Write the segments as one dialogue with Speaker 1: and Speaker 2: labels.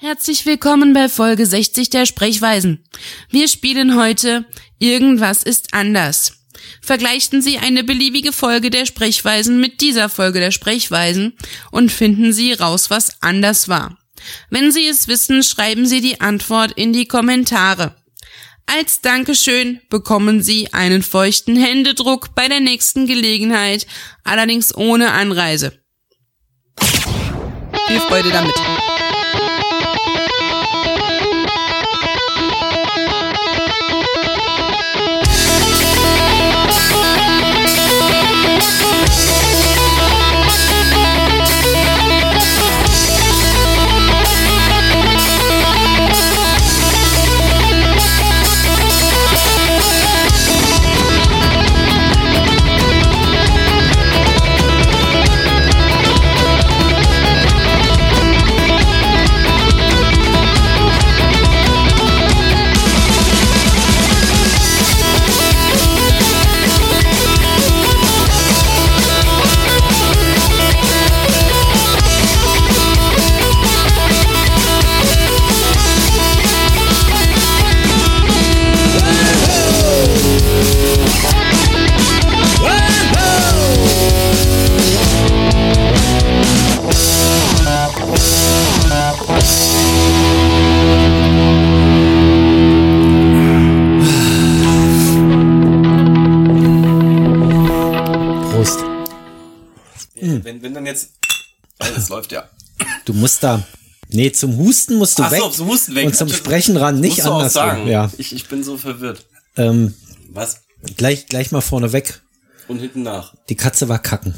Speaker 1: Herzlich willkommen bei Folge 60 der Sprechweisen. Wir spielen heute Irgendwas ist anders. Vergleichen Sie eine beliebige Folge der Sprechweisen mit dieser Folge der Sprechweisen und finden Sie raus, was anders war. Wenn Sie es wissen, schreiben Sie die Antwort in die Kommentare. Als Dankeschön bekommen Sie einen feuchten Händedruck bei der nächsten Gelegenheit, allerdings ohne Anreise. Viel Freude damit.
Speaker 2: Prost. Hm.
Speaker 3: Wenn, wenn dann jetzt. Also, das läuft ja.
Speaker 2: Du musst da. Nee, zum Husten musst du
Speaker 3: Ach
Speaker 2: weg.
Speaker 3: so, zum Husten weg.
Speaker 2: Und zum Sprechen ran, nicht
Speaker 3: Musst du auch
Speaker 2: anders.
Speaker 3: sagen.
Speaker 2: Ja.
Speaker 3: Ich, ich bin so verwirrt.
Speaker 2: Ähm,
Speaker 3: Was?
Speaker 2: gleich, gleich mal vorne weg.
Speaker 3: Und hinten nach.
Speaker 2: Die Katze war kacken.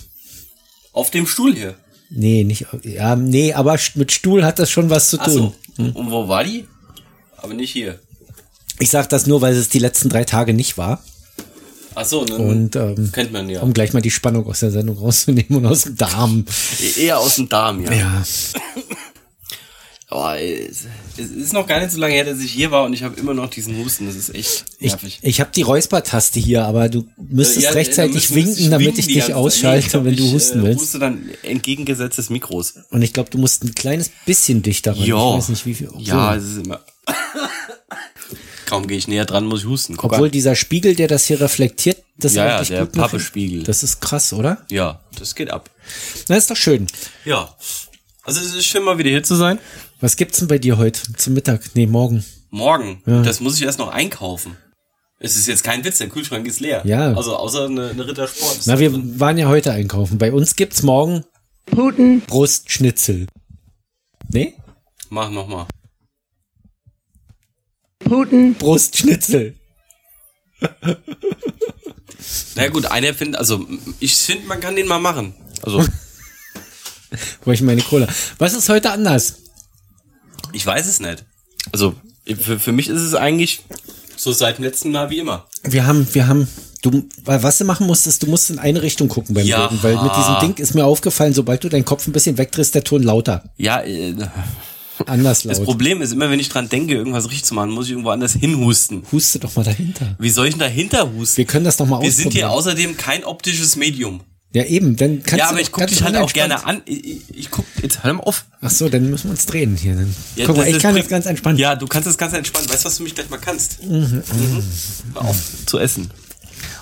Speaker 3: Auf dem Stuhl hier.
Speaker 2: Nee, nicht. Ja, nee, aber st- mit Stuhl hat das schon was zu
Speaker 3: Ach
Speaker 2: tun.
Speaker 3: so. Und wo war die? Aber nicht hier.
Speaker 2: Ich sag das nur, weil es die letzten drei Tage nicht war.
Speaker 3: Ach so, ne?
Speaker 2: Und ähm,
Speaker 3: Kennt man ja.
Speaker 2: um gleich mal die Spannung aus der Sendung rauszunehmen und aus dem Darm.
Speaker 3: E- Eher aus dem Darm, ja.
Speaker 2: Ja.
Speaker 3: Oh, es, es ist noch gar nicht so lange her, dass ich hier war und ich habe immer noch diesen Husten. Das ist echt
Speaker 2: Ich,
Speaker 3: nervig.
Speaker 2: ich habe die Räuspertaste hier, aber du müsstest
Speaker 3: Äh, Ja, da
Speaker 2: rechtzeitig
Speaker 3: müssen-
Speaker 2: winken,
Speaker 3: müsste ich
Speaker 2: damit
Speaker 3: winken
Speaker 2: ich
Speaker 3: die
Speaker 2: dich
Speaker 3: ganze-
Speaker 2: ausschalte,
Speaker 3: Nee, glaub,
Speaker 2: wenn du
Speaker 3: ich,
Speaker 2: husten
Speaker 3: äh,
Speaker 2: willst.
Speaker 3: huste dann entgegengesetzt des Mikros.
Speaker 2: Und ich glaube, du musst ein kleines bisschen dichter ran.
Speaker 3: Ja.
Speaker 2: Ich weiß nicht, wie viel. obwohl-
Speaker 3: Ja, also, es ist immer. Kaum gehe ich näher dran, muss ich husten. Guck
Speaker 2: Obwohl
Speaker 3: an.
Speaker 2: dieser Spiegel, der das hier reflektiert, das
Speaker 3: Ja, ja,
Speaker 2: eigentlich
Speaker 3: der
Speaker 2: gut macht.
Speaker 3: Pappespiegel.
Speaker 2: Das ist krass, oder?
Speaker 3: Ja, das geht ab.
Speaker 2: Na, ist doch schön.
Speaker 3: Ja. Also es ist schön, mal wieder hier zu sein.
Speaker 2: Was gibt's denn bei dir heute zum Mittag? Nee, morgen.
Speaker 3: Morgen. Das muss ich erst noch einkaufen. Es ist jetzt kein Witz, der Kühlschrank ist leer.
Speaker 2: Ja.
Speaker 3: Also außer eine, eine Rittersport.
Speaker 2: Na, wir waren ja heute einkaufen. Bei uns gibt's morgen Puten. Brustschnitzel. Nee?
Speaker 3: Mach nochmal.
Speaker 2: Brustschnitzel.
Speaker 3: Na gut, einer findet, also ich finde, man kann den mal machen. Also
Speaker 2: Wo ich meine Cola. Was ist heute anders?
Speaker 3: ich weiß es nicht. Also für, für mich ist es eigentlich so seit dem letzten Mal wie immer.
Speaker 2: Wir haben, wir haben, du, weil was du machen musst, ist, du musst in eine Richtung gucken beim
Speaker 3: Ja.
Speaker 2: Reden, weil mit diesem Ding ist mir aufgefallen, sobald du deinen Kopf ein bisschen wegdrehst, der Ton lauter.
Speaker 3: Ja, äh,
Speaker 2: Anders
Speaker 3: das
Speaker 2: laut.
Speaker 3: Problem ist immer, wenn ich dran denke, irgendwas richtig zu machen, muss ich irgendwo anders hinhusten.
Speaker 2: Huste doch mal dahinter.
Speaker 3: Wie soll ich denn dahinter husten?
Speaker 2: Wir können das noch mal
Speaker 3: Wir sind hier
Speaker 2: ausprobieren.
Speaker 3: außerdem kein optisches Medium.
Speaker 2: Ja, eben, dann kannst
Speaker 3: Ja,
Speaker 2: du
Speaker 3: aber
Speaker 2: doch
Speaker 3: ich guck
Speaker 2: ganz
Speaker 3: dich halt auch
Speaker 2: unentspannt-
Speaker 3: gerne an. Ich, ich, ich guck, jetzt hör mal auf.
Speaker 2: Ach so, dann müssen wir uns drehen hier. Dann.
Speaker 3: Ja,
Speaker 2: Guck mal,
Speaker 3: das
Speaker 2: ich
Speaker 3: ist
Speaker 2: kann
Speaker 3: pri-
Speaker 2: das ganz entspannt.
Speaker 3: Ja, du kannst das ganz entspannt. Weißt du, was du mich gleich mal kannst? Mhm. Hör auf zu essen.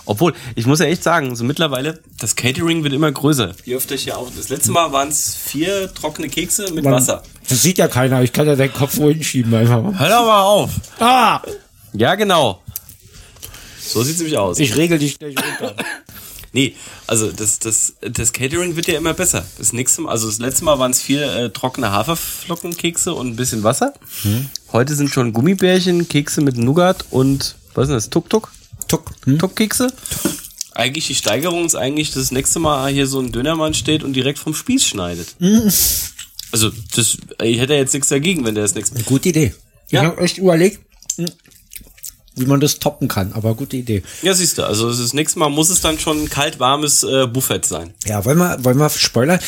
Speaker 3: Obwohl, ich muss ja echt sagen, so mittlerweile, das Catering wird immer größer. Ihr öfter hier auf. Das letzte Mal waren es vier trockene Kekse mit
Speaker 2: Man-
Speaker 3: Wasser.
Speaker 2: Das sieht ja keiner. Ich kann ja deinen Kopf wohin schieben einfach mal.
Speaker 3: Hör doch mal auf.
Speaker 2: Ah,
Speaker 3: Ja, genau. So sieht's nämlich aus.
Speaker 2: ich regel dich gleich runter.
Speaker 3: Nee, also das, das, das Catering wird ja immer besser. Das nächste Mal, also das letzte Mal waren es vier äh, trockene Haferflockenkekse und ein bisschen Wasser. Heute sind schon Gummibärchen, Kekse mit Nougat und was ist denn das? Tuk-Tuk?
Speaker 2: Tuck. Hm?
Speaker 3: Tuk-Kekse? Eigentlich die Steigerung ist eigentlich, dass das nächste Mal hier so ein Dönermann steht und direkt vom Spieß schneidet. Also, das, ich hätte ja jetzt nichts dagegen, wenn der das nächste
Speaker 2: Gute Idee.
Speaker 3: Ja.
Speaker 2: Ich habe echt überlegt, hm, wie man das toppen kann, aber gute Idee.
Speaker 3: Ja, siehst du, also das nächste Mal muss es dann schon ein kalt-warmes äh, Buffet sein.
Speaker 2: Ja, wollen wir, wollen wir spoilern?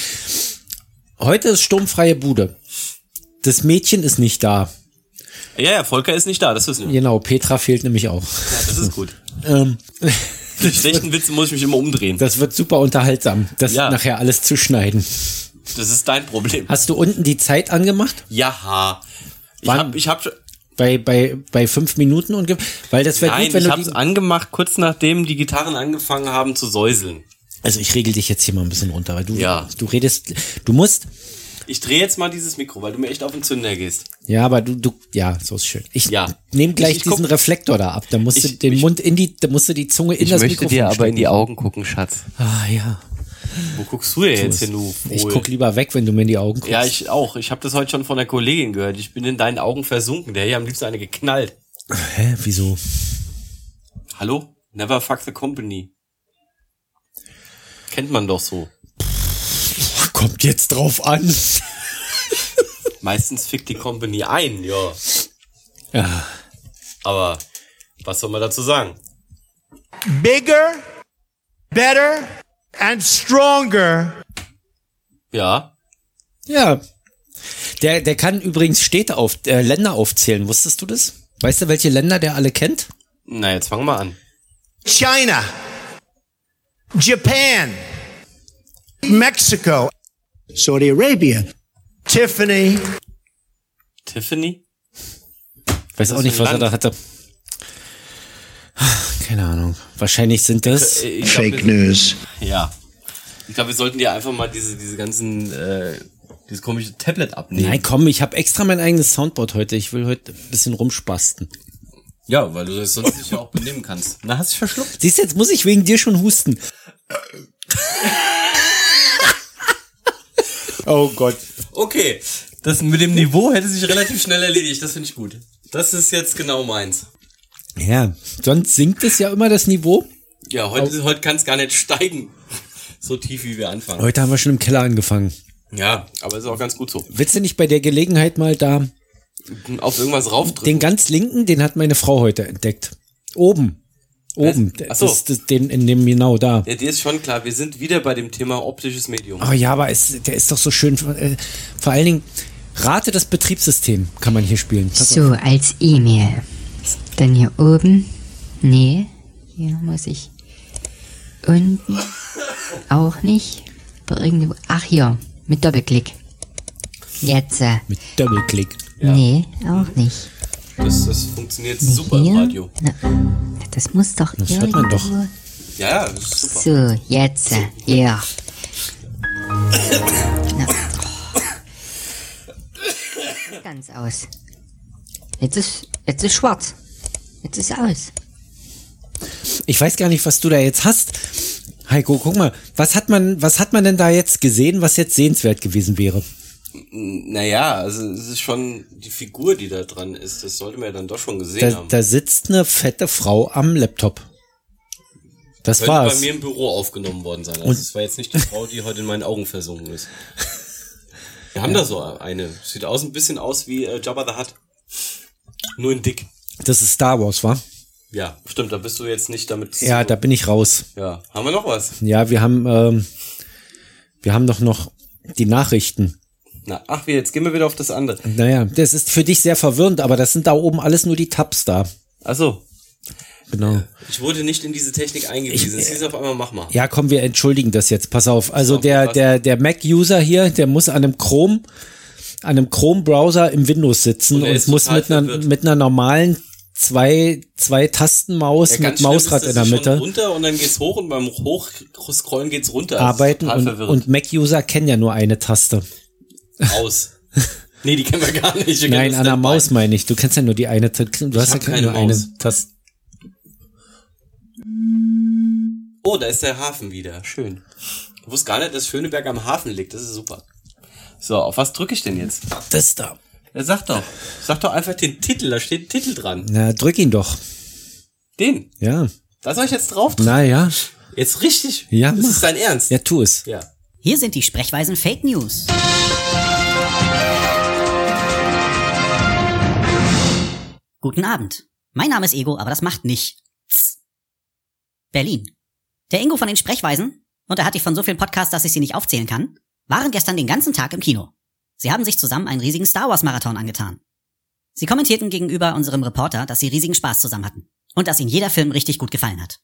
Speaker 2: Heute ist sturmfreie Bude. Das Mädchen ist nicht da.
Speaker 3: Ja, ja, Volker ist nicht da, das wissen wir.
Speaker 2: Genau, Petra fehlt nämlich auch.
Speaker 3: Ja, das ist gut.
Speaker 2: Ähm,
Speaker 3: Für schlechten Witze muss ich mich immer umdrehen.
Speaker 2: das wird super unterhaltsam, das
Speaker 3: Ja.
Speaker 2: nachher alles zu schneiden.
Speaker 3: Das ist dein Problem.
Speaker 2: Hast du unten die Zeit angemacht?
Speaker 3: Ja. Ich
Speaker 2: Wann?
Speaker 3: hab, ich hab, schon-
Speaker 2: Bei, bei, bei fünf Minuten und ge- weil das wäre
Speaker 3: nein,
Speaker 2: gut, wenn
Speaker 3: ich
Speaker 2: du
Speaker 3: hab's
Speaker 2: die,
Speaker 3: angemacht, kurz nachdem die Gitarren angefangen haben zu säuseln.
Speaker 2: Also ich regel dich jetzt hier mal ein bisschen runter, weil du,
Speaker 3: Ja.
Speaker 2: du redest, du musst,
Speaker 3: Ich drehe jetzt mal dieses Mikro, weil du mir echt auf den Zünder gehst.
Speaker 2: ja, aber du, du, ja, so ist schön. Ich
Speaker 3: Ja.
Speaker 2: nehme gleich
Speaker 3: Ich- ich guck-
Speaker 2: diesen Reflektor da ab. Da musst du
Speaker 3: Ich-
Speaker 2: den
Speaker 3: ich-
Speaker 2: Mund in die, da musst du die Zunge in
Speaker 3: Ich
Speaker 2: das
Speaker 3: möchte
Speaker 2: Mikrofon
Speaker 3: dir aber in die
Speaker 2: stecken.
Speaker 3: Augen gucken, Schatz.
Speaker 2: Ah ja.
Speaker 3: Wo guckst du denn jetzt hin, du
Speaker 2: Ich
Speaker 3: Fohl?
Speaker 2: guck lieber weg, wenn du mir in die Augen guckst.
Speaker 3: Ja, ich auch. Ich habe das heute schon von der Kollegin gehört. Ich bin in deinen Augen versunken. Der hier am liebsten eine geknallt.
Speaker 2: Hä, wieso?
Speaker 3: Hallo? Never fuck the company. Kennt man doch so.
Speaker 2: Kommt jetzt drauf an.
Speaker 3: Meistens fickt die Company ein, ja.
Speaker 2: Ja.
Speaker 3: Aber was soll man dazu sagen?
Speaker 4: bigger, better, and stronger
Speaker 3: Ja.
Speaker 2: Ja. Der, der kann übrigens Städte auf, äh, Länder aufzählen. Wusstest du das? Weißt du, welche Länder der alle kennt?
Speaker 3: Na, jetzt fangen wir an.
Speaker 4: China, Japan, Mexico, Saudi Arabia, Tiffany,
Speaker 3: Tiffany?
Speaker 2: Weiß
Speaker 3: Das
Speaker 2: auch
Speaker 3: ist
Speaker 2: nicht,
Speaker 3: ein
Speaker 2: was er
Speaker 3: Land.
Speaker 2: da hatte. Keine Ahnung. Wahrscheinlich sind das.
Speaker 3: Ich glaub,
Speaker 4: fake
Speaker 3: wir,
Speaker 4: news.
Speaker 3: Ja. Ich glaube, wir sollten dir einfach mal diese, diese ganzen, äh, dieses komische Tablet abnehmen.
Speaker 2: Nein, komm, ich habe extra mein eigenes Soundboard heute. Ich will heute ein bisschen rumspasten.
Speaker 3: Ja, weil du das sonst nicht auch benehmen kannst. Na, hast dich verschluckt.
Speaker 2: Siehst du, jetzt muss ich wegen dir schon husten. oh Gott.
Speaker 3: Okay. Das mit dem Niveau hätte sich relativ schnell erledigt. Das finde ich gut. Das ist jetzt genau meins.
Speaker 2: Ja, sonst sinkt es ja immer das Niveau.
Speaker 3: Ja, heute, heute kann es gar nicht steigen. So tief, wie wir anfangen.
Speaker 2: Heute haben wir schon im Keller angefangen.
Speaker 3: Ja, aber ist auch ganz gut so.
Speaker 2: Willst du nicht bei der Gelegenheit mal da
Speaker 3: Auf irgendwas raufdrücken.
Speaker 2: den ganz linken, den hat meine Frau heute entdeckt. Oben. Oben.
Speaker 3: Ach so.
Speaker 2: Das, das, den in dem genau da.
Speaker 3: Ja, dir ist schon klar, wir sind wieder bei dem Thema optisches Medium.
Speaker 2: Oh ja, aber es, der ist doch so schön. äh, Vor allen Dingen, rate das Betriebssystem kann man hier spielen. Pass auf.
Speaker 3: Also
Speaker 5: So, als E-Mail. Dann hier oben. Nee, hier muss ich. Unten. Auch nicht. Aber irgendwo. Ach, hier. Mit Doppelklick. Jetzt. äh,
Speaker 2: Mit Doppelklick.
Speaker 5: Nee, auch nicht.
Speaker 3: Das, das funktioniert super im
Speaker 5: hier.
Speaker 3: Radio.
Speaker 5: Na, das muss doch das
Speaker 2: hört man doch.
Speaker 3: Ja, ja, das ist super.
Speaker 5: So, jetzt. äh, Ja. Na, oh. Ganz aus. Jetzt ist, jetzt ist schwarz. Jetzt ist aus.
Speaker 2: Ich weiß gar nicht, was du da jetzt hast. Heiko, guck mal, was hat man, was hat man denn da jetzt gesehen, was jetzt sehenswert gewesen wäre?
Speaker 3: Naja, also es ist schon die Figur, die da dran ist. Das sollte man ja dann doch schon gesehen
Speaker 2: Da,
Speaker 3: haben.
Speaker 2: da sitzt eine fette Frau am Laptop. Das
Speaker 3: Könnte bei
Speaker 2: war's.
Speaker 3: mir im Büro aufgenommen worden sein. Also es war jetzt nicht die Frau, die heute in meinen Augen versunken ist. Wir haben da so eine. Sieht aus ein bisschen aus wie äh, Jabba the Hutt. Nur in dick.
Speaker 2: Das ist Star Wars, war?
Speaker 3: Ja, stimmt, da bist du jetzt nicht damit.
Speaker 2: Ja, da bin ich raus.
Speaker 3: ja. Haben wir noch was?
Speaker 2: Ja, wir haben, ähm, wir haben doch noch die Nachrichten.
Speaker 3: Na, ach, wir, jetzt gehen wir wieder auf das andere.
Speaker 2: Naja, das ist für dich sehr verwirrend, aber das sind da oben alles nur die Tabs da.
Speaker 3: Achso,
Speaker 2: Genau.
Speaker 3: ich wurde nicht in diese Technik eingewiesen. es hieß auf einmal, mach mal.
Speaker 2: Ja, komm, wir entschuldigen das jetzt. Pass auf. Also
Speaker 3: auf,
Speaker 2: der,
Speaker 3: was?
Speaker 2: der, der Mac-User hier, der muss an einem Chrome, an einem Chrome-Browser im Windows sitzen
Speaker 3: Und
Speaker 2: und,
Speaker 3: er ist
Speaker 2: muss
Speaker 3: total
Speaker 2: mit einer,
Speaker 3: verwirrt.
Speaker 2: mit einer normalen zwei, zwei Tasten-Maus
Speaker 3: Ja,
Speaker 2: mit
Speaker 3: ganz schlimm ist,
Speaker 2: Mausrad
Speaker 3: das
Speaker 2: in der
Speaker 3: ist schon
Speaker 2: Mitte
Speaker 3: runter und dann geht's hoch und beim Hochscrollen geht's runter. Das ist
Speaker 2: arbeiten
Speaker 3: total
Speaker 2: und,
Speaker 3: verwirrend.
Speaker 2: und Mac-User kennen ja nur eine Taste.
Speaker 3: aus. Nee, die kennen wir gar nicht. Wir kennen
Speaker 2: Nein,
Speaker 3: das
Speaker 2: an der
Speaker 3: nicht.
Speaker 2: Maus meine ich. Du kennst ja nur die eine Taste. Du hast ja
Speaker 3: halt hab keine
Speaker 2: nur eine
Speaker 3: Maus.
Speaker 2: Taste.
Speaker 3: Oh, da ist der Hafen wieder. Schön. Ich wusste gar nicht, dass Schöneberg am Hafen liegt. Das ist super. So, auf was drücke ich denn jetzt?
Speaker 2: Das da.
Speaker 3: Ja, sag doch. Sag doch einfach den Titel. Da steht Titel dran.
Speaker 2: Na, drück ihn doch.
Speaker 3: Den.
Speaker 2: Ja.
Speaker 3: Da soll ich jetzt drauf drücken.
Speaker 2: Na ja.
Speaker 3: Jetzt richtig.
Speaker 2: Ja,
Speaker 3: Das
Speaker 2: mach.
Speaker 3: ist dein Ernst.
Speaker 2: Ja, tu es.
Speaker 3: ja.
Speaker 6: Hier sind die Sprechweisen Fake News. Guten Abend. Mein Name ist Ego, aber das macht nicht. Berlin. Der Ingo von den Sprechweisen, und er hatte ich von so vielen Podcasts, dass ich sie nicht aufzählen kann, waren gestern den ganzen Tag im Kino. Sie haben sich zusammen einen riesigen Star Wars Marathon angetan. Sie kommentierten gegenüber unserem Reporter, dass sie riesigen Spaß zusammen hatten und dass ihnen jeder Film richtig gut gefallen hat.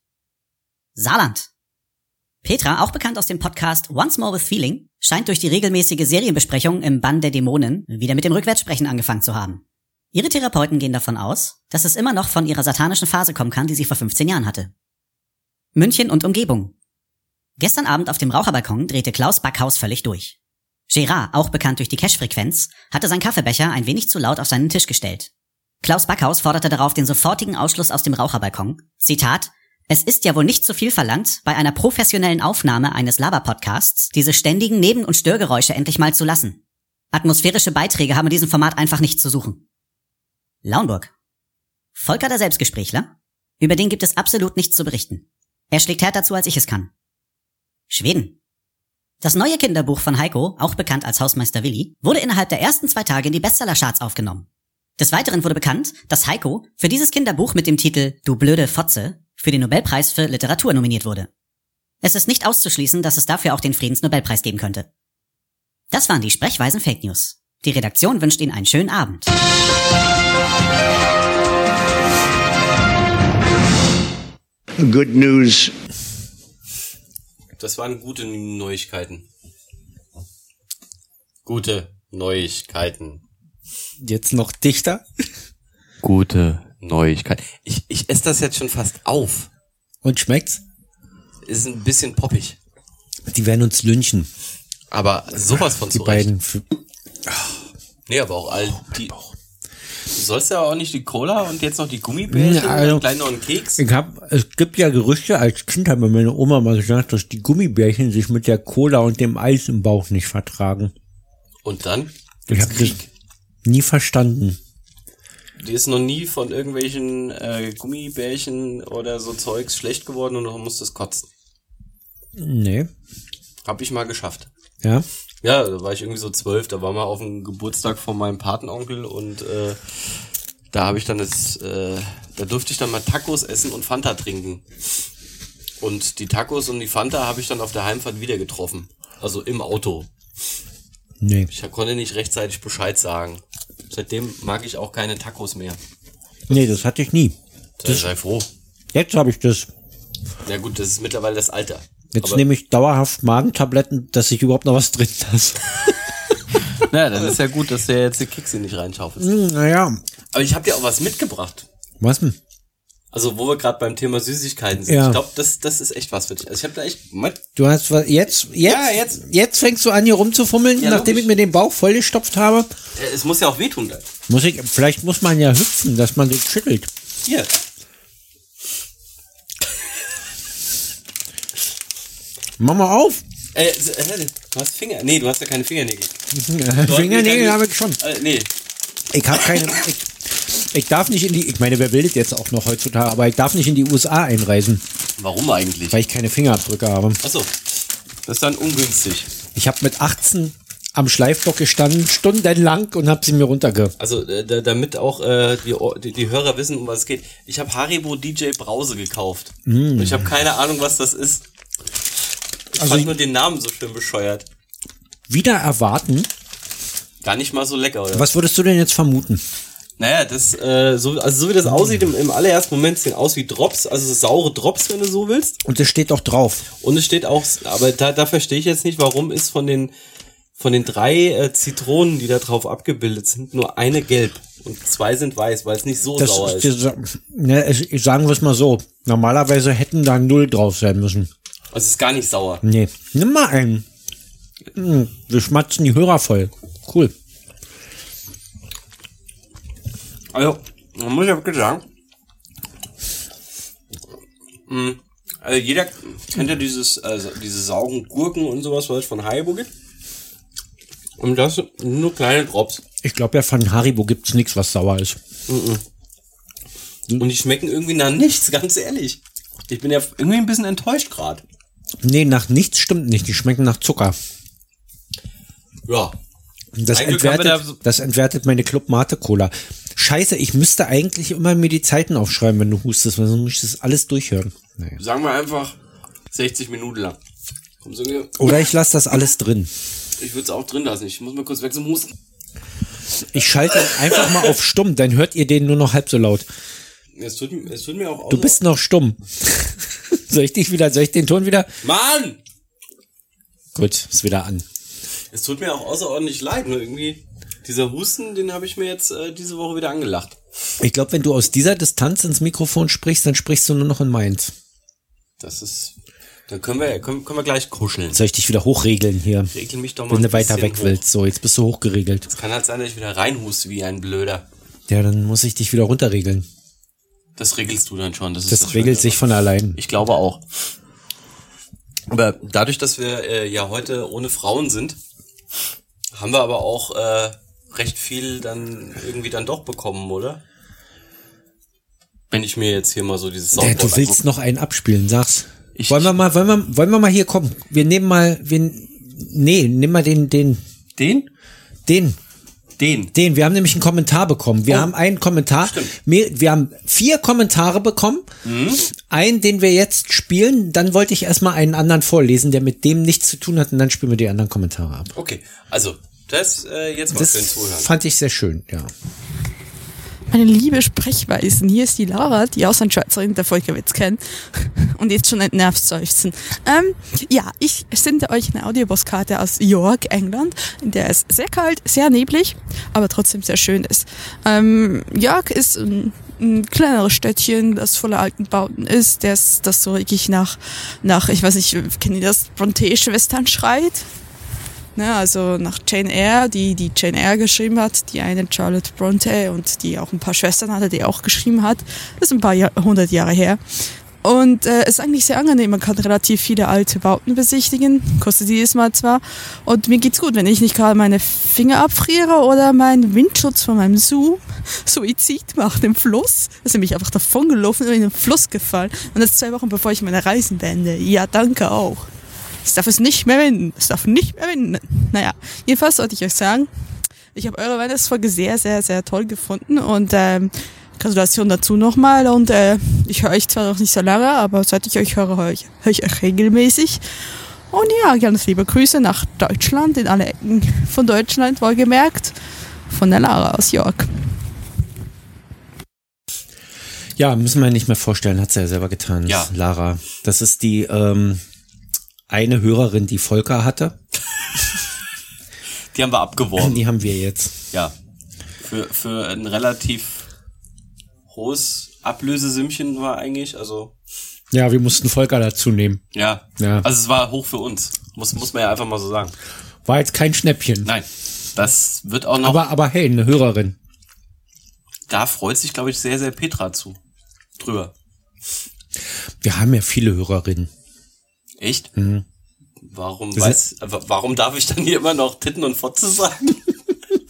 Speaker 6: Saarland. Petra, auch bekannt aus dem Podcast Once More with Feeling, scheint durch die regelmäßige Serienbesprechung im Bann der Dämonen wieder mit dem Rückwärtssprechen angefangen zu haben. Ihre Therapeuten gehen davon aus, dass es immer noch von ihrer satanischen Phase kommen kann, die sie vor 15 Jahren hatte. München und Umgebung. Gestern Abend auf dem Raucherbalkon drehte Klaus Backhaus völlig durch. Gerard, auch bekannt durch die Cash-Frequenz, hatte seinen Kaffeebecher ein wenig zu laut auf seinen Tisch gestellt. Klaus Backhaus forderte darauf den sofortigen Ausschluss aus dem Raucherbalkon. Zitat, es ist ja wohl nicht zu viel verlangt, bei einer professionellen Aufnahme eines Laber-Podcasts diese ständigen Neben- und Störgeräusche endlich mal zu lassen. Atmosphärische Beiträge haben in diesem Format einfach nichts zu suchen. Launburg. Volker der Selbstgesprächler? Über den gibt es absolut nichts zu berichten. Er schlägt härter zu, als ich es kann. Schweden. Das neue Kinderbuch von Heiko, auch bekannt als Hausmeister Willi, wurde innerhalb der ersten zwei Tage in die Bestseller-Charts aufgenommen. Des Weiteren wurde bekannt, dass Heiko für dieses Kinderbuch mit dem Titel Du blöde Fotze für den Nobelpreis für Literatur nominiert wurde. Es ist nicht auszuschließen, dass es dafür auch den Friedensnobelpreis geben könnte. Das waren die Sprechweisen Fake News. Die Redaktion wünscht Ihnen einen schönen Abend.
Speaker 4: Good news.
Speaker 3: Das waren gute Neuigkeiten. Gute Neuigkeiten.
Speaker 2: Jetzt noch dichter.
Speaker 3: Gute Neuigkeiten. Ich, ich esse das jetzt schon fast auf.
Speaker 2: Und schmeckt's?
Speaker 3: Ist ein bisschen poppig.
Speaker 2: Die werden uns lynchen,
Speaker 3: Aber sowas von
Speaker 2: die
Speaker 3: zurecht.
Speaker 2: beiden. F-
Speaker 3: Nee, aber auch all die. Du sollst ja auch nicht die Cola und jetzt noch die
Speaker 2: Ja,
Speaker 3: Gummibärchen und
Speaker 2: also-
Speaker 3: dann gleich noch einen Keks.
Speaker 2: Ich hab, es gibt ja Gerüchte, als Kind hat mir meine Oma mal gesagt, dass die Gummibärchen sich mit der Cola und dem Eis im Bauch nicht vertragen.
Speaker 3: Und dann
Speaker 2: Ich
Speaker 3: gibt's
Speaker 2: habe das
Speaker 3: Krieg.
Speaker 2: nie verstanden.
Speaker 3: Die ist noch nie von irgendwelchen äh, Gummibärchen oder so Zeugs schlecht geworden und muss das kotzen.
Speaker 2: Nee.
Speaker 3: Hab ich mal geschafft.
Speaker 2: Ja.
Speaker 3: Ja, da war ich irgendwie so zwölf, da war mal auf dem Geburtstag von meinem Patenonkel und äh, da habe ich dann das, äh, da durfte ich dann mal Tacos essen und Fanta trinken. Und die Tacos und die Fanta habe ich dann auf der Heimfahrt wieder getroffen. Also im Auto.
Speaker 2: Nee.
Speaker 3: Ich konnte nicht rechtzeitig Bescheid sagen. Seitdem mag ich auch keine Tacos mehr.
Speaker 2: Nee, das hatte ich nie.
Speaker 3: Sei, sei froh.
Speaker 2: Jetzt habe ich das.
Speaker 3: Na gut, das ist mittlerweile das Alter.
Speaker 2: Jetzt
Speaker 3: Aber-
Speaker 2: nehme ich dauerhaft Magentabletten, dass ich überhaupt noch was drin lasse.
Speaker 3: Na, dann ist ja gut, dass du ja jetzt die Kekse nicht reinschaufelst.
Speaker 2: Hm, naja.
Speaker 3: Aber ich habe dir auch was mitgebracht.
Speaker 2: Was denn?
Speaker 3: Also, wo wir gerade beim Thema Süßigkeiten sind.
Speaker 2: Ja.
Speaker 3: Ich glaube, das, das ist echt was für dich. Also, ich habe da echt... Moment.
Speaker 2: Du hast was, jetzt, jetzt,
Speaker 3: Ja, jetzt.
Speaker 2: jetzt fängst du an, hier rumzufummeln,
Speaker 3: Ja,
Speaker 2: nachdem
Speaker 3: logisch.
Speaker 2: ich mir den Bauch vollgestopft habe.
Speaker 3: Äh, Es muss ja auch wehtun. dann.
Speaker 2: Muss ich, vielleicht muss man ja hüpfen, dass man sich schüttelt.
Speaker 3: Hier.
Speaker 2: Mach mal auf.
Speaker 3: Äh, s- äh, du hast Finger... Nee, du hast ja keine Fingernägel. Du hast
Speaker 2: Fingernägel
Speaker 3: keine-
Speaker 2: habe ich schon.
Speaker 3: Äh, nee.
Speaker 2: Ich habe keine. Ich, ich darf nicht in die. Ich meine, wer will das jetzt auch noch heutzutage? Aber ich darf nicht in die USA einreisen,
Speaker 3: Warum eigentlich?
Speaker 2: weil ich keine Fingerabdrücke habe.
Speaker 3: Achso. Das ist dann ungünstig.
Speaker 2: Ich habe mit 18 am Schleifbock gestanden, stundenlang und habe sie mir runterge.
Speaker 3: Also äh, da, damit auch äh, die, Ohr- die, die Hörer wissen, um was es geht. Ich habe Haribo DJ Brause gekauft. Und ich habe keine Ahnung, was das ist. Ich
Speaker 2: Mm. Also-
Speaker 3: fand nur den Namen so schön bescheuert.
Speaker 2: Wieder erwarten.
Speaker 3: Gar nicht mal so lecker, oder?
Speaker 2: Was würdest du denn jetzt vermuten?
Speaker 3: Naja, das, äh, so, also so wie das aussieht, im, im allerersten Moment sehen aus wie Drops, also saure Drops, wenn du so willst.
Speaker 2: Und es steht auch drauf.
Speaker 3: Und es steht auch, aber da, da verstehe ich jetzt nicht, warum ist von den, von den drei äh, Zitronen, die da drauf abgebildet sind, nur eine gelb und zwei sind weiß, weil es nicht so
Speaker 2: Das
Speaker 3: Oh, sauer
Speaker 2: ist,
Speaker 3: ist.
Speaker 2: dieser- ne, es- ich sagen wir es mal so. Normalerweise hätten da null drauf sein müssen.
Speaker 3: Also es ist gar nicht sauer.
Speaker 2: Nee. Nimm mal einen. Hm, Wir schmatzen die Hörer voll. Cool.
Speaker 3: Also, man muss ja wirklich sagen, mh, also jeder kennt ja dieses, also diese sauren Gurken und sowas, was es von Haribo gibt. Und das sind nur kleine Drops.
Speaker 2: Ich glaube ja, von Haribo gibt's nix, was sauer ist.
Speaker 3: Und die schmecken irgendwie nach nichts, ganz ehrlich. Ich bin ja irgendwie ein bisschen enttäuscht gerade.
Speaker 2: Nee, nach nichts stimmt nicht. Die schmecken nach Zucker.
Speaker 3: Ja.
Speaker 2: Das
Speaker 3: Ein Glück haben wir
Speaker 2: entwertet,
Speaker 3: da so-
Speaker 2: das entwertet meine Club Mate Cola. Scheiße, ich müsste eigentlich immer mir die Zeiten aufschreiben, wenn du hustest, weil sonst muss ich das alles durchhören. Naja.
Speaker 3: Sagen wir einfach 60 Minuten lang. Komm, Sönke,
Speaker 2: Oder ich lasse das alles drin.
Speaker 3: ich würde es auch drin lassen. Ich muss mal kurz weg zum Husten.
Speaker 2: Ich schalte ihn einfach mal auf stumm, dann hört ihr den nur noch halb so laut.
Speaker 3: Es tut, es tut mir auch
Speaker 2: Du bist noch stumm. soll ich dich wieder, soll ich den Ton wieder?
Speaker 3: Mann!
Speaker 2: Gut, ist wieder an.
Speaker 3: Es tut mir auch außerordentlich leid, nur irgendwie dieser Husten, den habe ich mir jetzt äh, diese Woche wieder angelacht.
Speaker 2: Ich glaube, wenn du aus dieser Distanz ins Mikrofon sprichst, dann sprichst du nur noch in meins.
Speaker 3: Das ist. Da können wir, können, können wir gleich kuscheln.
Speaker 2: Soll ich dich wieder hochregeln hier?
Speaker 3: Regel mich doch mal
Speaker 2: Wenn
Speaker 3: ein
Speaker 2: du weiter
Speaker 3: bisschen
Speaker 2: weg
Speaker 3: hoch.
Speaker 2: willst. So, jetzt bist du hochgeregelt.
Speaker 3: Es kann halt sein, dass ich wieder reinhuste wie ein Blöder.
Speaker 2: Ja, dann muss ich dich wieder runterregeln.
Speaker 3: Das regelst du dann schon. Das, ist
Speaker 2: Das,
Speaker 3: Schöne
Speaker 2: regelt
Speaker 3: daran.
Speaker 2: sich von allein.
Speaker 3: Ich glaube auch. Aber dadurch, dass wir äh, ja heute ohne Frauen sind, haben wir aber auch äh, recht viel dann irgendwie dann doch bekommen, oder? Wenn ich mir jetzt hier mal so dieses
Speaker 2: Ja,
Speaker 3: Soundboard
Speaker 2: Äh, du willst
Speaker 3: angucke.
Speaker 2: noch einen abspielen, sag's.
Speaker 3: Ich-
Speaker 2: wollen wir mal, wollen wir, wollen wir mal hier kommen? Wir nehmen mal, wir, nee, nimm mal den, den,
Speaker 3: den?
Speaker 2: den,
Speaker 3: Den.
Speaker 2: den. Wir haben nämlich einen Kommentar bekommen.
Speaker 3: Oh.
Speaker 2: Wir haben einen Kommentar. Mehr, wir haben vier Kommentare bekommen.
Speaker 3: Mhm.
Speaker 2: Einen, den wir jetzt spielen. Dann wollte ich erstmal einen anderen vorlesen, der mit dem nichts zu tun hat. Und dann spielen wir die anderen Kommentare ab.
Speaker 3: Okay, also das äh, jetzt mal
Speaker 2: Das
Speaker 3: schön zuhören.
Speaker 2: fand ich sehr schön, ja.
Speaker 7: Meine liebe Sprechweisen, hier ist die Laura, die Auslandschweizerin der Volkerwitz kennt und jetzt schon entnervt seufzen. Ähm, ja, ich sende euch eine Audiobosskarte aus York, England, in der es sehr kalt, sehr neblig, aber trotzdem sehr schön ist. Ähm, York ist ein, ein kleineres Städtchen, das voller alten Bauten ist, das, das so richtig nach, nach, ich weiß nicht, kennt ihr das, Bronte-Schwestern schreit? Ne, also nach Jane Eyre, die die Jane Eyre geschrieben hat, die eine Charlotte Bronte und die auch ein paar Schwestern hatte, die auch geschrieben hat. Das ist ein paar Jahr, hundert Jahre her. Und äh, ist eigentlich sehr angenehm. Man kann relativ viele alte Bauten besichtigen. Kostet jedes Mal zwar. Und mir geht's gut, wenn ich nicht gerade meine Finger abfriere oder meinen Windschutz von meinem Zoom Suizid macht im Fluss. Ist nämlich einfach davongelaufen und in den Fluss gefallen. Und das zwei Wochen bevor ich meine Reisen beende. Ja, danke auch. Es darf es nicht mehr wenden. Es darf nicht mehr wenden. Naja, jedenfalls sollte ich euch sagen, ich habe eure Weihnachtsfolge sehr, sehr, sehr toll gefunden und ähm, Gratulation dazu nochmal. Und äh, ich höre euch zwar noch nicht so lange, aber seit ich euch höre, höre ich, höre ich euch regelmäßig. Und ja, ganz liebe Grüße nach Deutschland, in alle Ecken von Deutschland, wohlgemerkt. Von der Lara aus York.
Speaker 2: Ja, müssen wir nicht mehr vorstellen, hat sie ja selber getan.
Speaker 3: Ja.
Speaker 2: Lara. Das ist die ähm, eine Hörerin, die Volker hatte.
Speaker 3: Die haben wir abgeworben.
Speaker 2: Die haben wir jetzt.
Speaker 3: ja. Für, für ein relativ hohes Ablösesümmchen war eigentlich, also
Speaker 2: Ja, wir mussten Volker dazu nehmen.
Speaker 3: ja.
Speaker 2: Ja.
Speaker 3: Also es war hoch für uns. Muss, muss man ja einfach mal so sagen.
Speaker 2: War jetzt kein Schnäppchen.
Speaker 3: Nein, das wird auch noch.
Speaker 2: Aber, aber hey, eine Hörerin.
Speaker 3: da freut sich, glaube ich, sehr, sehr Petra zu. Drüber.
Speaker 2: Wir haben ja viele Hörerinnen.
Speaker 3: Echt? Warum
Speaker 2: Mhm. Das
Speaker 3: weiß, wa- warum darf ich dann hier immer noch Titten und Fotze sagen?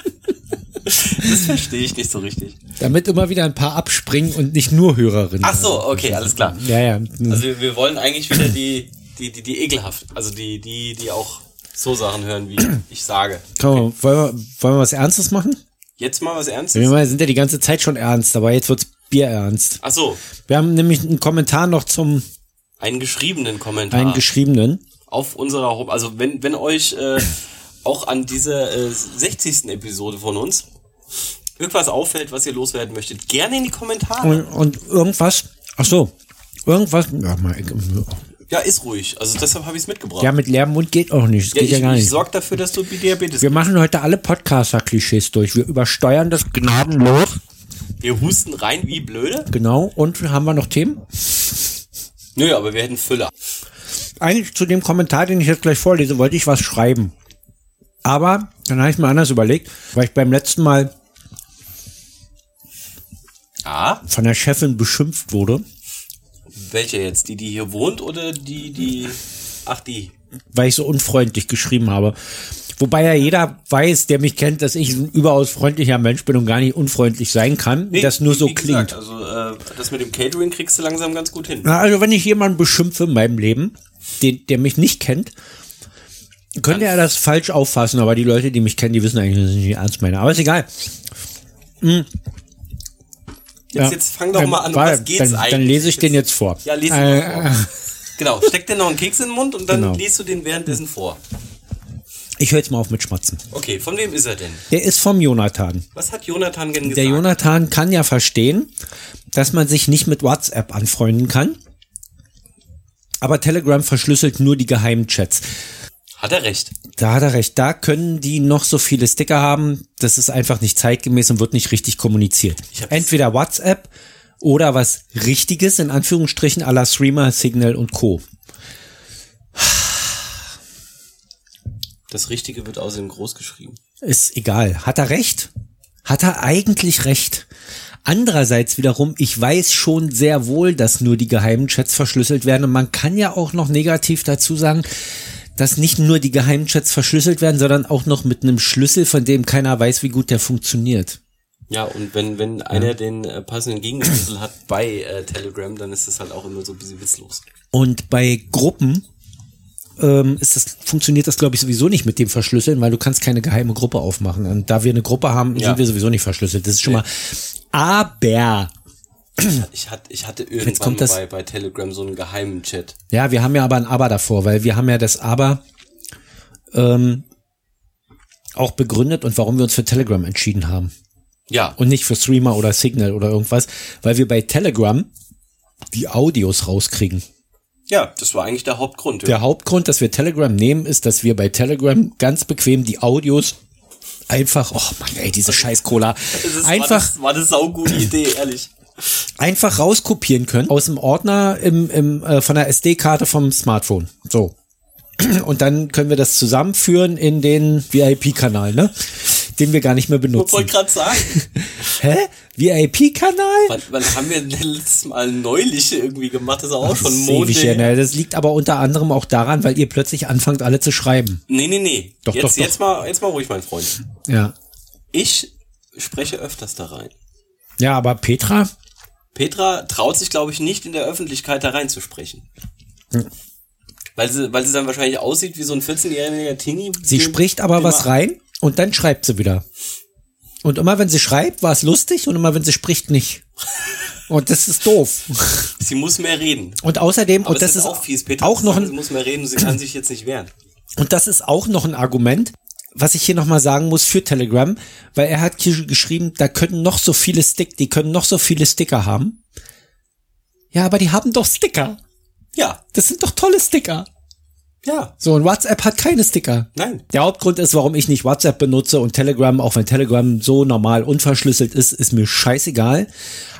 Speaker 3: das verstehe ich nicht so richtig.
Speaker 2: Damit immer wieder ein paar abspringen und nicht nur Hörerinnen.
Speaker 3: Ach so, okay, alles klar.
Speaker 2: Ja, ja.
Speaker 3: Also wir, wir wollen eigentlich wieder die, die, die, die ekelhaft, also die, die, die auch so Sachen hören, wie ich sage.
Speaker 2: Komm, wollen, wir, wollen wir was Ernstes machen?
Speaker 3: Jetzt mal was
Speaker 2: Wir
Speaker 3: Ernstes.
Speaker 2: mal- sind ja die ganze Zeit schon ernst, aber jetzt wird's bierernst.
Speaker 3: Ach so,
Speaker 2: Wir haben nämlich einen Kommentar noch zum
Speaker 3: einen geschriebenen Kommentar.
Speaker 2: einen geschriebenen.
Speaker 3: auf unserer Home, also wenn, wenn euch äh, auch an dieser äh, 60. Episode von uns irgendwas auffällt, was ihr loswerden möchtet, gerne in die Kommentare.
Speaker 2: Und, und irgendwas, ach so, irgendwas, ja, mal, ich-
Speaker 3: Ja, ist ruhig. Also deshalb habe ich es mitgebracht.
Speaker 2: ja mit leerem Mund geht auch nicht, das
Speaker 3: Ja,
Speaker 2: geht
Speaker 3: ich,
Speaker 2: ja gar
Speaker 3: ich
Speaker 2: nicht.
Speaker 3: sorge dafür, dass du Diabetes
Speaker 2: Wir machen heute alle Podcaster-Klischees durch. Wir übersteuern das gnadenlos.
Speaker 3: Wir husten rein wie blöde.
Speaker 2: Genau, und haben wir noch Themen?
Speaker 3: Nö, aber wir hätten Füller.
Speaker 2: eigentlich zu dem Kommentar, den ich jetzt gleich vorlese, wollte ich was schreiben. Aber dann habe ich mir anders überlegt, weil ich beim letzten Mal
Speaker 3: Ah,
Speaker 2: von der Chefin beschimpft wurde,
Speaker 3: welche jetzt? Die, die hier wohnt oder die, die... Ach, die.
Speaker 2: weil ich so unfreundlich geschrieben habe. Wobei ja jeder weiß, der mich kennt, dass ich ein überaus freundlicher Mensch bin und gar nicht unfreundlich sein kann, das nur
Speaker 3: wie-
Speaker 2: so
Speaker 3: wie
Speaker 2: klingt.
Speaker 3: gesagt, also äh, das mit dem Catering kriegst du langsam ganz gut hin.
Speaker 2: Na, also wenn ich jemanden beschimpfe in meinem Leben, den, der mich nicht kennt, könnte er das falsch auffassen, aber die Leute, die mich kennen, die wissen eigentlich, dass ich nicht ernst meine. Aber ist egal.
Speaker 3: Jetzt,
Speaker 2: Ja.
Speaker 3: jetzt fang doch
Speaker 2: Dann-
Speaker 3: mal an, um
Speaker 2: warte,
Speaker 3: was geht's
Speaker 2: dann,
Speaker 3: eigentlich?
Speaker 2: Dann lese ich den jetzt vor.
Speaker 3: Ja, lese ihn
Speaker 2: äh,
Speaker 3: mal vor. Genau, steck dir noch einen Keks in den Mund und dann
Speaker 2: Genau.
Speaker 3: liest du den währenddessen vor.
Speaker 2: Ich höre jetzt mal auf mit Schmatzen.
Speaker 3: Okay, von wem ist er denn?
Speaker 2: Der ist vom Jonathan.
Speaker 3: Was hat Jonathan denn gesagt?
Speaker 2: Der Jonathan kann ja verstehen, dass man sich nicht mit WhatsApp anfreunden kann. Aber Telegram verschlüsselt nur die geheimen Chats.
Speaker 3: Hat er recht.
Speaker 2: Da hat er recht. Da können die noch so viele Sticker haben. Das ist einfach nicht zeitgemäß und wird nicht richtig kommuniziert.
Speaker 3: hab's-
Speaker 2: Entweder WhatsApp oder was Richtiges, in Anführungsstrichen, à la Streamer, Signal und Co.
Speaker 3: Das Richtige wird außerdem groß geschrieben.
Speaker 2: Ist egal. Hat er recht? Hat er eigentlich recht? Andererseits wiederum, ich weiß schon sehr wohl, dass nur die geheimen Chats verschlüsselt werden. Und man kann ja auch noch negativ dazu sagen, dass nicht nur die geheimen Chats verschlüsselt werden, sondern auch noch mit einem Schlüssel, von dem keiner weiß, wie gut der funktioniert.
Speaker 3: Ja, und wenn, wenn einer den äh, passenden Gegenschlüssel hat bei äh, Telegram, dann ist das halt auch immer so ein bisschen witzlos.
Speaker 2: Und bei Gruppen ähm, ist das, funktioniert das, glaube ich, sowieso nicht mit dem Verschlüsseln, weil du kannst keine geheime Gruppe aufmachen. Und da wir eine Gruppe haben,
Speaker 3: Ja.
Speaker 2: sind wir sowieso nicht verschlüsselt. Das ist schon mal. Aber
Speaker 3: Ich, hat, ich hatte irgendwann
Speaker 2: kommt das-
Speaker 3: bei, bei Telegram so einen geheimen Chat.
Speaker 2: Ja, wir haben ja aber ein Aber davor, weil wir haben ja das Aber ähm, auch begründet und warum wir uns für Telegram entschieden haben
Speaker 3: Ja,
Speaker 2: und nicht für Streamer oder Signal oder irgendwas, weil wir bei Telegram die Audios rauskriegen.
Speaker 3: ja, das war eigentlich der Hauptgrund. Ja.
Speaker 2: Der Hauptgrund, dass wir Telegram nehmen, ist, dass wir bei Telegram ganz bequem die Audios einfach, oh Mann, ey, diese scheiß Cola,
Speaker 3: Das ist,
Speaker 2: einfach
Speaker 3: War, das, war eine saugute Idee, ehrlich.
Speaker 2: einfach rauskopieren können aus dem Ordner im, im, äh, von der SD-Karte vom Smartphone. So. Und dann können wir das zusammenführen in den VIP-Kanal, ne? Den wir gar nicht mehr
Speaker 3: Ich
Speaker 2: benutzen.
Speaker 3: wollte gerade sagen,
Speaker 2: Hä? VIP-Kanal?
Speaker 3: wann, wann haben wir denn letztes Mal neulich irgendwie gemacht? Das ist auch schon Mode.
Speaker 2: Ewig her, ne? Das liegt aber unter anderem auch daran, weil ihr plötzlich anfangt, alle zu schreiben.
Speaker 3: Nee, nee, nee.
Speaker 2: Doch,
Speaker 3: jetzt,
Speaker 2: doch, doch.
Speaker 3: Jetzt, mal, jetzt mal ruhig, mein Freund.
Speaker 2: Ja.
Speaker 3: Ich spreche öfters da rein.
Speaker 2: Ja, aber Petra?
Speaker 3: Petra traut sich, glaube ich, nicht in der Öffentlichkeit da reinzusprechen.
Speaker 2: Hm.
Speaker 3: Weil, sie, weil sie dann wahrscheinlich aussieht wie so ein 14-jähriger Teenie.
Speaker 2: Sie spricht aber was rein und dann schreibt sie wieder. Und immer wenn sie schreibt, war es lustig und immer wenn sie spricht, nicht. Und das ist doof.
Speaker 3: Sie muss mehr reden.
Speaker 2: Und außerdem,
Speaker 3: Aber
Speaker 2: und das ist
Speaker 3: auch fies. Petra
Speaker 2: auch
Speaker 3: zu
Speaker 2: noch
Speaker 3: sagen,
Speaker 2: ein,
Speaker 3: sie muss mehr reden, sie kann sich jetzt nicht wehren.
Speaker 2: und das ist auch noch ein Argument, was ich hier nochmal sagen muss für Telegram, weil er hat hier geschrieben, da können noch so viele Stick, die können noch so viele Sticker haben. Ja, aber die haben doch Sticker.
Speaker 3: Ja,
Speaker 2: Das sind doch tolle Sticker.
Speaker 3: ja,
Speaker 2: So, und WhatsApp hat keine Sticker.
Speaker 3: nein.
Speaker 2: Der Hauptgrund ist, warum ich nicht WhatsApp benutze und Telegram, auch wenn Telegram so normal unverschlüsselt ist, ist mir scheißegal.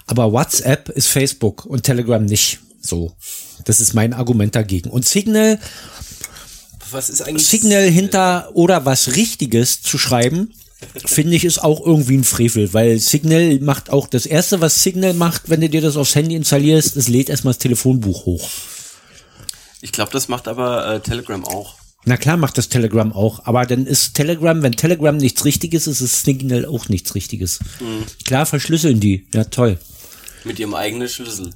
Speaker 2: Aber WhatsApp ist Facebook und Telegram nicht. So. Das ist mein Argument dagegen. Und Signal
Speaker 3: Was ist eigentlich...
Speaker 2: Signal hinter oder was Richtiges zu schreiben, finde ich, ist auch irgendwie ein Frevel, weil Signal macht auch das erste, was Signal macht, wenn du dir das aufs Handy installierst, es lädt erstmal das Telefonbuch hoch.
Speaker 3: Ich glaube, das macht aber äh, Telegram auch.
Speaker 2: Na klar macht das Telegram auch, aber dann ist Telegram, wenn Telegram nichts Richtiges ist, ist Signal auch nichts Richtiges.
Speaker 3: Mhm.
Speaker 2: Klar verschlüsseln die, ja toll.
Speaker 3: Mit ihrem eigenen Schlüssel.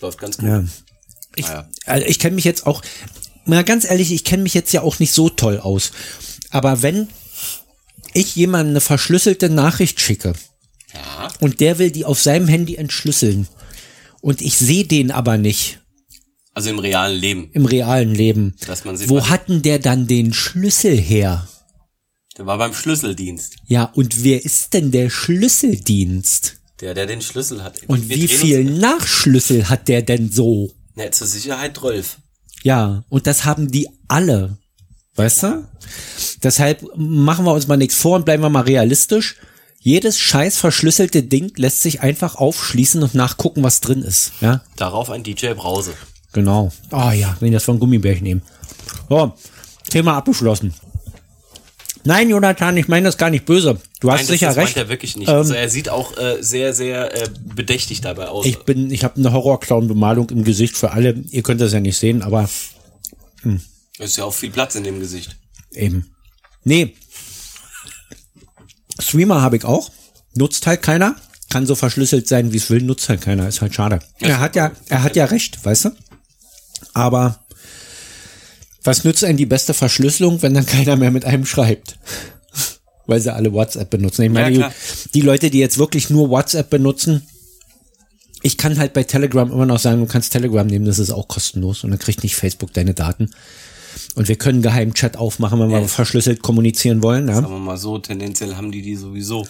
Speaker 3: Läuft ganz gut.
Speaker 2: Ja. Ich, also ich kenne mich jetzt auch, mal ganz ehrlich, ich kenne mich jetzt ja auch nicht so toll aus. Aber wenn ich jemandem eine verschlüsselte Nachricht schicke und der will die auf seinem Handy entschlüsseln und ich sehe den aber nicht
Speaker 3: Also im realen Leben.
Speaker 2: im realen Leben,
Speaker 3: Dass man sie
Speaker 2: wo
Speaker 3: mal-
Speaker 2: hat denn der dann den Schlüssel her?
Speaker 3: Der war beim Schlüsseldienst.
Speaker 2: Ja, und wer ist denn der Schlüsseldienst?
Speaker 3: Der, der den Schlüssel hat.
Speaker 2: Und
Speaker 3: Wir
Speaker 2: wie
Speaker 3: drehen
Speaker 2: viel
Speaker 3: Uns,
Speaker 2: Nachschlüssel hat der denn so?
Speaker 3: na, zur Sicherheit Rolf.
Speaker 2: Ja, und das haben die alle. Weißt du? Deshalb machen wir uns mal nichts vor und bleiben wir mal realistisch. Jedes scheiß verschlüsselte Ding lässt sich einfach aufschließen und nachgucken, was drin ist. Ja,
Speaker 3: Darauf ein DJ Brause.
Speaker 2: genau. Ah ja, wenn ich das von Gummibärchen nehmen. So, Thema abgeschlossen. Nein, Jonathan, ich meine das gar nicht böse. Du hast
Speaker 3: Nein, das,
Speaker 2: sicher
Speaker 3: das meint
Speaker 2: recht. Ähm,
Speaker 3: er wirklich nicht. also er sieht auch äh, sehr, sehr äh, bedächtig dabei aus.
Speaker 2: Ich bin, ich habe eine Horrorclown-Bemalung im Gesicht für alle. Ihr könnt das ja nicht sehen, aber
Speaker 3: ist ja auch viel Platz in dem Gesicht.
Speaker 2: Eben. Nee. Streamer habe ich auch. Nutzt halt keiner. Kann so verschlüsselt sein, wie es will, nutzt halt keiner. Ist halt schade. Er hat ja, er hat ja recht, weißt du? Aber was nützt einem die beste Verschlüsselung, wenn dann keiner mehr mit einem schreibt? Weil sie alle WhatsApp benutzen. Ich meine,
Speaker 3: Ja, klar.
Speaker 2: die Leute, die jetzt wirklich nur WhatsApp benutzen, ich kann halt bei Telegram immer noch sagen, du kannst Telegram nehmen, das ist auch kostenlos und dann kriegt nicht Facebook deine Daten. Und wir können geheimen Chat aufmachen, wenn wir verschlüsselt kommunizieren wollen. Ja?
Speaker 3: Sagen wir mal so, tendenziell haben die die sowieso.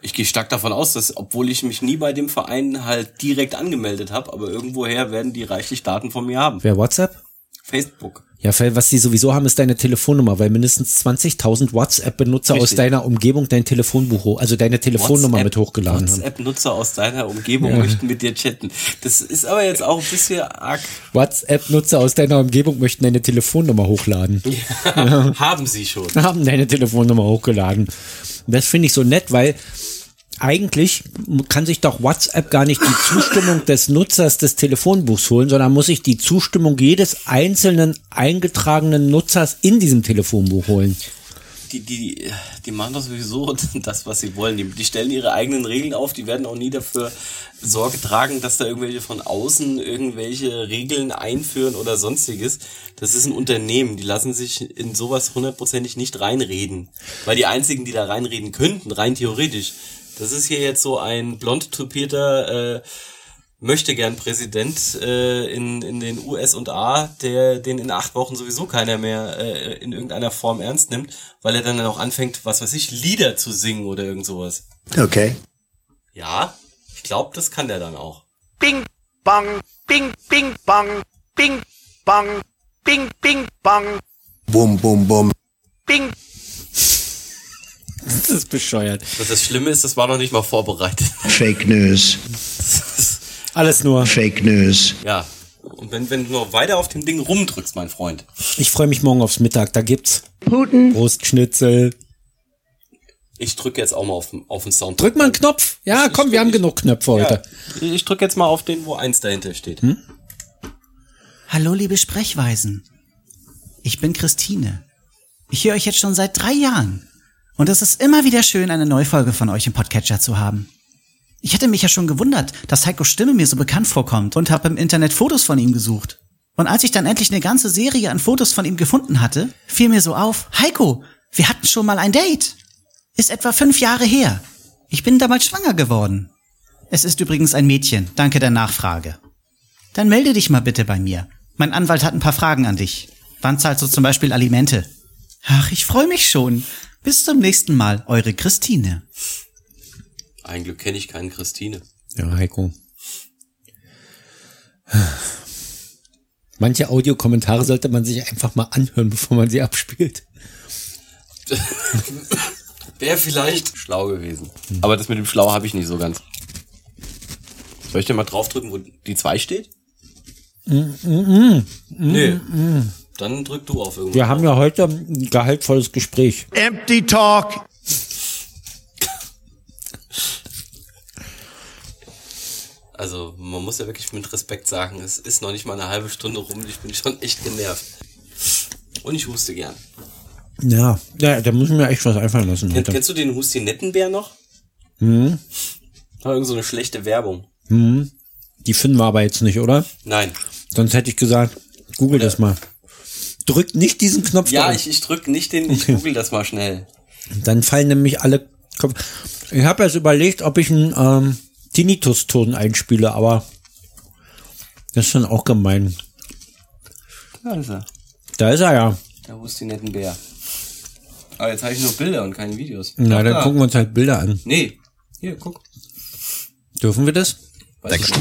Speaker 3: Ich gehe stark davon aus, dass, obwohl ich mich nie bei dem Verein halt direkt angemeldet habe, aber irgendwoher werden die reichlich Daten von mir haben.
Speaker 2: Wer WhatsApp?
Speaker 3: Facebook.
Speaker 2: Ja, Fell, was die sowieso haben, ist deine Telefonnummer, weil mindestens 20.000 WhatsApp-Benutzer aus
Speaker 3: Richtig.
Speaker 2: deiner Umgebung dein Telefonbuch, ho- also deine Telefonnummer
Speaker 3: WhatsApp-
Speaker 2: mit hochgeladen haben.
Speaker 3: WhatsApp-Nutzer aus deiner Umgebung möchten mit dir chatten. Das ist aber jetzt auch ein bisschen arg.
Speaker 2: WhatsApp-Nutzer aus deiner Umgebung möchten deine Telefonnummer hochladen.
Speaker 3: Haben sie schon.
Speaker 2: haben deine Telefonnummer hochgeladen. Das finde ich so nett, weil eigentlich kann sich doch WhatsApp gar nicht die Zustimmung des Nutzers des Telefonbuchs holen, sondern muss sich die Zustimmung jedes einzelnen eingetragenen Nutzers in diesem Telefonbuch holen.
Speaker 3: Die, die, die machen doch sowieso das, was sie wollen. Die, die stellen ihre eigenen Regeln auf, die werden auch nie dafür Sorge tragen, dass da irgendwelche von außen irgendwelche Regeln einführen oder sonstiges. Das ist ein Unternehmen, die lassen sich in sowas hundertprozentig nicht reinreden. Weil die einzigen, die da reinreden könnten, rein theoretisch, das ist hier jetzt so ein blond tupierter äh, möchte gern Präsident äh, in, in den US und A, der den in acht Wochen sowieso keiner mehr äh, in irgendeiner Form ernst nimmt, weil er dann auch anfängt, was weiß ich, Lieder zu singen oder irgend sowas.
Speaker 4: Okay.
Speaker 3: Ja, ich glaube, das kann der dann auch.
Speaker 8: Bing bong, bing bing bong, bing bong, bing bing bong,
Speaker 4: Boom, boom, boom.
Speaker 8: bing
Speaker 2: Das ist bescheuert.
Speaker 3: Und das Schlimme ist, das war noch nicht mal vorbereitet.
Speaker 4: Fake news.
Speaker 2: Alles nur.
Speaker 4: Fake news.
Speaker 3: ja. Und wenn, wenn du noch weiter auf dem Ding rumdrückst, mein Freund.
Speaker 2: Ich freue mich morgen aufs Mittag. Da gibt's Putin. Brustschnitzel.
Speaker 3: Ich drücke jetzt auch mal auf, den- auf den Sound.
Speaker 2: Drück mal einen Knopf. Ja, komm, wir haben genug Knöpfe heute.
Speaker 3: Ja, ich drücke jetzt mal auf den, wo eins dahinter steht.
Speaker 9: Hallo, liebe Sprechweisen. Ich bin Christine. Ich höre euch jetzt schon seit drei Jahren. Und es ist immer wieder schön, eine neue Folge von euch im Podcatcher zu haben. Ich hatte mich ja schon gewundert, dass Heikos Stimme mir so bekannt vorkommt und habe im Internet Fotos von ihm gesucht. Und als ich dann endlich eine ganze Serie an Fotos von ihm gefunden hatte, fiel mir so auf, Heiko, wir hatten schon mal ein Date. Ist etwa fünf Jahre her. Ich bin damals schwanger geworden. Es ist übrigens ein Mädchen, danke der Nachfrage. Dann melde dich mal bitte bei mir. Mein Anwalt hat ein paar Fragen an dich. Wann zahlst du zum Beispiel Alimente? Ach, ich freue mich schon. Bis zum nächsten Mal, eure Christine.
Speaker 3: Ein Glück kenne ich keinen Christine.
Speaker 2: Ja, Heiko. Manche Audiokommentare sollte man sich einfach mal anhören, bevor man sie abspielt.
Speaker 3: Wäre vielleicht schlau gewesen. Aber das mit dem Schlau habe ich nicht so ganz. Soll ich denn mal draufdrücken, wo die 2 steht? Nee. Dann drück du auf irgendwas.
Speaker 2: Wir haben ja heute ein gehaltvolles Gespräch.
Speaker 8: empty talk.
Speaker 3: Also, man muss ja wirklich mit Respekt sagen, es ist noch nicht mal eine halbe Stunde rum, ich bin schon echt genervt. Und ich huste gern.
Speaker 2: Ja, ja da müssen wir echt was einfallen lassen
Speaker 3: Kenn,
Speaker 2: heute.
Speaker 3: kennst du den Hustinettenbär noch? Mhm. War irgend so eine schlechte Werbung.
Speaker 2: Die finden wir aber jetzt nicht, oder?
Speaker 3: Nein.
Speaker 2: Sonst hätte ich gesagt, google das mal. Drückt nicht diesen Knopf.
Speaker 3: Ja,
Speaker 2: da
Speaker 3: ich, ich drück nicht den, ich google das mal schnell.
Speaker 2: Dann fallen nämlich alle. Kopf ich habe erst überlegt, ob ich einen ähm, Tinnitus-Ton einspiele, aber das ist schon auch gemein.
Speaker 3: Da ist er.
Speaker 2: Da ist er ja.
Speaker 3: Der Hustinettenbär. Aber jetzt habe ich nur Bilder und keine Videos.
Speaker 2: Na, dann
Speaker 3: da.
Speaker 2: gucken wir uns halt Bilder an.
Speaker 3: Nee. Hier, guck.
Speaker 2: Dürfen wir das?
Speaker 3: Weiß ich nicht.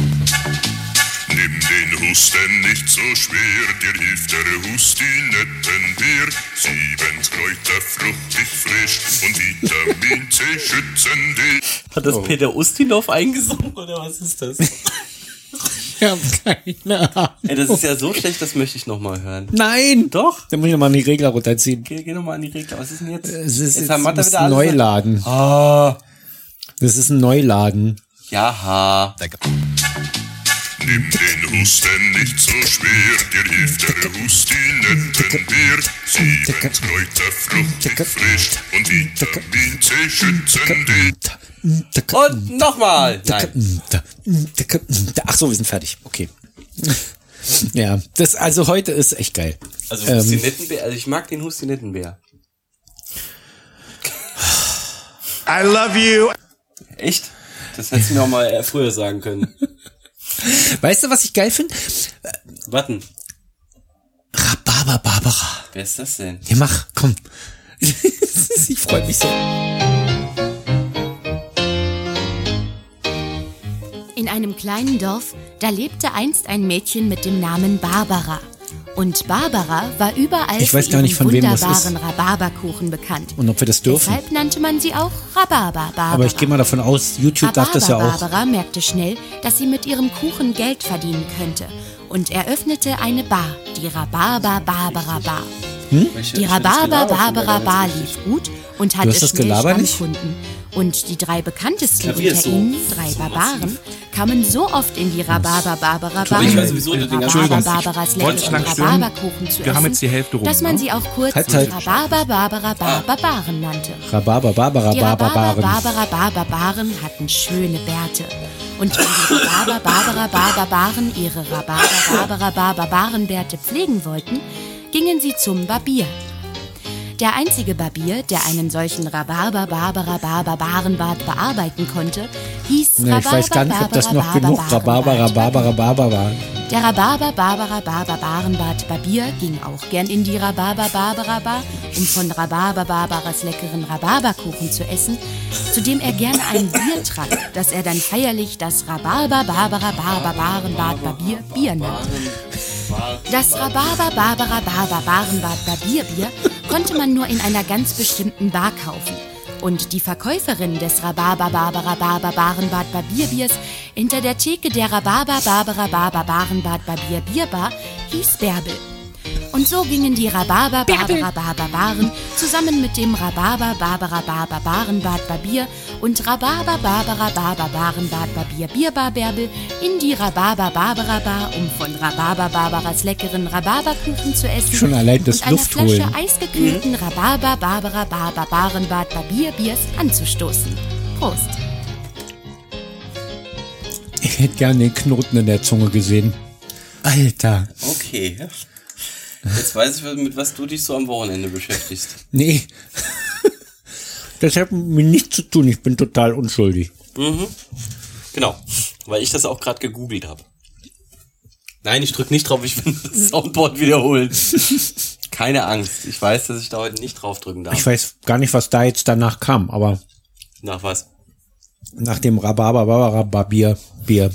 Speaker 10: Nimm den Husten nicht so schwer, dir hilft der Hustinettenbier. Sieben Kräuter fruchtig frisch und Vitamin C schützen dich.
Speaker 3: Hat
Speaker 2: Oh.
Speaker 3: das Peter Ustinov eingesungen oder was ist das?
Speaker 2: Ich habe keine Ahnung.
Speaker 3: Ey, das ist ja so schlecht, das möchte ich nochmal hören.
Speaker 2: Nein!
Speaker 3: Doch.
Speaker 2: Dann muss ich nochmal die Regler runterziehen.
Speaker 3: Geh, geh nochmal an die Regler. Was ist denn jetzt?
Speaker 2: Es ist jetzt Oh.
Speaker 3: haben wir
Speaker 2: ein
Speaker 3: da wieder
Speaker 2: bisschen
Speaker 3: alles-
Speaker 2: Neuladen.
Speaker 3: Ah.
Speaker 2: Das ist ein Neuladen.
Speaker 3: Jaha.
Speaker 10: Nimm den Husten nicht so schwer, dir hilft der Hustinettenbier. Sieben Kräuter fruchtig frisch und Vitamin C schützen dich.
Speaker 3: Und nochmal. Nein.
Speaker 2: Hm, Ach so, wir sind fertig. Okay. Ja, das also heute ist echt geil.
Speaker 3: Also Hustinettenbär, also ich mag den Hustinettenbär.
Speaker 8: I love you.
Speaker 3: Echt? Das hättest du mir auch mal äh, früher sagen können.
Speaker 2: Weißt du, was ich geil finde?
Speaker 3: Warten.
Speaker 2: Rhabarber Ah, Barbara.
Speaker 3: Wer ist das denn?
Speaker 2: Ja, mach, komm. ich freue mich so.
Speaker 7: In einem kleinen Dorf, da lebte einst ein Mädchen mit dem Namen Barbara. Und Barbara war überall
Speaker 2: Ich weiß
Speaker 7: für
Speaker 2: gar nicht,
Speaker 7: ihren
Speaker 2: von wem das
Speaker 7: wunderbaren
Speaker 2: ist.
Speaker 7: Rhabarberkuchen bekannt.
Speaker 2: Und ob wir das dürfen.
Speaker 7: Deshalb nannte man sie auch Rhabarber Barbara.
Speaker 2: Aber ich gehe mal davon aus, YouTube darf das ja auch.
Speaker 7: Barbara merkte schnell, dass sie mit ihrem Kuchen Geld verdienen könnte und eröffnete eine Bar, die Rhabarber Barbara Bar. Die Rhabarber
Speaker 3: genau.
Speaker 7: Barbara Bar lief gut und hatte
Speaker 2: hast das
Speaker 7: schnell
Speaker 2: Gelaber nicht?
Speaker 7: Stammkunden. Und die drei bekanntesten
Speaker 3: Klavier
Speaker 7: unter
Speaker 3: ist so-
Speaker 7: ihnen, drei Barbaren, kamen so oft in die Rhabarber Barbara Bar,
Speaker 3: Ich
Speaker 7: um
Speaker 3: weiß sowieso nicht den ganzen
Speaker 7: Rhabarber
Speaker 3: Abend.
Speaker 7: Barbaras
Speaker 3: Ich wollte
Speaker 7: leckeren
Speaker 3: nicht lang stören.
Speaker 7: Rhabarberkuchen zu
Speaker 3: Wir haben
Speaker 7: essen,
Speaker 3: jetzt die Hälfte rum,
Speaker 7: dass man
Speaker 3: ne?
Speaker 7: sie auch kurz
Speaker 2: Halt, halt.
Speaker 7: Rhabarber Barbara Barbaren nannte.
Speaker 2: Rhabarber, Barbara,
Speaker 7: Die Rhabarber
Speaker 2: Barbaren.
Speaker 7: Barbara Barbaren hatten schöne Bärte. Und wenn die Rhabarber Barbara Barbaren ihre Rhabarber Barbara Barbarenbärte pflegen wollten, gingen sie zum Barbier. Der einzige Barbier, der einen solchen Rhabarber Barbara Barbarenbart bearbeiten konnte, hieß
Speaker 2: Nee, ich weiß gar nicht, ob das noch genug Rhabarber, Barbara, Barbara waren.
Speaker 7: der Rhabarber Barbara Barber Barenbart Barbier ging auch gern in die Rhabarber Barbara Bar, um von Rhabarber Barbaras leckeren Rhabarberkuchen zu essen, zu dem er gerne ein Bier trank, das er dann feierlich das Rhabarber Barbara Barber Barenbart Barbier Bier nannte. Das Rhabarber Barbara Barber Barenbart Barbierbier konnte man nur in einer ganz bestimmten Bar kaufen. Und die Verkäuferin des Rhabarber Barbara Barber Barenbart Barbierbiers hinter der Theke der Rhabarber Barbara Barber Barenbart Barbier Bierbar hieß Bärbel. Und so gingen die Rhabarber Barbara Barber Baren zusammen mit dem Rhabarber Barbara Barber Barenbart Barbier und Rhabarber Barbara Barber Barenbart Barbier Bierbar Bärbel in die Rhabarber Barbara Bar, um von Rhabarber Barbaras leckeren Rhabarberkuchen zu essen
Speaker 2: Schon allein das
Speaker 7: und einer
Speaker 2: Luft
Speaker 7: Flasche
Speaker 2: holen.
Speaker 7: eisgekühlten Rhabarber Barbara Barber Barenbart Barbierbiers anzustoßen. Prost!
Speaker 2: Ich hätte gerne den Knoten in der Zunge gesehen. Alter.
Speaker 3: Okay. Jetzt weiß ich, mit was du dich so am Wochenende beschäftigst.
Speaker 2: Nee. Das hat mit mir nichts zu tun. Ich bin total unschuldig.
Speaker 3: Genau, weil ich das auch gerade gegoogelt habe. Nein, ich drück nicht drauf, ich will das Soundboard wiederholen. Keine Angst, ich weiß, dass ich da heute nicht draufdrücken
Speaker 2: Ich
Speaker 3: darf.
Speaker 2: weiß gar nicht, was da jetzt danach kam, aber
Speaker 3: Nach was?
Speaker 2: nach dem Rhabarber, Barbara, Barbier, Bier,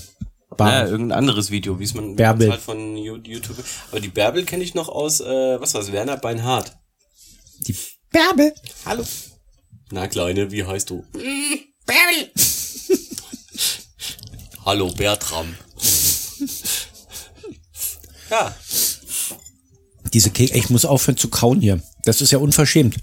Speaker 3: Ja,
Speaker 2: Bar.
Speaker 3: irgendein anderes Video, wie es man wie
Speaker 2: Ah. Bärbel.
Speaker 3: man's halt von You- YouTube. Aber die Bärbel kenne ich noch aus, äh, was war's, Werner Beinhardt.
Speaker 2: Die Bärbel.
Speaker 3: Hallo. Na Kleine, wie heißt du? Bärbel. Hallo Bertram. ja,
Speaker 2: Diese Kekse. Ich muss aufhören zu kauen hier. Das ist ja unverschämt.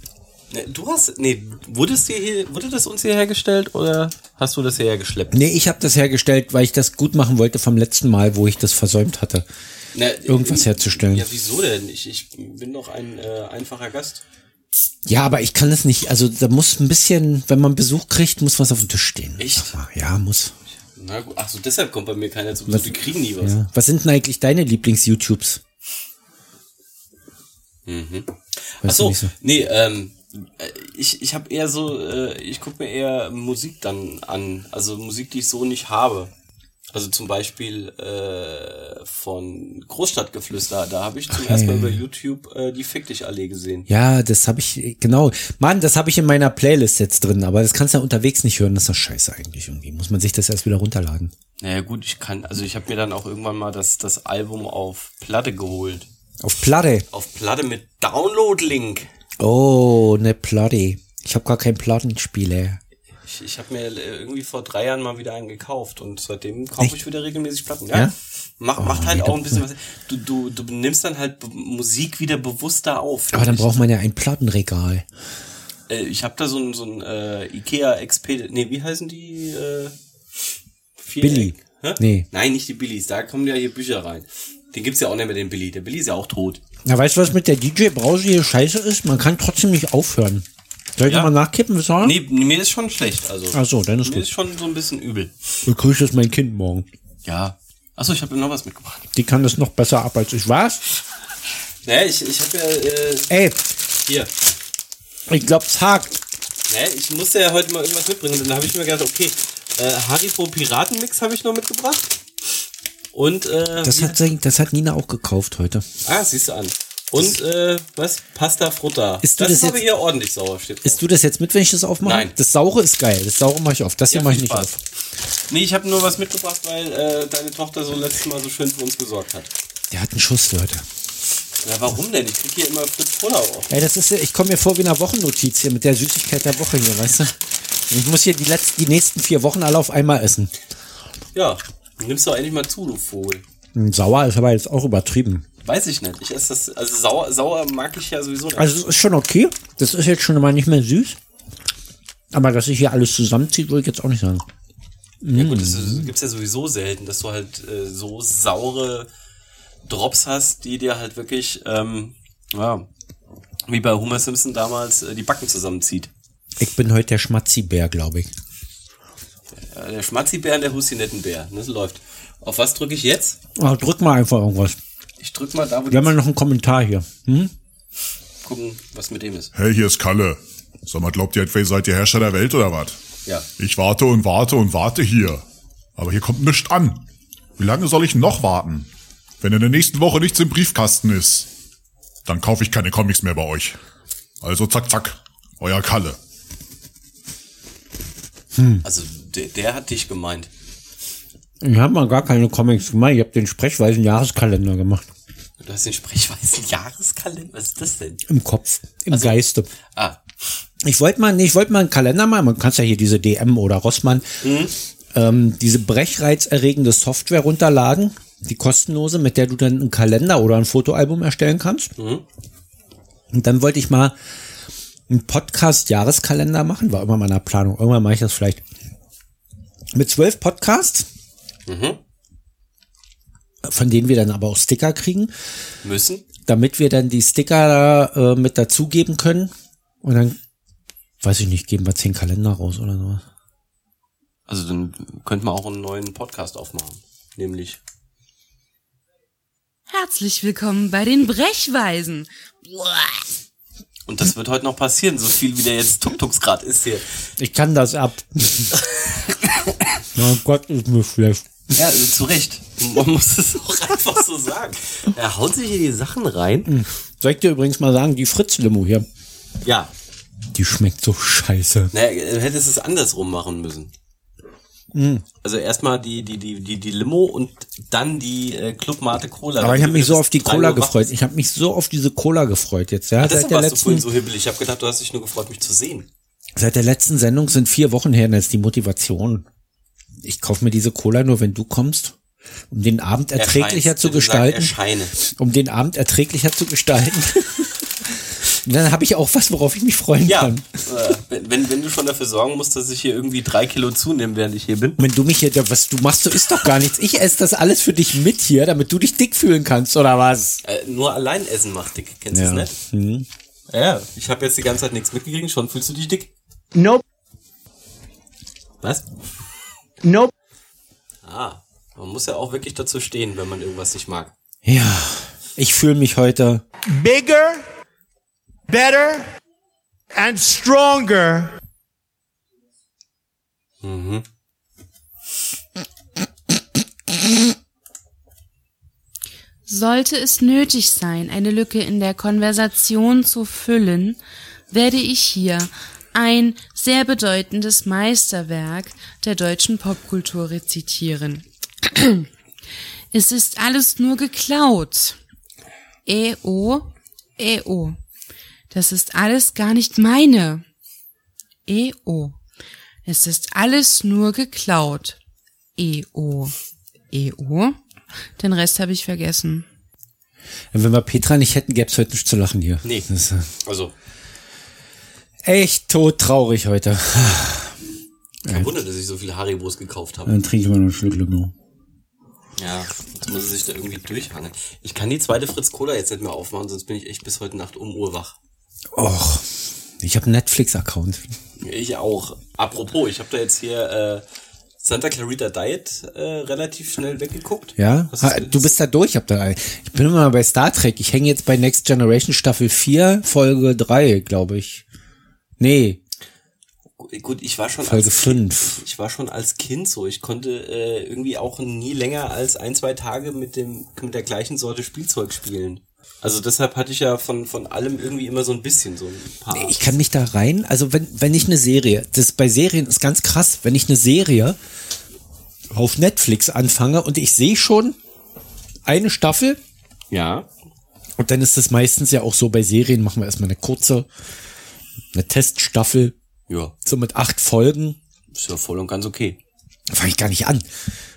Speaker 3: Ne, Du hast, nee, wurde, es dir hier, wurde das uns hierher gestellt oder hast du das hierher geschleppt?
Speaker 2: Nee, ich habe das hergestellt, weil ich das gut machen wollte vom letzten Mal, wo ich das versäumt hatte.
Speaker 3: Ne,
Speaker 2: irgendwas
Speaker 3: ähm,
Speaker 2: herzustellen.
Speaker 3: Ja, wieso denn? Ich, ich bin doch ein äh, einfacher Gast.
Speaker 2: Ja, aber ich kann das nicht. Also da muss ein bisschen, wenn man Besuch kriegt, muss was auf dem Tisch stehen.
Speaker 3: Echt?
Speaker 2: Sag mal, Ja, muss.
Speaker 3: Na gut, ach so, deshalb kommt bei mir keiner zu Besuch. Die kriegen nie was.
Speaker 2: Ja. Was sind denn eigentlich deine Lieblings-YouTubes?
Speaker 3: Ach
Speaker 2: du
Speaker 3: so,
Speaker 2: nicht so?
Speaker 3: nee, ähm, äh, ich, ich habe eher so, äh, ich gucke mir eher Musik dann an, also Musik, die ich so nicht habe. Also zum Beispiel äh, von Großstadtgeflüster, da habe ich zum ersten Mal über YouTube äh, die Fick dich Allee gesehen.
Speaker 2: Ja, das habe ich, genau. Mann, das habe ich in meiner Playlist jetzt drin, aber das kannst du ja unterwegs nicht hören. Das ist doch scheiße eigentlich irgendwie. Muss man sich das erst wieder runterladen.
Speaker 3: Naja gut, ich kann, also ich habe mir dann auch irgendwann mal das, das Album auf Platte geholt.
Speaker 2: Auf Platte.
Speaker 3: Auf Platte mit Download-Link.
Speaker 2: Oh, ne Platte. Ich habe gar kein Plattenspieler.
Speaker 3: Ich, ich habe mir äh, irgendwie vor drei Jahren mal wieder einen gekauft und seitdem kaufe ich wieder regelmäßig Platten. Ja.
Speaker 2: Ja? Oh,
Speaker 3: Mach, macht halt
Speaker 2: wie
Speaker 3: auch ein bisschen was. Du, du, du nimmst dann halt be- Musik wieder bewusster auf.
Speaker 2: Aber dann braucht man ja ein Plattenregal.
Speaker 3: Äh, ich habe da so ein, so ein äh, Ikea XP, nee, wie heißen die? Äh, vier-
Speaker 2: Billy.
Speaker 3: Hä?
Speaker 2: Nee.
Speaker 3: Nein, nicht die Billys, da kommen ja hier Bücher rein. Den gibt's ja auch nicht mehr, den Billy. Der Billy ist ja auch tot.
Speaker 2: Na, weißt du, was mit der DJ-Brause hier scheiße ist? Man kann trotzdem nicht aufhören. Soll ich
Speaker 3: Ja.
Speaker 2: nochmal nachkippen, was soll?
Speaker 3: Nee, mir ist schon schlecht. Also,
Speaker 2: Ach so, dann ist
Speaker 3: mir
Speaker 2: gut.
Speaker 3: ist schon so ein bisschen übel.
Speaker 2: Du grüßest mein Kind morgen.
Speaker 3: Ja. Achso, ich habe noch was mitgebracht.
Speaker 2: Die kann das noch besser ab als ich. Was?
Speaker 3: Nee, ich, ich habe ja äh,
Speaker 2: Ey,
Speaker 3: hier.
Speaker 2: ich glaub's hakt.
Speaker 3: Nee, ich musste ja heute mal irgendwas mitbringen. Dann habe ich mir gedacht, okay, äh, Haribo Piratenmix habe ich noch mitgebracht. Und äh,
Speaker 2: Das
Speaker 3: wie-
Speaker 2: hat, sein- das hat Nina auch gekauft heute.
Speaker 3: ah, siehst du an. Und äh, was? Pasta Frutta.
Speaker 2: Ist du
Speaker 3: das
Speaker 2: das
Speaker 3: ist aber
Speaker 2: jetzt-
Speaker 3: hier ordentlich sauer steht.
Speaker 2: Isst du das jetzt mit, wenn ich das aufmache?
Speaker 3: Nein.
Speaker 2: Das saure ist geil. Das saure mache ich auf. Das hier
Speaker 3: Ja,
Speaker 2: mache ich
Speaker 3: viel
Speaker 2: nicht
Speaker 3: Spaß.
Speaker 2: auf.
Speaker 3: Nee, ich habe nur was mitgebracht, weil äh, deine Tochter so letztes Mal so schön für uns gesorgt hat.
Speaker 2: Der hat einen Schuss, Leute.
Speaker 3: Na, warum denn? Ich krieg hier immer Fritz Cola auch.
Speaker 2: Ey, das ist, ja- ich komme mir vor wie eine Wochennotiz hier mit der Süßigkeit der Woche hier, weißt du? Ich muss hier die, letzten, die nächsten vier Wochen alle auf einmal essen.
Speaker 3: Ja, nimmst du endlich mal zu, du Vogel.
Speaker 2: Hm, Sauer ist aber jetzt auch übertrieben.
Speaker 3: Weiß ich nicht. Ich esse das. Also sauer, sauer mag ich ja sowieso nicht.
Speaker 2: Also es ist schon okay. Das ist jetzt schon mal nicht mehr süß. Aber dass sich hier alles zusammenzieht, würde ich jetzt auch nicht sagen.
Speaker 3: ja gut, das gibt es ja sowieso selten, dass du halt äh, so saure Drops hast, die dir halt wirklich, ähm, ja, wie bei Homer Simpson damals, äh, die Backen zusammenzieht.
Speaker 2: Ich bin heute der Schmatzibär, glaube ich.
Speaker 3: Äh, der Schmatzibär und der Hustinettenbär. Das läuft. Auf was drücke ich jetzt?
Speaker 2: Ah, drück mal einfach irgendwas.
Speaker 3: Ich drück mal da, wo
Speaker 2: Wir haben ja noch einen Kommentar hier. Hm?
Speaker 3: gucken, was mit dem ist.
Speaker 11: Hey, hier ist Kalle. Sag mal, glaubt ihr etwa, ihr seid die Herrscher der Welt oder was?
Speaker 3: Ja.
Speaker 11: Ich warte und warte und warte hier. Aber hier kommt nichts an. Wie lange soll ich noch warten? Wenn in der nächsten Woche nichts im Briefkasten ist, dann kaufe ich keine Comics mehr bei euch. Also zack, zack. Euer Kalle.
Speaker 3: Also der, der hat dich gemeint.
Speaker 2: Ich habe mal gar keine Comics gemacht. Ich habe den Sprechweisen Jahreskalender gemacht.
Speaker 3: Du hast den Sprechweisen Jahreskalender. Was ist das denn?
Speaker 2: Im Kopf, im Geiste.
Speaker 3: Ah.
Speaker 2: Ich wollte mal, nee, ich wollte mal einen Kalender machen. Man kann ja hier diese DM oder Rossmann, ähm, diese brechreizerregende Software runterladen, die kostenlose, mit der du dann einen Kalender oder ein Fotoalbum erstellen kannst. Und dann wollte ich mal einen Podcast-Jahreskalender machen. War immer in meiner Planung. Irgendwann mache ich das vielleicht. Mit zwölf Podcasts, von denen wir dann aber auch Sticker kriegen
Speaker 3: Müssen?
Speaker 2: damit wir dann die Sticker da, äh, mit dazugeben können. Und dann, weiß ich nicht, geben wir zehn Kalender raus oder sowas.
Speaker 3: Also dann könnte man auch einen neuen Podcast aufmachen. Nämlich.
Speaker 1: Herzlich willkommen bei den Brechweisen.
Speaker 3: Und das wird heute noch passieren, so viel wie der jetzt Tuk-Tuks gerade ist hier.
Speaker 2: Ich kann das ab. mein Gott, ist mir schlecht.
Speaker 3: Ja, also zu Recht. Man muss es auch einfach so sagen. Er haut sich hier die Sachen rein.
Speaker 2: Mhm. Soll ich dir übrigens mal sagen, die Fritz-Limo hier,
Speaker 3: Ja.
Speaker 2: die schmeckt so scheiße.
Speaker 3: Naja, du hättest es andersrum machen müssen.
Speaker 2: Mhm.
Speaker 3: Also erstmal die, die, die, die, die Limo und dann die äh, Club Mate Cola.
Speaker 2: Aber ich habe mich so auf die
Speaker 3: Drei
Speaker 2: Cola
Speaker 3: Uhr wach
Speaker 2: gefreut. Ich habe mich so auf diese Cola gefreut jetzt. Ja,
Speaker 3: Ah, deshalb
Speaker 2: seit, der
Speaker 3: warst du vorhin
Speaker 2: letzten,
Speaker 3: so hibbelig. Ich habe gedacht, du hast dich nur gefreut, mich zu sehen.
Speaker 2: seit der letzten Sendung sind vier Wochen her und jetzt die Motivation. Ich kaufe mir diese Cola nur, wenn du kommst, um den Abend erträglicher
Speaker 3: Erscheinst,
Speaker 2: zu
Speaker 3: du sagst,
Speaker 2: gestalten.
Speaker 3: Erscheine.
Speaker 2: um den Abend erträglicher zu gestalten. Und dann habe ich auch was, worauf ich mich freuen
Speaker 3: Ja,
Speaker 2: kann.
Speaker 3: äh, wenn, wenn- wenn du schon dafür sorgen musst, dass ich hier irgendwie drei Kilo zunehme, während ich hier bin.
Speaker 2: Wenn du mich hier, was du machst, du isst doch gar nichts. Ich esse das alles für dich mit hier, damit du dich dick fühlen kannst, oder was?
Speaker 3: Äh, nur allein essen macht dick, kennst du das nicht?
Speaker 2: Mhm.
Speaker 3: Ja, ich habe jetzt die ganze Zeit nichts mitgekriegt, schon fühlst du dich dick?
Speaker 2: Nope.
Speaker 3: Was?
Speaker 2: Nope.
Speaker 3: Ah, man muss ja auch wirklich dazu stehen, wenn man irgendwas nicht mag.
Speaker 2: Ja, ich fühle mich heute.
Speaker 12: bigger, better, and stronger.
Speaker 3: Mhm.
Speaker 1: Sollte es nötig sein, eine Lücke in der Konversation zu füllen, werde ich hier ein sehr bedeutendes Meisterwerk der deutschen Popkultur rezitieren. Es ist alles nur geklaut. E EO, EO. Das ist alles gar nicht meine. EO. Es ist alles nur geklaut. E EO. EO? E Den Rest habe ich vergessen.
Speaker 2: Wenn wir Petra nicht hätten, gäbe es heute nicht zu lachen hier.
Speaker 3: Nee.
Speaker 2: Das ist äh,
Speaker 3: Also,
Speaker 2: echt todtraurig heute.
Speaker 3: kein Wunder, dass ich so viele Haribos gekauft habe.
Speaker 2: Dann trinke ich mal noch einen Schluck Limo.
Speaker 3: Ja, jetzt muss es sich da irgendwie durchhangeln. Ich kann die zweite Fritz Cola jetzt nicht mehr aufmachen, sonst bin ich echt bis heute Nacht um Uhr wach.
Speaker 2: Och, ich habe einen Netflix-Account.
Speaker 3: Ich auch. Apropos, ich habe da jetzt hier äh, Santa Clarita Diet äh, relativ schnell weggeguckt.
Speaker 2: Ja,
Speaker 3: Was ist
Speaker 2: ha, du bist da durch. Ich, hab da, ich bin immer bei Star Trek. Ich hänge jetzt bei Next Generation Staffel 4, Folge 3, glaube ich. Nee,
Speaker 3: Gut, ich war schon
Speaker 2: Folge
Speaker 3: als
Speaker 2: 5.
Speaker 3: Ich war schon als Kind so. Ich konnte äh, irgendwie auch nie länger als ein, zwei Tage mit dem mit der gleichen Sorte Spielzeug spielen. Also deshalb hatte ich ja von von allem irgendwie immer so ein bisschen so ein paar.
Speaker 2: Ich kann mich da rein, also wenn, wenn ich eine Serie, das bei Serien ist ganz krass, wenn ich eine Serie auf Netflix anfange und ich sehe schon eine Staffel.
Speaker 3: Ja.
Speaker 2: Und dann ist es meistens ja auch so bei Serien, machen wir erstmal eine kurze, eine Teststaffel.
Speaker 3: Ja.
Speaker 2: So mit acht Folgen.
Speaker 3: Ist ja voll und ganz okay.
Speaker 2: Fange ich gar nicht an.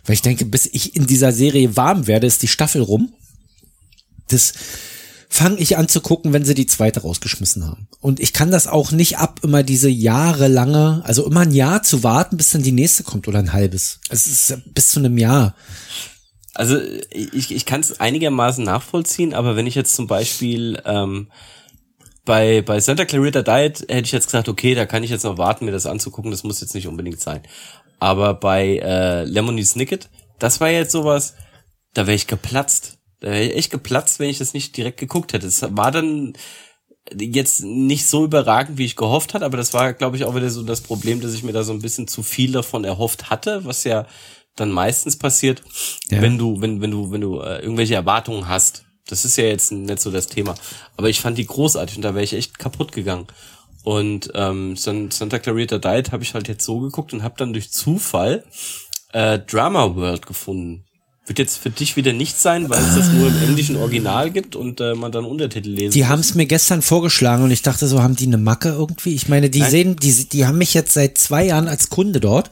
Speaker 2: Weil ich denke, bis ich in dieser Serie warm werde, ist die Staffel rum. Das fange ich an zu gucken, wenn sie die zweite rausgeschmissen haben. Und ich kann das auch nicht ab, immer diese jahrelange, also immer ein Jahr zu warten, bis dann die nächste kommt oder ein halbes. Es ist bis zu einem Jahr.
Speaker 3: Also ich, ich kann es einigermaßen nachvollziehen, aber wenn ich jetzt zum Beispiel ähm, bei, bei Santa Clarita Diet hätte ich jetzt gesagt, okay, da kann ich jetzt noch warten, mir das anzugucken, das muss jetzt nicht unbedingt sein. Aber bei äh, Lemony Snicket, das war jetzt sowas, da wäre ich geplatzt. Da wäre ich echt geplatzt, wenn ich das nicht direkt geguckt hätte. Es war dann jetzt nicht so überragend, wie ich gehofft hatte, aber das war, glaube ich, auch wieder so das Problem, dass ich mir da so ein bisschen zu viel davon erhofft hatte, was ja dann meistens passiert,
Speaker 2: Ja.
Speaker 3: wenn du, wenn, wenn du, wenn du äh, irgendwelche Erwartungen hast. Das ist ja jetzt nicht so das Thema. Aber ich fand die großartig und da wäre ich echt kaputt gegangen. Und ähm, San- Santa Clarita Diet habe ich halt jetzt so geguckt und habe dann durch Zufall äh, Drama World gefunden. Wird jetzt für dich wieder nichts sein, weil es das nur im englischen Original gibt und äh, man dann Untertitel lesen
Speaker 2: Ah. Die
Speaker 3: muss.
Speaker 2: haben es mir gestern vorgeschlagen und ich dachte so, haben die eine Macke irgendwie? Ich meine, die
Speaker 3: Nein.
Speaker 2: sehen, die, die haben mich jetzt seit zwei Jahren als Kunde dort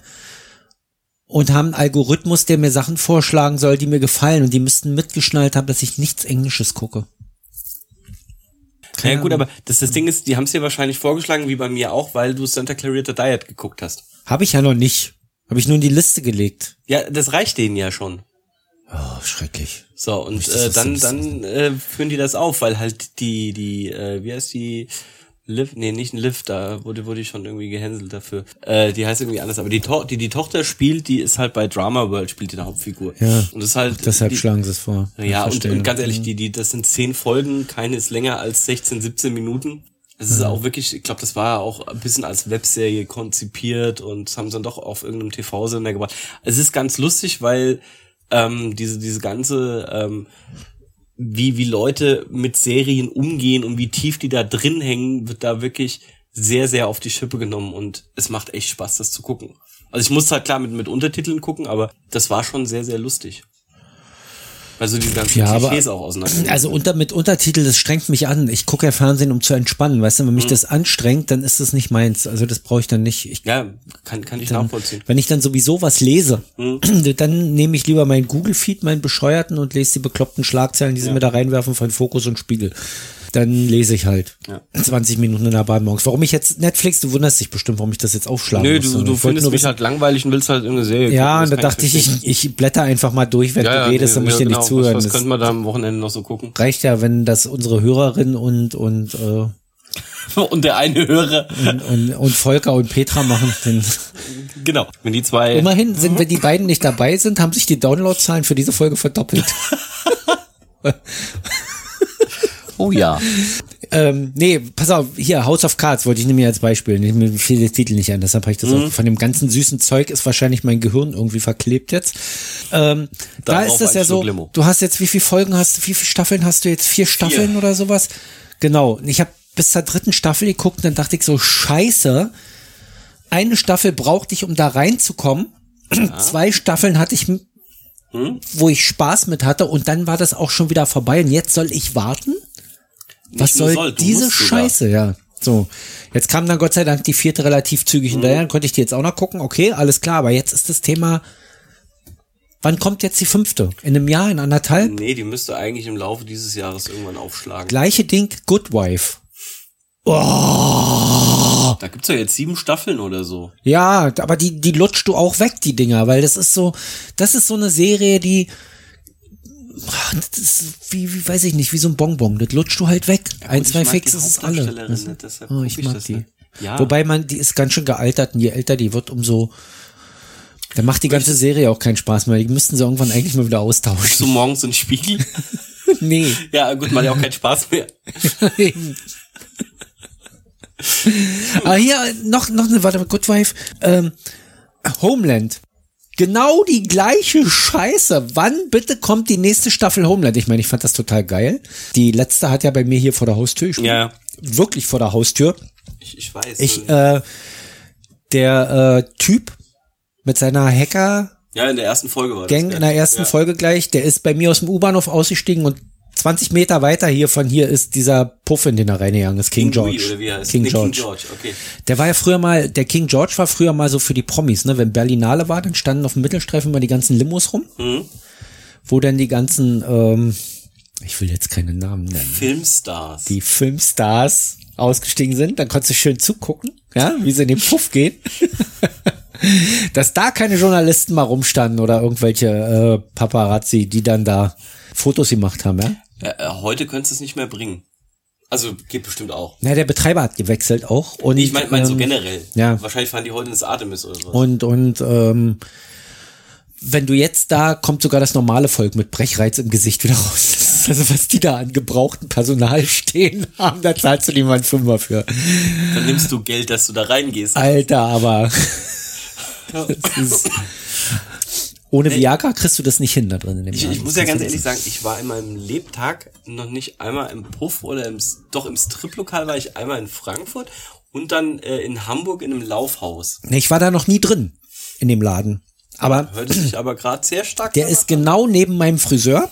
Speaker 2: und haben einen Algorithmus, der mir Sachen vorschlagen soll, die mir gefallen und die müssten mitgeschnallt haben, dass ich nichts Englisches gucke.
Speaker 3: Ja gut, aber das, das Ding ist, die haben es dir wahrscheinlich vorgeschlagen, wie bei mir auch, weil du Santa Clarita Diet geguckt hast.
Speaker 2: Habe ich ja noch nicht. Habe ich nur in die Liste gelegt.
Speaker 3: Ja, das reicht denen ja schon.
Speaker 2: Oh, schrecklich.
Speaker 3: So, und
Speaker 2: das
Speaker 3: äh,
Speaker 2: so ein
Speaker 3: dann,
Speaker 2: bisschen-
Speaker 3: dann äh, führen die das auf, weil halt die, die, äh, wie heißt die? Liv, nee, nicht ein Liv, da wurde, wurde ich schon irgendwie gehänselt dafür. Äh, die heißt irgendwie anders, aber die, to die die Tochter spielt, die ist halt bei Drama World, spielt die eine Hauptfigur.
Speaker 2: Ja.
Speaker 3: Und das ist halt.
Speaker 2: Deshalb
Speaker 3: die,
Speaker 2: schlagen sie es vor.
Speaker 3: Ja, und,
Speaker 2: Verstehe. Mhm.
Speaker 3: und ganz ehrlich, die, die, das sind zehn Folgen, keine ist länger als 16, 17 Minuten. Es ist
Speaker 2: Mhm.
Speaker 3: auch wirklich, ich glaube, das war ja auch ein bisschen als Webserie konzipiert und das haben sie dann doch auf irgendeinem TV-Sender gebracht. Es ist ganz lustig, weil ähm, diese, diese ganze, ähm, wie, wie Leute mit Serien umgehen und wie tief die da drin hängen, wird da wirklich sehr, sehr auf die Schippe genommen und es macht echt Spaß, das zu gucken. Also ich musste halt klar mit, mit Untertiteln gucken, aber das war schon sehr, sehr lustig. Weil so diese ganzen
Speaker 2: Ja, aber,
Speaker 3: Klischees auch auseinander.
Speaker 2: also unter, mit Untertitel, das strengt mich an. Ich gucke ja Fernsehen, um zu entspannen. Weißt du,
Speaker 3: Mhm.
Speaker 2: wenn mich das anstrengt, dann ist das nicht meins. Also das brauche ich dann nicht. Ich,
Speaker 3: ja, kann, kann ich nachvollziehen. Mhm.
Speaker 2: wenn ich dann sowieso was lese, dann nehme ich lieber meinen Google-Feed, meinen bescheuerten und lese die bekloppten Schlagzeilen, die sie
Speaker 3: Ja.
Speaker 2: mir da reinwerfen von Fokus und Spiegel. Dann lese ich halt
Speaker 3: Ja.
Speaker 2: 20 Minuten in der Bahn morgens. Warum ich jetzt Netflix, du wunderst dich bestimmt, warum ich das jetzt aufschlagen
Speaker 3: Nö,
Speaker 2: muss.
Speaker 3: du,
Speaker 2: sondern
Speaker 3: du
Speaker 2: ich wollte
Speaker 3: findest
Speaker 2: nur
Speaker 3: mich
Speaker 2: wissen-
Speaker 3: halt langweilig und willst halt irgendeine Serie
Speaker 2: Ja, und
Speaker 3: gucken.
Speaker 2: da
Speaker 3: das kann
Speaker 2: dachte ich,
Speaker 3: verstehen.
Speaker 2: ich, ich blätter einfach mal durch, wenn du redest, dann muss ich dir nicht zuhören.
Speaker 3: genau. Was,
Speaker 2: Das-
Speaker 3: was könnte man da am Wochenende noch so gucken?
Speaker 2: reicht ja, wenn das unsere Hörerin und und äh,
Speaker 3: und der eine Hörer.
Speaker 2: und, und, und Volker und Petra machen. Denn
Speaker 3: Genau. Wenn die zwei.
Speaker 2: immerhin sind, wenn die beiden nicht dabei sind, haben sich die Downloadzahlen für diese Folge verdoppelt.
Speaker 3: oh ja.
Speaker 2: Ähm, nee, pass auf, hier, House of Cards wollte ich nämlich als Beispiel. Ich- Mir fiel der Titel nicht ein, deshalb habe ich das
Speaker 3: Mhm.
Speaker 2: auch, von dem ganzen süßen Zeug ist wahrscheinlich mein Gehirn irgendwie verklebt jetzt. Ähm, da
Speaker 3: Darauf
Speaker 2: ist es
Speaker 3: ein
Speaker 2: ja
Speaker 3: Schluck
Speaker 2: so,
Speaker 3: Limo.
Speaker 2: du hast jetzt, wie viele Folgen hast du, wie viele Staffeln hast du jetzt? Vier Staffeln oder sowas? Genau. Und ich habe bis zur dritten Staffel geguckt und dann dachte ich so, scheiße, eine Staffel brauchte ich, um da reinzukommen. Zwei Staffeln hatte ich, wo ich Spaß mit hatte und dann war das auch schon wieder vorbei und jetzt soll ich warten?
Speaker 3: Nicht
Speaker 2: Was
Speaker 3: nur
Speaker 2: soll,
Speaker 3: soll, du
Speaker 2: diese
Speaker 3: musst sogar.
Speaker 2: Scheiße, ja. So, jetzt kam dann Gott sei Dank die vierte relativ
Speaker 3: Mhm.
Speaker 2: zügig hinterher, dann konnte ich die jetzt auch noch gucken, okay, alles klar, aber jetzt ist das Thema, wann kommt jetzt die fünfte? In einem Jahr, in anderthalb?
Speaker 3: Nee, die müsste eigentlich im Laufe dieses Jahres irgendwann aufschlagen.
Speaker 2: Gleiche Ding, Good Wife.
Speaker 3: Da gibt's ja jetzt sieben Staffeln oder so.
Speaker 2: Ja, aber die, die lutscht du auch weg, die Dinger, weil das ist so, das ist so eine Serie, die, ah, das ist wie, wie weiß ich nicht, wie so ein Bonbon, das lutscht du halt weg. Ein,
Speaker 3: gut, ich
Speaker 2: zwei
Speaker 3: mag die
Speaker 2: Fixes ist alle.
Speaker 3: Hauptdarstellerin nicht, deshalb
Speaker 2: oh,
Speaker 3: guck
Speaker 2: ich
Speaker 3: ich
Speaker 2: mag
Speaker 3: das
Speaker 2: die.
Speaker 3: nicht. Ja.
Speaker 2: Wobei man, die ist ganz schön gealtert und je älter die wird, umso, da macht die ganze Serie auch keinen Spaß mehr. Die müssten sie irgendwann eigentlich mal wieder
Speaker 3: So
Speaker 2: austauschen.
Speaker 3: morgens in den Spiegel.
Speaker 2: nee.
Speaker 3: ja, gut, macht ja auch keinen Spaß mehr.
Speaker 2: Ah, hier, noch, noch eine, warte mal, Good Wife. Ähm, Homeland. Genau die gleiche Scheiße. Wann bitte kommt die nächste Staffel Homeland? Ich meine, ich fand das total geil. Die letzte hat ja bei mir hier vor der Haustür gespielt.
Speaker 3: Ja.
Speaker 2: Wirklich vor der Haustür.
Speaker 3: Ich, ich weiß.
Speaker 2: Ich, äh, der äh, Typ mit äh, seiner Hacker
Speaker 3: Ja, in der ersten Folge war
Speaker 2: Gang
Speaker 3: das.
Speaker 2: in der ersten
Speaker 3: ja.
Speaker 2: Folge gleich, der ist bei mir aus dem U-Bahnhof ausgestiegen und 20 Meter weiter hier von hier ist dieser Puff, in den er reingegangen ist, King,
Speaker 3: Louis,
Speaker 2: George.
Speaker 3: oder wie er heißt.
Speaker 2: King
Speaker 3: Nee,
Speaker 2: George.
Speaker 3: King George, okay.
Speaker 2: Der war ja früher mal, der King George war früher mal so für die Promis, ne? Wenn Berlinale war, dann standen auf dem Mittelstreifen mal die ganzen Limos rum,
Speaker 3: Mhm.
Speaker 2: wo dann die ganzen, ähm, ich will jetzt keine Namen nennen,
Speaker 3: Filmstars.
Speaker 2: die Filmstars ausgestiegen sind, dann konntest du schön zugucken, ja, wie sie in den Puff gehen. Dass da keine Journalisten mal rumstanden oder irgendwelche äh, Paparazzi, die dann da Fotos gemacht haben, ja.
Speaker 3: Ja, äh, heute könntest du es nicht mehr bringen. Also geht bestimmt auch.
Speaker 2: Na, der Betreiber hat gewechselt auch. Und,
Speaker 3: ich meine mein so
Speaker 2: ähm,
Speaker 3: generell.
Speaker 2: Ja.
Speaker 3: Wahrscheinlich fahren die heute ins Artemis oder so.
Speaker 2: Und, und ähm, wenn du jetzt da, kommt sogar das normale Volk mit Brechreiz im Gesicht wieder raus. Das ist also, was die da an gebrauchten Personal stehen haben, da zahlst du niemand Fünfer für.
Speaker 3: Dann nimmst du Geld, dass du da reingehst.
Speaker 2: Alter, aber
Speaker 3: Ja.
Speaker 2: das ist, ohne Viagra kriegst du das nicht hin da drin. In dem
Speaker 3: Ich,
Speaker 2: Laden.
Speaker 3: ich muss ja ganz ehrlich sagen, ich war in meinem Lebtag noch nicht einmal im Puff oder im, doch im Striplokal war ich einmal in Frankfurt und dann äh, in Hamburg in einem Laufhaus.
Speaker 2: Nee, ich war da noch nie drin in dem Laden. Aber
Speaker 3: Hört sich aber gerade sehr stark
Speaker 2: der
Speaker 3: danach
Speaker 2: ist genau neben meinem Friseur.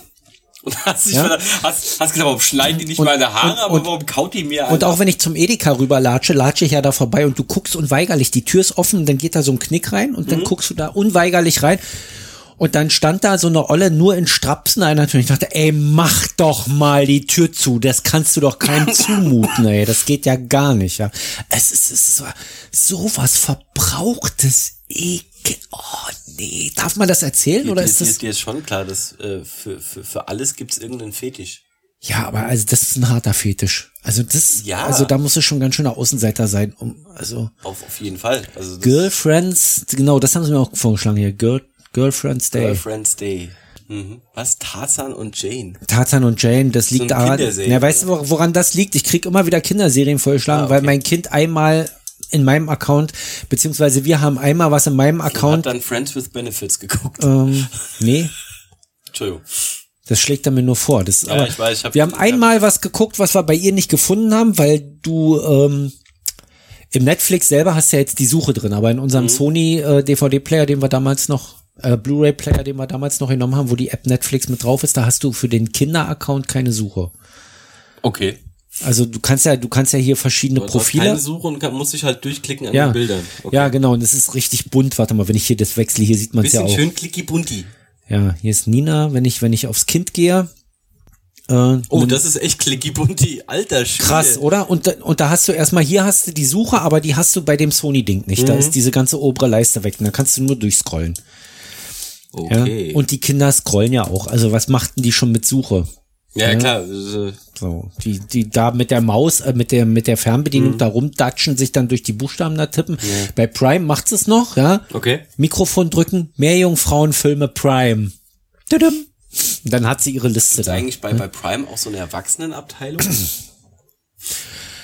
Speaker 3: Und hast, dich
Speaker 2: Ja.
Speaker 3: wieder, hast, hast gedacht, warum schneiden die nicht meine Haare, aber warum kaut die mir
Speaker 2: Und
Speaker 3: an?
Speaker 2: auch wenn ich zum Edeka rüber latsche, latsche ich ja da vorbei und du guckst unweigerlich, die Tür ist offen, dann geht da so ein Knick rein und dann
Speaker 3: Mhm.
Speaker 2: guckst du da unweigerlich rein. Und dann stand da so eine Olle nur in Strapsen einer Tür. Ich dachte, ey, mach doch mal die Tür zu. Das kannst du doch keinem zumuten, ey. Das geht ja gar nicht, ja. Es ist, es ist so, so was Verbrauchtes. Ekel. Oh, nee. Darf man das erzählen
Speaker 3: Dir-
Speaker 2: oder
Speaker 3: dir-
Speaker 2: ist das?
Speaker 3: dir, dir ist schon klar, dass äh, für, für, für alles gibt's irgendeinen Fetisch.
Speaker 2: Ja, aber also das ist ein harter Fetisch. Also das,
Speaker 3: Ja.
Speaker 2: also da musst du schon ganz schöner Außenseiter sein, um, also.
Speaker 3: Auf, auf jeden Fall. Also das
Speaker 2: Girlfriends, genau, das haben sie mir auch vorgeschlagen hier. Girl, Girlfriends Day.
Speaker 3: Girlfriend's Day. Mhm. Was? Tarzan und Jane.
Speaker 2: Tarzan und Jane, das
Speaker 3: So
Speaker 2: liegt
Speaker 3: eine
Speaker 2: daran.
Speaker 3: Kinderserie,
Speaker 2: Ja, weißt du, wor- woran das liegt? Ich krieg immer wieder Kinderserien vorgeschlagen, weil mein Kind einmal in meinem Account, beziehungsweise wir haben einmal was in meinem
Speaker 3: Hab
Speaker 2: Account.
Speaker 3: dann Friends with Benefits geguckt.
Speaker 2: Ähm, nee,
Speaker 3: Entschuldigung.
Speaker 2: das schlägt er mir nur vor. Das,
Speaker 3: Ja,
Speaker 2: aber
Speaker 3: ich weiß, ich hab-
Speaker 2: wir haben einmal was geguckt, was wir bei ihr nicht gefunden haben, weil du ähm, im Netflix selber hast ja jetzt die Suche drin, aber in
Speaker 3: Mhm.
Speaker 2: unserem Sony äh, DVD-Player, den wir damals noch, äh, Blu-ray-Player, den wir damals noch genommen haben, wo die App Netflix mit drauf ist, da hast du für den Kinder-Account keine Suche.
Speaker 3: Okay.
Speaker 2: Also du kannst ja, du kannst ja hier verschiedene
Speaker 3: Du hast
Speaker 2: Profile.
Speaker 3: keine Suche und kann, musst dich halt durchklicken an
Speaker 2: Ja.
Speaker 3: den Bildern. Okay.
Speaker 2: ja, genau. Und es ist richtig bunt. Warte mal, wenn ich hier das wechsle, hier sieht man es ja
Speaker 3: Bisschen
Speaker 2: auch.
Speaker 3: schön klicky bunti.
Speaker 2: Ja, hier ist Nina. Wenn ich, wenn ich aufs Kind gehe. Äh,
Speaker 3: Oh,
Speaker 2: nimm-
Speaker 3: das ist echt klicky bunti. Alter Schwede.
Speaker 2: Krass, oder? Und, da- und da hast du erstmal, hier hast du die Suche, aber die hast du bei dem Sony-Ding nicht. Da
Speaker 3: Mhm.
Speaker 2: ist diese ganze obere Leiste weg. Und da kannst du nur durchscrollen.
Speaker 3: Okay.
Speaker 2: Ja? Und die Kinder scrollen ja auch. Also was machten die schon mit Suche?
Speaker 3: Ja, klar. das ist, äh,
Speaker 2: So, die, die da mit der Maus, äh, mit der, mit der
Speaker 3: Mhm.
Speaker 2: Fernbedienung da rumdatschen, sich dann durch die Buchstaben da tippen. Bei Prime macht's es noch, ja.
Speaker 3: Okay.
Speaker 2: Mikrofon drücken, Meerjungfrauenfilme Prime. Tudum. Und Dann hat sie ihre Liste da.
Speaker 3: Eigentlich bei, bei Prime auch so eine Erwachsenenabteilung.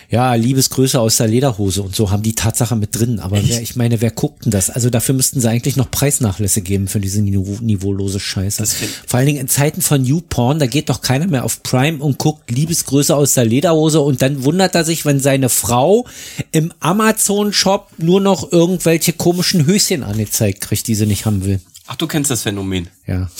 Speaker 2: Ja, Liebesgröße aus der Lederhose und so haben die Tatsache mit drin. Aber wer, ich meine, wer guckt denn das? Also dafür müssten sie eigentlich noch Preisnachlässe geben für diese niveau niveaulose Scheiße. Vor allen Dingen in Zeiten von New Porn, da geht doch keiner mehr auf Prime und guckt Liebesgröße aus der Lederhose und dann wundert er sich, wenn seine Frau im Amazon-Shop nur noch irgendwelche komischen Höschen angezeigt kriegt, die sie nicht haben will.
Speaker 3: Ach, du kennst das Phänomen.
Speaker 2: Ja.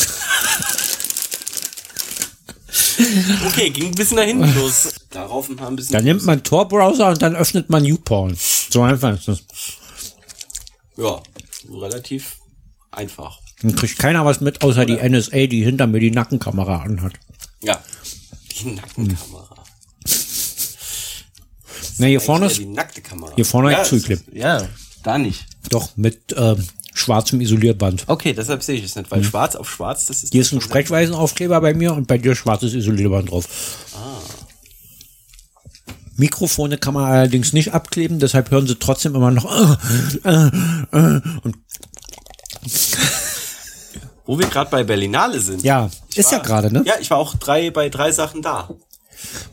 Speaker 3: Okay, ging ein bisschen dahin los. Darauf ein paar ein bisschen.
Speaker 2: Dann nimmt man Tor-Browser und dann öffnet man New Porn. So einfach ist das.
Speaker 3: Ja, relativ einfach.
Speaker 2: Dann kriegt keiner was mit, außer die NSA, die hinter mir die Nackenkamera anhat.
Speaker 3: Ja. Die
Speaker 2: Hm.
Speaker 3: Nackenkamera.
Speaker 2: Na, hier
Speaker 3: Eigentlich
Speaker 2: vorne
Speaker 3: eher
Speaker 2: ist,
Speaker 3: die nackte Kamera.
Speaker 2: hier vorne
Speaker 3: ja,
Speaker 2: ist Zyklip.
Speaker 3: es ist- Ja, da nicht.
Speaker 2: Doch, mit ähm, schwarzem Isolierband.
Speaker 3: Okay, deshalb sehe ich es nicht, weil schwarz auf schwarz, das
Speaker 2: Hm.
Speaker 3: ist.
Speaker 2: Hier ist ein Sprechweisenaufkleber bei mir und bei dir schwarzes Isolierband drauf.
Speaker 3: Ah.
Speaker 2: Mikrofone kann man allerdings nicht abkleben, deshalb hören sie trotzdem immer noch äh, äh, äh, und
Speaker 3: Wo wir gerade bei Berlinale sind.
Speaker 2: ja, ist ja gerade, ne?
Speaker 3: Ja, ich war auch drei bei drei Sachen da.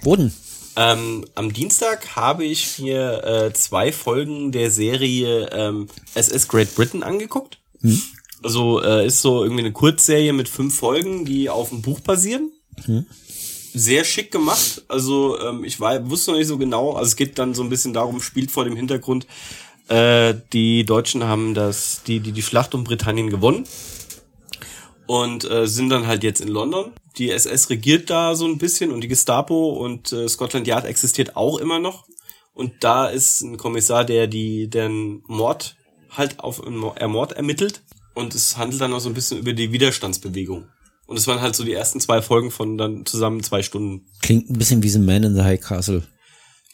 Speaker 2: Boden.
Speaker 3: Ähm, am Dienstag habe ich mir äh, zwei Folgen der Serie ähm, SS Great Britain angeguckt.
Speaker 2: Hm.
Speaker 3: Also äh, ist so irgendwie eine Kurzserie mit fünf Folgen, die auf dem Buch basieren.
Speaker 2: Hm.
Speaker 3: Sehr schick gemacht. Also ähm, ich war, wusste noch nicht so genau. Also es geht dann so ein bisschen darum, spielt vor dem Hintergrund, äh, die Deutschen haben das, die, die, die Schlacht um Britannien gewonnen. und äh, sind dann halt jetzt in London. Die SS regiert da so ein bisschen und die Gestapo und äh, Scotland Yard existiert auch immer noch. Und da ist ein Kommissar, der die den Mord halt auf einen Mo- äh, Mord ermittelt. Und es handelt dann auch so ein bisschen über die Widerstandsbewegung. Und es waren halt so die ersten zwei Folgen von dann zusammen zwei Stunden.
Speaker 2: Klingt ein bisschen wie The Man in the High Castle.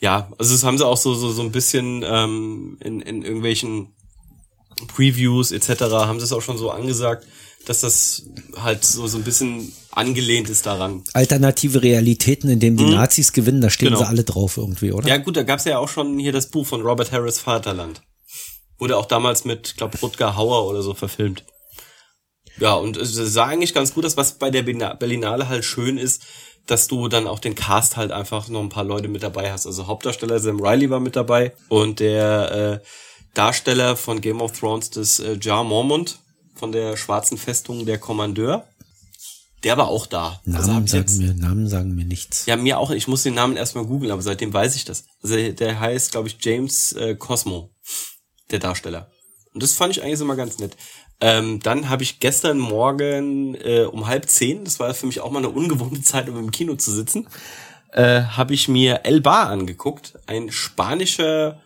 Speaker 3: Ja, also das haben sie auch so so, so ein bisschen ähm, in, in irgendwelchen Previews etc. haben sie es auch schon so angesagt, dass das halt so so ein bisschen angelehnt ist daran.
Speaker 2: Alternative Realitäten, in denen die
Speaker 3: Mhm.
Speaker 2: Nazis gewinnen, da stehen
Speaker 3: Genau.
Speaker 2: sie alle drauf irgendwie, oder?
Speaker 3: Ja gut, da gab's ja auch schon hier das Buch von Robert Harris Vaterland. Wurde auch damals mit, glaub, Rutger Hauer oder so verfilmt. Ja, und es sah eigentlich ganz gut aus, was bei der Berlina- Berlinale halt schön ist, dass du dann auch den Cast halt einfach noch ein paar Leute mit dabei hast. Also Hauptdarsteller Sam Riley war mit dabei und der äh, Darsteller von Game of Thrones, das äh, Jar Mormont von der Schwarzen Festung, der Kommandeur, der war auch da. also hab
Speaker 2: Namen
Speaker 3: ich
Speaker 2: sagen
Speaker 3: jetzt
Speaker 2: mir, Namen sagen mir nichts.
Speaker 3: ja, mir auch. Ich muss den Namen erstmal googeln, aber seitdem weiß ich das. Also der heißt, glaube ich, James äh, Cosmo, der Darsteller. Und das fand ich eigentlich immer ganz nett. Ähm, dann habe ich gestern Morgen äh, um halb zehn, das war für mich auch mal eine ungewohnte Zeit, um im Kino zu sitzen, äh, habe ich mir El Bar angeguckt. Ein spanischer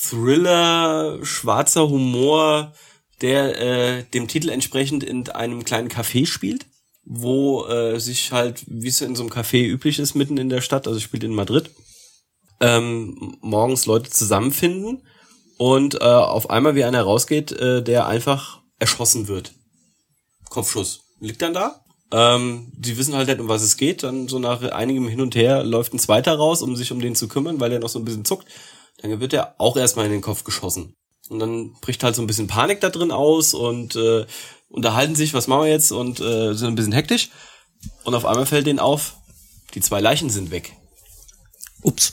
Speaker 3: Thriller, schwarzer Humor, der äh, dem Titel entsprechend in einem kleinen Café spielt, wo äh, sich halt, wie es in so einem Café üblich ist, mitten in der Stadt, also spielt in Madrid, ähm, morgens Leute zusammenfinden und äh, auf einmal wie einer rausgeht, äh, der einfach erschossen wird. Kopfschuss. Liegt dann da. Ähm, die wissen halt nicht, um was es geht. Dann so nach einigem Hin und Her läuft ein zweiter raus, um sich um den zu kümmern, weil er noch so ein bisschen zuckt. Dann wird er auch erstmal in den Kopf geschossen. Und dann bricht halt so ein bisschen Panik da drin aus und äh, unterhalten sich, was machen wir jetzt und äh, sind ein bisschen hektisch. Und auf einmal fällt denen auf, die zwei Leichen sind weg.
Speaker 2: Ups.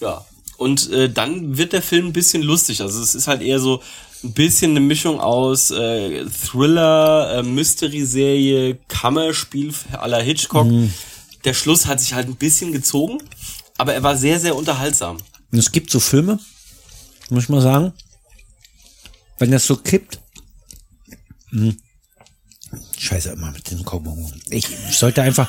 Speaker 3: Ja. Und äh, dann wird der Film ein bisschen lustig. Also es ist halt eher so ein bisschen eine Mischung aus äh, Thriller, äh, Mystery-Serie, Kammerspiel aller Hitchcock.
Speaker 2: Mhm.
Speaker 3: Der Schluss hat sich halt ein bisschen gezogen, aber er war sehr, sehr unterhaltsam.
Speaker 2: Und es gibt so Filme, muss ich mal sagen, wenn das so kippt. Hm. Scheiße immer mit dem Kaugummi. Ich sollte einfach,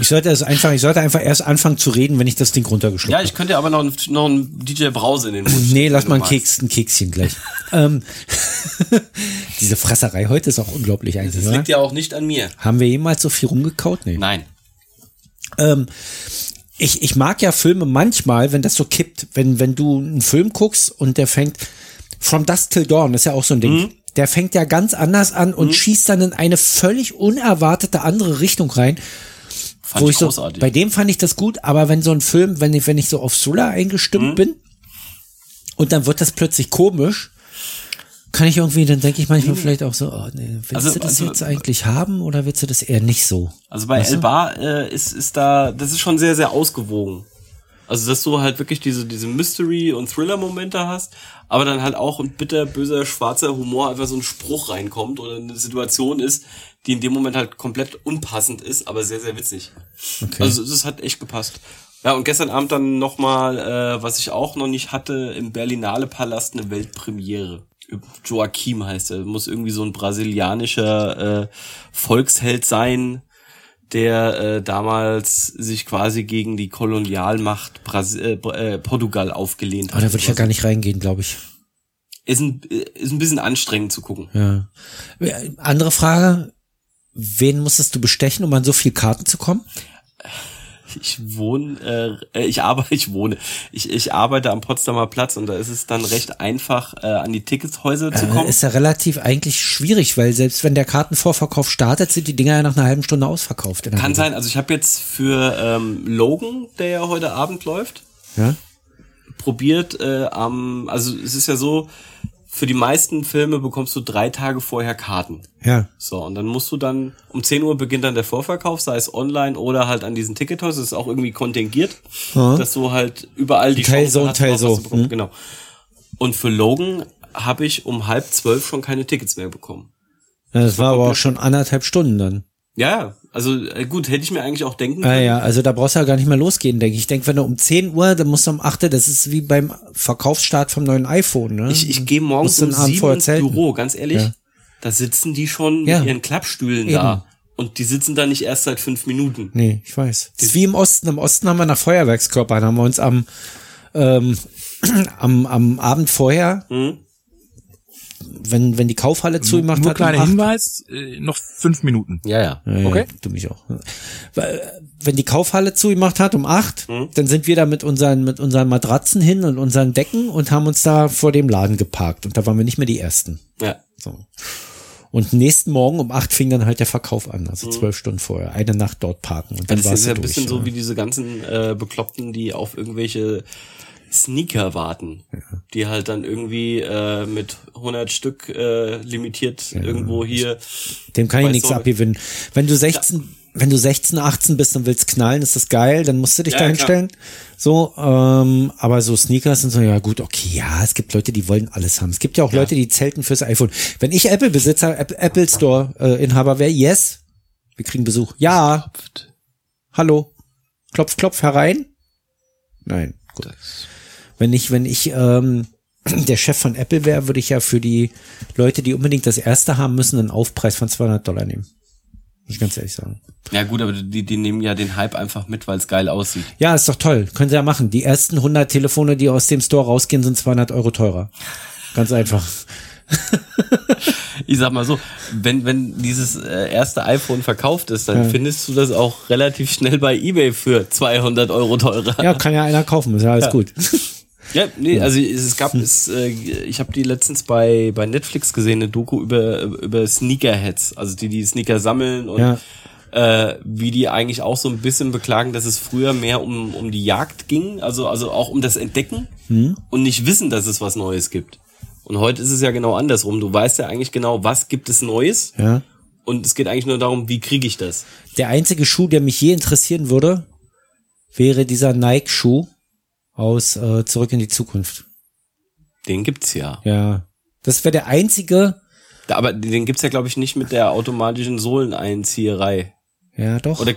Speaker 2: ich sollte es einfach, ich sollte einfach erst anfangen zu reden, wenn ich das Ding runtergeschluckt
Speaker 3: Ja, ich könnte aber noch, einen- noch einen DJ Brause in den Mund
Speaker 2: Nee,
Speaker 3: schieben,
Speaker 2: lass
Speaker 3: wenn
Speaker 2: mal
Speaker 3: du
Speaker 2: ein, Keks, ein Kekschen gleich. ähm, diese Fresserei heute ist auch unglaublich
Speaker 3: magst.
Speaker 2: eigentlich.
Speaker 3: Das
Speaker 2: Oder?
Speaker 3: liegt ja auch nicht an mir.
Speaker 2: Haben wir jemals so viel rumgekaut? Nee.
Speaker 3: Nein.
Speaker 2: Ähm, ich, ich mag ja Filme manchmal, wenn das so kippt. Wenn, wenn du einen Film guckst und der fängt From Dusk Till Dawn, ist ja auch so ein Ding.
Speaker 3: Mhm.
Speaker 2: Der fängt ja ganz anders an und schießt dann in eine völlig unerwartete andere Richtung rein.
Speaker 3: Fand
Speaker 2: wo
Speaker 3: ich
Speaker 2: so,
Speaker 3: großartig.
Speaker 2: Bei dem fand ich das gut, aber wenn so ein Film, wenn ich, wenn ich so auf Thriller eingestimmt
Speaker 3: Mhm.
Speaker 2: bin und dann wird das plötzlich komisch, kann ich irgendwie, dann denke ich manchmal vielleicht auch so, oh, nee, willst
Speaker 3: Mhm. Also-
Speaker 2: du das
Speaker 3: also-
Speaker 2: jetzt eigentlich haben oder willst du das eher nicht so?
Speaker 3: Also bei
Speaker 2: Weißt du?
Speaker 3: El Bar äh, ist, ist da, das ist schon sehr, sehr ausgewogen. Also, dass du halt wirklich diese, diese Mystery- und Thriller-Momente hast, aber dann halt auch ein bitterböser, schwarzer Humor einfach so ein Spruch reinkommt oder eine Situation ist, die in dem Moment halt komplett unpassend ist, aber sehr, sehr witzig.
Speaker 2: Okay.
Speaker 3: Also, es hat echt gepasst. Ja, und gestern Abend dann nochmal, äh, was ich auch noch nicht hatte, im Berlinale Palast eine Weltpremiere. Joaquim heißt er, muss irgendwie so ein brasilianischer äh, Volksheld sein, der äh, damals sich quasi gegen die Kolonialmacht Bras äh, Br- äh, Portugal aufgelehnt
Speaker 2: Aber
Speaker 3: hat.
Speaker 2: Ah,
Speaker 3: Also,
Speaker 2: da würde ich ja gar nicht reingehen, glaube ich.
Speaker 3: Ist ein, äh, ist ein bisschen anstrengend zu gucken.
Speaker 2: Ja. Andere Frage, wen musstest du bestechen, um an so viel Karten zu kommen?
Speaker 3: Ich wohne, äh, ich arbeite, ich wohne, ich, ich arbeite am Potsdamer Platz und da ist es dann recht einfach, äh, an die Tickethäuser zu
Speaker 2: Äh,
Speaker 3: kommen.
Speaker 2: ist ja relativ eigentlich schwierig, weil selbst wenn der Kartenvorverkauf startet, sind die Dinger ja nach einer halben Stunde ausverkauft. in der
Speaker 3: Kann
Speaker 2: Regel.
Speaker 3: sein, also ich habe jetzt für ähm, Logan, der ja heute Abend läuft,
Speaker 2: Ja?
Speaker 3: probiert äh, am, also es ist ja so, für die meisten Filme bekommst du drei Tage vorher Karten.
Speaker 2: Ja.
Speaker 3: So, und dann musst du dann, um 10 Uhr beginnt dann der Vorverkauf, sei es online oder halt an diesen Tickethäusern, das ist auch irgendwie kontingiert,
Speaker 2: Ja.
Speaker 3: dass du halt überall die
Speaker 2: Teil so und Teil
Speaker 3: drauf was
Speaker 2: so.
Speaker 3: zu bekommen.
Speaker 2: Mhm.
Speaker 3: Genau. Und für Logan habe ich um halb zwölf schon keine Tickets mehr bekommen.
Speaker 2: Ja, das war aber auch schon anderthalb Stunden dann.
Speaker 3: Ja, Ja, also äh, gut, hätte ich mir eigentlich auch denken
Speaker 2: Ah
Speaker 3: können.
Speaker 2: ja, also da brauchst du ja gar nicht mehr losgehen, denke ich. Ich denke, wenn du um 10 Uhr, dann musst du um 8 Uhr, das ist wie beim Verkaufsstart vom neuen iPhone. Ne?
Speaker 3: Ich, ich gehe morgens
Speaker 2: Musst du
Speaker 3: um
Speaker 2: einen Abend
Speaker 3: sieben
Speaker 2: vorher
Speaker 3: ins
Speaker 2: zelten.
Speaker 3: Büro, ganz ehrlich.
Speaker 2: Ja.
Speaker 3: Da sitzen die schon
Speaker 2: Ja.
Speaker 3: mit ihren Klappstühlen
Speaker 2: Eben.
Speaker 3: da. Und die sitzen da nicht erst seit fünf Minuten.
Speaker 2: Nee, ich weiß. Das ist wie im Osten. Im Osten haben wir nach Feuerwerkskörpern, haben wir uns am, ähm, am, am Abend vorher,
Speaker 3: Mhm.
Speaker 2: wenn, wenn die Kaufhalle zugemacht
Speaker 13: Nur
Speaker 2: hat,
Speaker 13: kleiner
Speaker 2: um acht-
Speaker 13: Hinweis, äh, noch fünf Minuten.
Speaker 3: Ja, ja.
Speaker 2: Ja,
Speaker 13: Okay.
Speaker 2: Ja, du mich auch. Weil, äh, Wenn die Kaufhalle zugemacht hat um acht,
Speaker 3: Mhm.
Speaker 2: dann sind wir da mit unseren, mit unseren Matratzen hin und unseren Decken und haben uns da vor dem Laden geparkt. Und da waren wir nicht mehr die Ersten.
Speaker 3: Ja.
Speaker 2: So. Und nächsten Morgen um acht fing dann halt der Verkauf an, also zwölf Stunden vorher. Eine Nacht dort parken und dann
Speaker 3: Mhm. Also, Das
Speaker 2: war es
Speaker 3: ist ja
Speaker 2: ja
Speaker 3: ein
Speaker 2: durch.
Speaker 3: bisschen
Speaker 2: ja.
Speaker 3: so wie diese ganzen äh, Bekloppten, die auf irgendwelche Sneaker warten, die halt dann irgendwie äh, mit 100 Stück äh, limitiert irgendwo hier.
Speaker 2: Dem kann ich
Speaker 3: Weißt
Speaker 2: nichts
Speaker 3: du,
Speaker 2: abgewinnen. Wenn du 16, wenn du 16, 18 bist und willst knallen, ist das geil, dann musst du dich
Speaker 3: Ja,
Speaker 2: da
Speaker 3: ja,
Speaker 2: hinstellen. So, ähm, aber so Sneakers sind so, ja gut, okay, ja, es gibt Leute, die wollen alles haben. Es gibt ja auch Leute, die zelten fürs iPhone. Wenn ich Apple-Besitzer, App- Apple Store-Inhaber wäre, yes, wir kriegen Besuch. Ja. Hallo. Klopf, klopf herein. Nein, gut. Wenn ich, wenn ich ähm, der Chef von Apple wäre, würde ich ja für die Leute, die unbedingt das erste haben müssen, einen Aufpreis von 200 Dollar nehmen. Muss ich ganz ehrlich sagen.
Speaker 3: Ja gut, aber die, die nehmen ja den Hype einfach mit, weil es geil aussieht.
Speaker 2: Ja, ist doch toll. Können sie ja machen. Die ersten 100 Telefone, die aus dem Store rausgehen, sind 200 Euro teurer. Ganz einfach.
Speaker 3: Ich sag mal so, wenn, wenn dieses äh, erste iPhone verkauft ist, dann
Speaker 2: Ja.
Speaker 3: findest du das auch relativ schnell bei Ebay für 200 Euro teurer.
Speaker 2: Ja, kann ja einer kaufen. Ist ja alles
Speaker 3: Ja.
Speaker 2: gut.
Speaker 3: Ja, nee,
Speaker 2: Ja.
Speaker 3: also es, es gab es, äh, ich habe die letztens bei bei Netflix gesehen eine Doku über über Sneakerheads, also die die Sneaker sammeln und
Speaker 2: Ja.
Speaker 3: äh, wie die eigentlich auch so ein bisschen beklagen, dass es früher mehr um um die Jagd ging, also also auch um das Entdecken
Speaker 2: Hm?
Speaker 3: und nicht wissen, dass es was Neues gibt. Und heute ist es ja genau andersrum. Du weißt ja eigentlich genau, was gibt es Neues
Speaker 2: Ja.
Speaker 3: und es geht eigentlich nur darum, wie kriege ich das.
Speaker 2: Der einzige Schuh, der mich je interessieren würde, wäre dieser Nike-Schuh aus äh, Zurück in die Zukunft.
Speaker 3: Den gibt's ja.
Speaker 2: Ja. Das wäre der einzige.
Speaker 3: Da- Aber den gibt's ja glaube ich nicht mit der automatischen Sohleneinzieherei.
Speaker 2: Ja, doch.
Speaker 3: Oder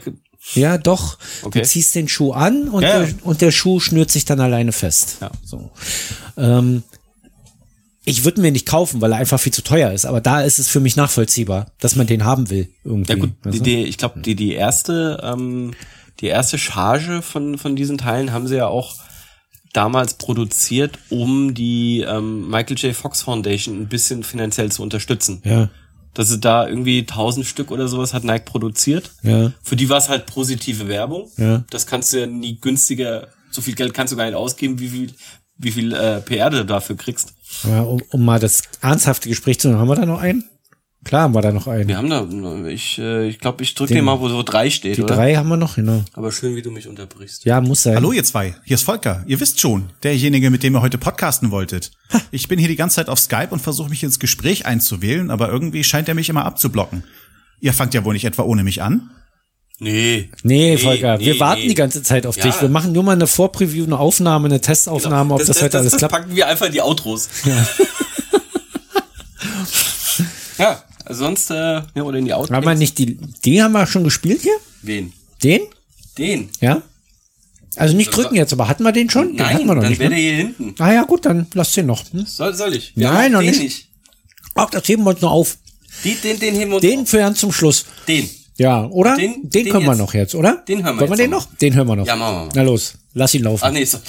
Speaker 2: Ja, doch.
Speaker 3: Okay.
Speaker 2: Du ziehst den Schuh an und,
Speaker 3: Ja, ja.
Speaker 2: der, und der Schuh schnürt sich dann alleine fest.
Speaker 3: Ja.
Speaker 2: So. Ähm, ich würde mir nicht kaufen, weil er einfach viel zu teuer ist, aber da ist es für mich nachvollziehbar, dass man den haben will. Irgendwie. Also,
Speaker 3: Ja gut,
Speaker 2: weißt
Speaker 3: die,
Speaker 2: du?
Speaker 3: die, ich
Speaker 2: Hm.
Speaker 3: glaube, die, die erste, ähm, die erste Charge von, von diesen Teilen haben sie ja auch damals produziert, um die ähm, Michael J. Fox Foundation ein bisschen finanziell zu unterstützen.
Speaker 2: Ja.
Speaker 3: Dass sie da irgendwie 1000 Stück oder sowas hat Nike produziert.
Speaker 2: Ja.
Speaker 3: Für die war es halt positive Werbung.
Speaker 2: Ja.
Speaker 3: Das kannst du ja nie günstiger, so viel Geld kannst du gar nicht ausgeben, wie viel, wie viel äh, PR du dafür kriegst.
Speaker 2: ja, um, um mal das ernsthafte Gespräch zu haben wir da noch einen? Klar haben wir da noch einen.
Speaker 3: Wir haben da, ich äh, ich, glaube, ich drück
Speaker 2: Den-
Speaker 3: dir mal, wo so drei steht,
Speaker 2: die
Speaker 3: oder?
Speaker 2: drei haben wir noch, genau.
Speaker 3: Aber schön, wie du mich unterbrichst.
Speaker 2: Ja, muss sein.
Speaker 9: Hallo ihr zwei, hier ist Volker. Ihr wisst schon, derjenige, mit dem ihr heute podcasten wolltet. Ich bin hier die ganze Zeit auf Skype und versuche mich ins Gespräch einzuwählen, aber irgendwie scheint er mich immer abzublocken. Ihr fangt ja wohl nicht etwa ohne mich an?
Speaker 3: Nee.
Speaker 2: Nee, Volker,
Speaker 9: nee,
Speaker 2: wir warten
Speaker 9: nee.
Speaker 2: die ganze Zeit auf
Speaker 9: Ja.
Speaker 2: dich. Wir machen nur mal eine Vorpreview, eine Aufnahme, eine Testaufnahme,
Speaker 3: Genau.
Speaker 2: ob das, heute alles klappt.
Speaker 3: packen wir einfach in die Outros.
Speaker 2: Ja.
Speaker 3: ja, also sonst, äh, ja, oder in die Outros.
Speaker 2: Haben wir nicht die, die haben wir schon gespielt hier?
Speaker 3: Wen?
Speaker 2: Den?
Speaker 3: Den?
Speaker 2: Ja? Also nicht
Speaker 3: Das
Speaker 2: drücken
Speaker 3: war-
Speaker 2: jetzt, aber hatten wir den schon? den
Speaker 3: Nein,
Speaker 2: hatten wir noch
Speaker 3: dann
Speaker 2: nicht.
Speaker 3: wäre
Speaker 2: ne?
Speaker 3: der hier hinten.
Speaker 2: Ah ja, gut, dann lass den noch. Hm?
Speaker 3: Soll, soll ich?
Speaker 2: Nein, noch
Speaker 3: den
Speaker 2: nicht. Ach, das heben wir uns noch auf.
Speaker 3: Die, den, den heben wir uns
Speaker 2: Den für Herrn zum Schluss.
Speaker 3: Den.
Speaker 2: Ja, oder?
Speaker 3: Den-
Speaker 2: Den,
Speaker 3: den
Speaker 2: können wir
Speaker 3: jetzt.
Speaker 2: noch jetzt, oder?
Speaker 3: Den hören wir
Speaker 2: Wollen wir
Speaker 3: jetzt
Speaker 2: den
Speaker 3: noch
Speaker 2: noch? Den hören wir noch.
Speaker 3: Ja, machen wir mal.
Speaker 2: Na los, lass ihn laufen.
Speaker 3: Ach Ah, nee, so.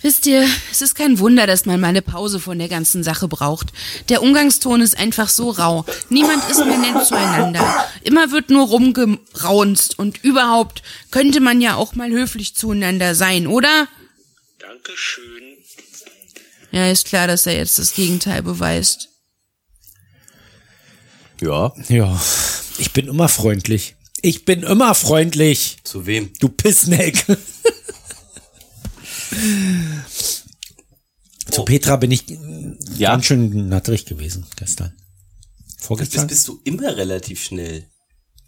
Speaker 1: Wisst ihr, es ist kein Wunder, dass man mal eine Pause von der ganzen Sache braucht. Der Umgangston ist einfach so rau. Niemand ist mehr nett zueinander. Immer wird nur rumgeraunzt und überhaupt könnte man ja auch mal höflich zueinander sein, oder?
Speaker 14: Dankeschön.
Speaker 1: Ja, ist klar, dass er jetzt das Gegenteil beweist.
Speaker 3: Ja.
Speaker 2: Ja. Ich bin immer freundlich. Ich bin immer freundlich.
Speaker 3: Zu wem?
Speaker 2: Du Pissneck. Zu Petra bin ich
Speaker 3: Oh. Ja.
Speaker 2: ganz schön nattrig gewesen gestern.
Speaker 3: Bist,
Speaker 2: Vorgestern?
Speaker 3: bist du immer relativ schnell.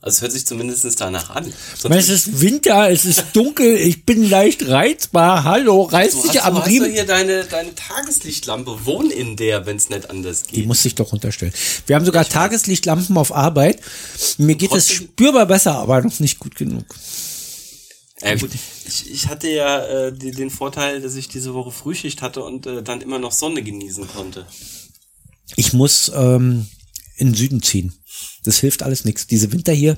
Speaker 3: Also es hört sich zumindest danach an. Sonst-
Speaker 2: Weil es ist Winter, es ist dunkel, ich bin leicht reizbar. Hallo, reiß
Speaker 3: du hast,
Speaker 2: dich am
Speaker 3: du hast
Speaker 2: Riemen.
Speaker 3: doch hier deine, deine Tageslichtlampe. Wohn in der, wenn es nicht anders geht.
Speaker 2: Die muss ich doch runterstellen. Wir haben sogar Tageslichtlampen auf Arbeit. Mir geht es
Speaker 3: trotzdem-
Speaker 2: spürbar besser, aber noch nicht gut genug.
Speaker 3: Ja gut, ich, ich hatte ja äh, die, den Vorteil, dass ich diese Woche Frühschicht hatte und äh, dann immer noch Sonne genießen konnte.
Speaker 2: ich muss ähm, in den Süden ziehen. Das hilft alles nichts. Diese Winter hier.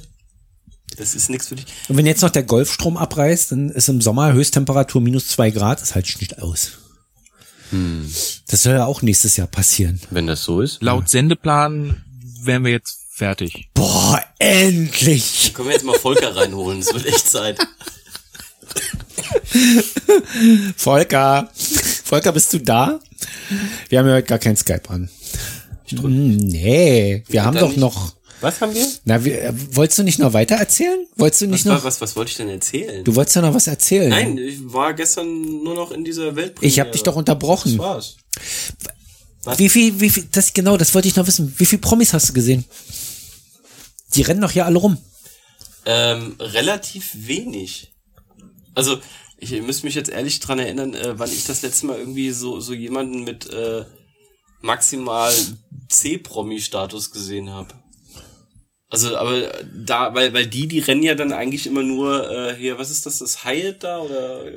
Speaker 3: Das ist nichts für dich.
Speaker 2: Und wenn jetzt noch der Golfstrom abreißt, dann ist im Sommer Höchsttemperatur minus zwei Grad. Das halte ich nicht aus.
Speaker 3: Hm.
Speaker 2: Das soll ja auch nächstes Jahr passieren.
Speaker 3: Wenn das so ist.
Speaker 13: Laut Sendeplan wären wir jetzt fertig.
Speaker 2: Boah, Oh, endlich!
Speaker 3: Können wir jetzt mal Volker reinholen? Es wird echt Zeit.
Speaker 2: Volker, Volker, bist du da? Wir haben ja heute gar kein Skype an. Hm, Nee, wir haben
Speaker 3: dann
Speaker 2: doch
Speaker 3: nicht?
Speaker 2: noch.
Speaker 3: Was haben wir?
Speaker 2: Na, wir, äh, wolltest du nicht noch weiter erzählen? Wolltest du
Speaker 3: Was,
Speaker 2: nicht
Speaker 3: war,
Speaker 2: noch?
Speaker 3: was, was wollte ich denn erzählen?
Speaker 2: Du wolltest ja noch was erzählen.
Speaker 3: Nein, ich war gestern nur noch in dieser Welt.
Speaker 2: Ich hab dich doch unterbrochen.
Speaker 3: Das war's.
Speaker 2: Wie viel, wie viel, das genau, das wollte ich noch wissen. Wie viel Promis hast du gesehen? Die rennen doch hier alle rum.
Speaker 3: Ähm, relativ wenig. Also, ich müsste mich jetzt ehrlich dran erinnern, äh, wann ich das letzte Mal irgendwie so, so jemanden mit äh, maximal C-Promi-Status gesehen habe. Also, aber da, weil, weil die, die rennen ja dann eigentlich immer nur äh, hier, was ist das, das Hyatt da oder äh,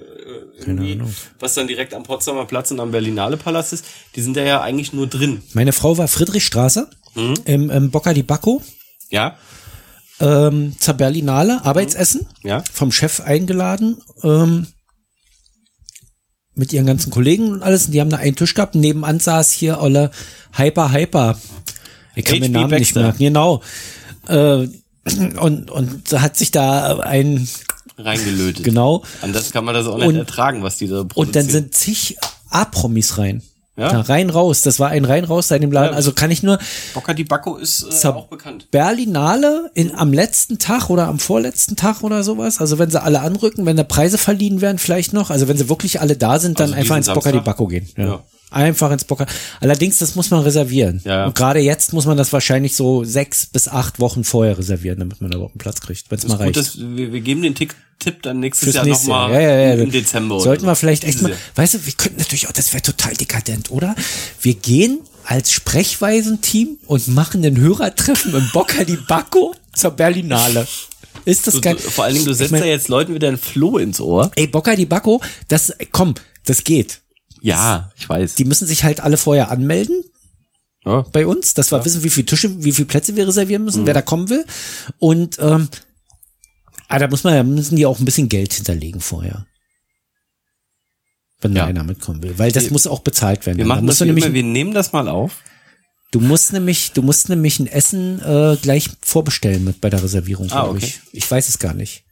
Speaker 3: irgendwie, was dann direkt am Potsdamer Platz und am Berlinale Palast ist, die sind da ja eigentlich nur drin.
Speaker 2: Meine Frau war Friedrichstraße
Speaker 3: Mhm.
Speaker 2: im, im Bocca di Bacco
Speaker 3: Ja?
Speaker 2: ähm, zur Berlinale Arbeitsessen.
Speaker 3: Ja.
Speaker 2: Vom Chef eingeladen. Ähm, mit ihren ganzen Kollegen und alles. Und die haben da einen Tisch gehabt. Nebenan saß hier Olle Hyper Hyper. Ich kann mir den
Speaker 3: H.P.
Speaker 2: Namen nicht
Speaker 3: Baxter.
Speaker 2: merken. Genau. Äh, und, und da hat sich da ein
Speaker 3: Reingelötet.
Speaker 2: Genau.
Speaker 3: Anders kann man das auch nicht
Speaker 2: Und-
Speaker 3: ertragen, was die da produzieren.
Speaker 2: Und dann sind zig A-Promis rein.
Speaker 3: Ja.
Speaker 2: Da rein raus. Das war ein rein raus da in dem Laden.
Speaker 3: Ja.
Speaker 2: Also kann ich nur
Speaker 3: Bocca di Bacco ist äh,
Speaker 2: zur
Speaker 3: auch bekannt.
Speaker 2: Berlinale in, am letzten Tag oder am vorletzten Tag oder sowas. Also wenn sie alle anrücken, wenn da Preise verliehen werden vielleicht noch. Also wenn sie wirklich alle da sind, dann
Speaker 3: Also
Speaker 2: einfach ins
Speaker 3: diesen
Speaker 2: Bocca di
Speaker 3: Samstag?
Speaker 2: Bacco gehen. Ja.
Speaker 3: Ja.
Speaker 2: Einfach ins Bocca. Allerdings, das muss man reservieren.
Speaker 3: Ja.
Speaker 2: Und gerade jetzt muss man das wahrscheinlich so sechs bis acht Wochen vorher reservieren, damit man da überhaupt einen Platz kriegt, wenn es
Speaker 3: Das
Speaker 2: mal
Speaker 3: ist gut,
Speaker 2: reicht.
Speaker 3: dass wir, wir geben den Tick, Tipp dann nächstes
Speaker 2: Fürs
Speaker 3: Jahr
Speaker 2: nächste
Speaker 3: nochmal
Speaker 2: Jahr. Ja, ja, ja.
Speaker 3: im Dezember.
Speaker 2: Sollten
Speaker 3: oder
Speaker 2: wir
Speaker 3: so.
Speaker 2: vielleicht echt mal,
Speaker 3: Dieses Jahr.
Speaker 2: weißt du, wir könnten natürlich auch, das wäre total dekadent, oder? Wir gehen als Sprechweisenteam und machen ein Hörertreffen im Bocca di Bacco zur Berlinale. Ist das
Speaker 3: Du,
Speaker 2: geil?
Speaker 3: du, vor allen Dingen, du
Speaker 2: Ich
Speaker 3: setzt
Speaker 2: mein,
Speaker 3: ja jetzt Leuten wieder ein Floh ins Ohr.
Speaker 2: Ey, Bocca di Bacco, das, komm, das geht.
Speaker 3: Ja, ich weiß.
Speaker 2: Die müssen sich halt alle vorher anmelden. Bei uns, dass wir wissen, wie viele Tische, wie viele Plätze wir reservieren müssen,
Speaker 3: Mhm.
Speaker 2: wer da kommen will. Und ähm, ah, da muss man, da müssen die auch ein bisschen Geld hinterlegen vorher. Wenn da einer mitkommen will. Weil das
Speaker 3: Wir-
Speaker 2: muss auch bezahlt werden.
Speaker 3: Wir
Speaker 2: Dann
Speaker 3: machen
Speaker 2: musst du
Speaker 3: das wie
Speaker 2: nämlich,
Speaker 3: immer, wir nehmen das mal auf.
Speaker 2: Du musst nämlich, du musst nämlich ein Essen äh, gleich vorbestellen mit bei der Reservierung,
Speaker 3: Ah,
Speaker 2: glaub
Speaker 3: okay.
Speaker 2: ich. Ich weiß es gar nicht.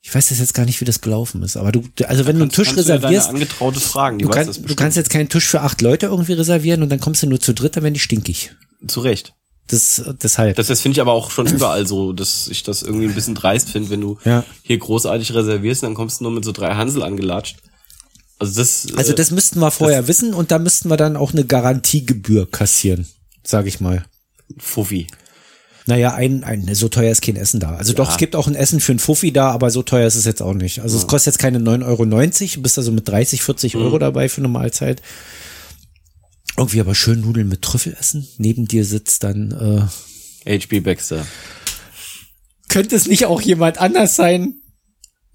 Speaker 2: Ich weiß es jetzt gar nicht, wie das gelaufen ist. Aber du, also wenn
Speaker 3: Kannst-
Speaker 2: du einen Tisch
Speaker 3: kannst du dir
Speaker 2: reservierst,
Speaker 3: Deine angetraute Fragen, die
Speaker 2: du,
Speaker 3: weiß
Speaker 2: kann,
Speaker 3: das
Speaker 2: du
Speaker 3: bestimmt.
Speaker 2: kannst jetzt keinen Tisch für acht Leute irgendwie reservieren und dann kommst du nur zu dritt, dann werden die stinkig.
Speaker 3: Zu Recht.
Speaker 2: Das, äh, deshalb.
Speaker 3: Das, das finde ich aber auch schon überall so, dass ich das irgendwie ein bisschen dreist finde, wenn du
Speaker 2: Ja.
Speaker 3: hier großartig reservierst und dann kommst du nur mit so drei Hansel angelatscht. Also das,
Speaker 2: also
Speaker 3: äh,
Speaker 2: das müssten wir vorher wissen und da müssten wir dann auch eine Garantiegebühr kassieren, sage ich mal.
Speaker 3: äh, Fuffi.
Speaker 2: Naja, ein, ein, so teuer ist kein Essen da. Also
Speaker 3: Ja.
Speaker 2: doch, es gibt auch ein Essen für einen Fuffi da, aber so teuer ist es jetzt auch nicht. Also es kostet jetzt keine 9,90 Euro, du bist also mit 30, 40
Speaker 3: Mhm.
Speaker 2: Euro dabei für eine Mahlzeit. Irgendwie aber schön Nudeln mit Trüffel essen. Neben dir sitzt dann, äh,
Speaker 3: HB Baxter.
Speaker 2: könnte es nicht auch jemand anders sein?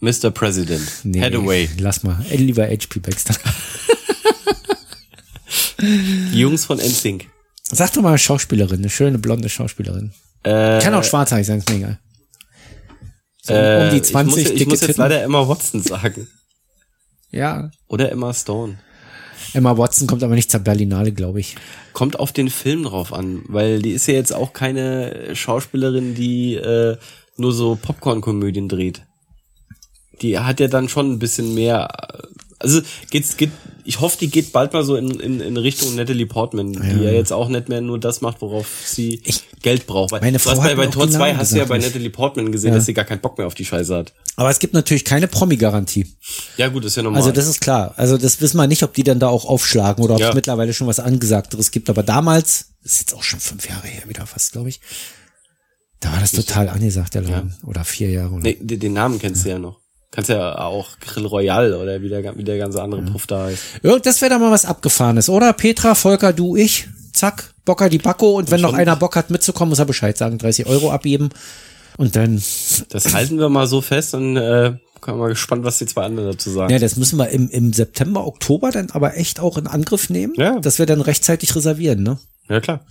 Speaker 3: Mr. President. Hathaway.
Speaker 2: Lass mal, Äh, lieber HP Baxter.
Speaker 3: Die Jungs von NSYNC.
Speaker 2: Sag doch mal Schauspielerin, eine schöne blonde Schauspielerin.
Speaker 3: Äh,
Speaker 2: Kann auch schwarzhaarig sein, ist mir egal. So
Speaker 3: äh,
Speaker 2: um die
Speaker 3: ich
Speaker 2: 20
Speaker 3: muss, ich
Speaker 2: dicke
Speaker 3: muss jetzt
Speaker 2: Titten.
Speaker 3: leider Emma Watson sagen.
Speaker 2: Ja.
Speaker 3: Oder Emma Stone.
Speaker 2: Emma Watson kommt aber nicht zur Berlinale, glaube ich.
Speaker 3: Kommt auf den Film drauf an, weil die ist ja jetzt auch keine Schauspielerin, die äh, nur so Popcorn-Komödien dreht. Die hat ja dann schon ein bisschen mehr. äh, Also geht's, geht, ich hoffe, die geht bald mal so in, in, in Richtung Natalie Portman, die ja jetzt auch nicht mehr nur das macht, worauf sie Geld braucht. Weil
Speaker 2: Meine
Speaker 3: du
Speaker 2: Frau
Speaker 3: hast
Speaker 2: hat
Speaker 3: bei,
Speaker 2: mir
Speaker 3: bei
Speaker 2: auch
Speaker 3: Tor
Speaker 2: den
Speaker 3: 2
Speaker 2: Namen
Speaker 3: hast du ja
Speaker 2: gesagt,
Speaker 3: bei
Speaker 2: nicht?
Speaker 3: Natalie Portman gesehen,
Speaker 2: Ja.
Speaker 3: dass sie gar keinen Bock mehr auf die Scheiße hat.
Speaker 2: Aber es gibt natürlich keine Promi-Garantie.
Speaker 3: Ja, gut, ist ja normal.
Speaker 2: Also das ist klar. Also das wissen wir nicht, ob die dann da auch aufschlagen oder ob
Speaker 3: Ja.
Speaker 2: es mittlerweile schon was Angesagteres gibt. Aber damals, ist jetzt auch schon fünf Jahre her wieder fast, glaube ich, da war das total angesagt, der Laden. Oder vier Jahre. Oder?
Speaker 3: Nee, den, den Namen kennst du ja noch. Kannst ja auch Grill Royal oder wie der, wie der ganze andere Puff da ist.
Speaker 2: Ja, das wäre da mal was Abgefahrenes, oder? Petra, Volker, du, ich. Zack, Bocker die Backo. Und wenn noch einer Bock hat mitzukommen, muss er Bescheid sagen. 30 Euro abgeben. Und dann,
Speaker 3: Das halten wir mal so fest und äh, kann mal gespannt, was die zwei anderen dazu sagen.
Speaker 2: ja, das müssen wir im, im September, Oktober dann aber echt auch in Angriff nehmen, ja. dass wir dann rechtzeitig reservieren, ne?
Speaker 3: Ja, klar.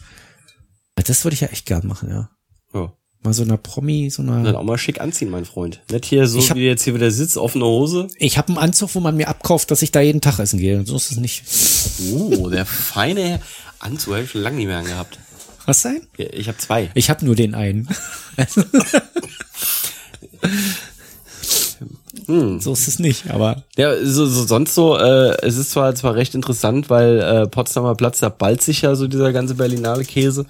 Speaker 2: Das würde ich ja echt gern machen, ja.
Speaker 3: Ja.
Speaker 2: Mal so einer Promi, so einer.
Speaker 3: Dann auch mal schick anziehen, mein Freund. Nicht hier so,
Speaker 2: Ich hab-
Speaker 3: wie du jetzt hier wieder sitzt, offene Hose.
Speaker 2: Ich habe einen Anzug, wo man mir abkauft, dass ich da jeden Tag essen gehe. So ist es nicht.
Speaker 3: Oh, der feine Herr. Anzug habe ich schon lange nicht mehr angehabt.
Speaker 2: Was sein?
Speaker 3: Ja, Ich habe zwei.
Speaker 2: Ich habe nur den einen. So ist es nicht, aber.
Speaker 3: Ja, so, so sonst so, äh, es ist zwar zwar recht interessant, weil äh, Potsdamer Platz, da ballt sich ja so dieser ganze Berlinale Käse,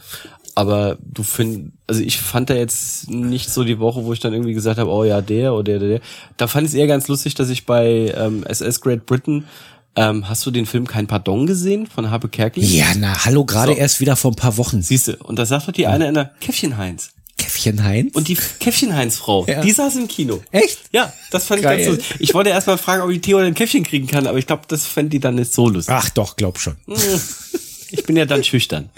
Speaker 3: aber du find, also ich fand da jetzt nicht so die Woche, wo ich dann irgendwie gesagt habe, oh ja, der oder der, der, der. Da fand ich es eher ganz lustig, dass ich bei ähm, SS Great Britain, ähm, hast du den Film Kein Pardon gesehen von Habe Kerkeling?
Speaker 2: Ja, na, hallo, gerade
Speaker 3: So.
Speaker 2: erst wieder vor ein paar Wochen.
Speaker 3: Siehst du, und da sagt doch die eine in der Käffchen Heinz.
Speaker 2: Käffchen Heinz?
Speaker 3: Und die Käffchen Heinz Frau,
Speaker 2: Ja.
Speaker 3: die saß im Kino.
Speaker 2: Echt?
Speaker 3: Ja, das fand
Speaker 2: Geil.
Speaker 3: ich ganz lustig. Ich wollte erst mal fragen, ob die Theo ein Käffchen kriegen kann, aber ich glaube, das fänd die dann nicht so lustig.
Speaker 2: Ach doch, glaub schon.
Speaker 3: Hm. Ich bin ja dann schüchtern.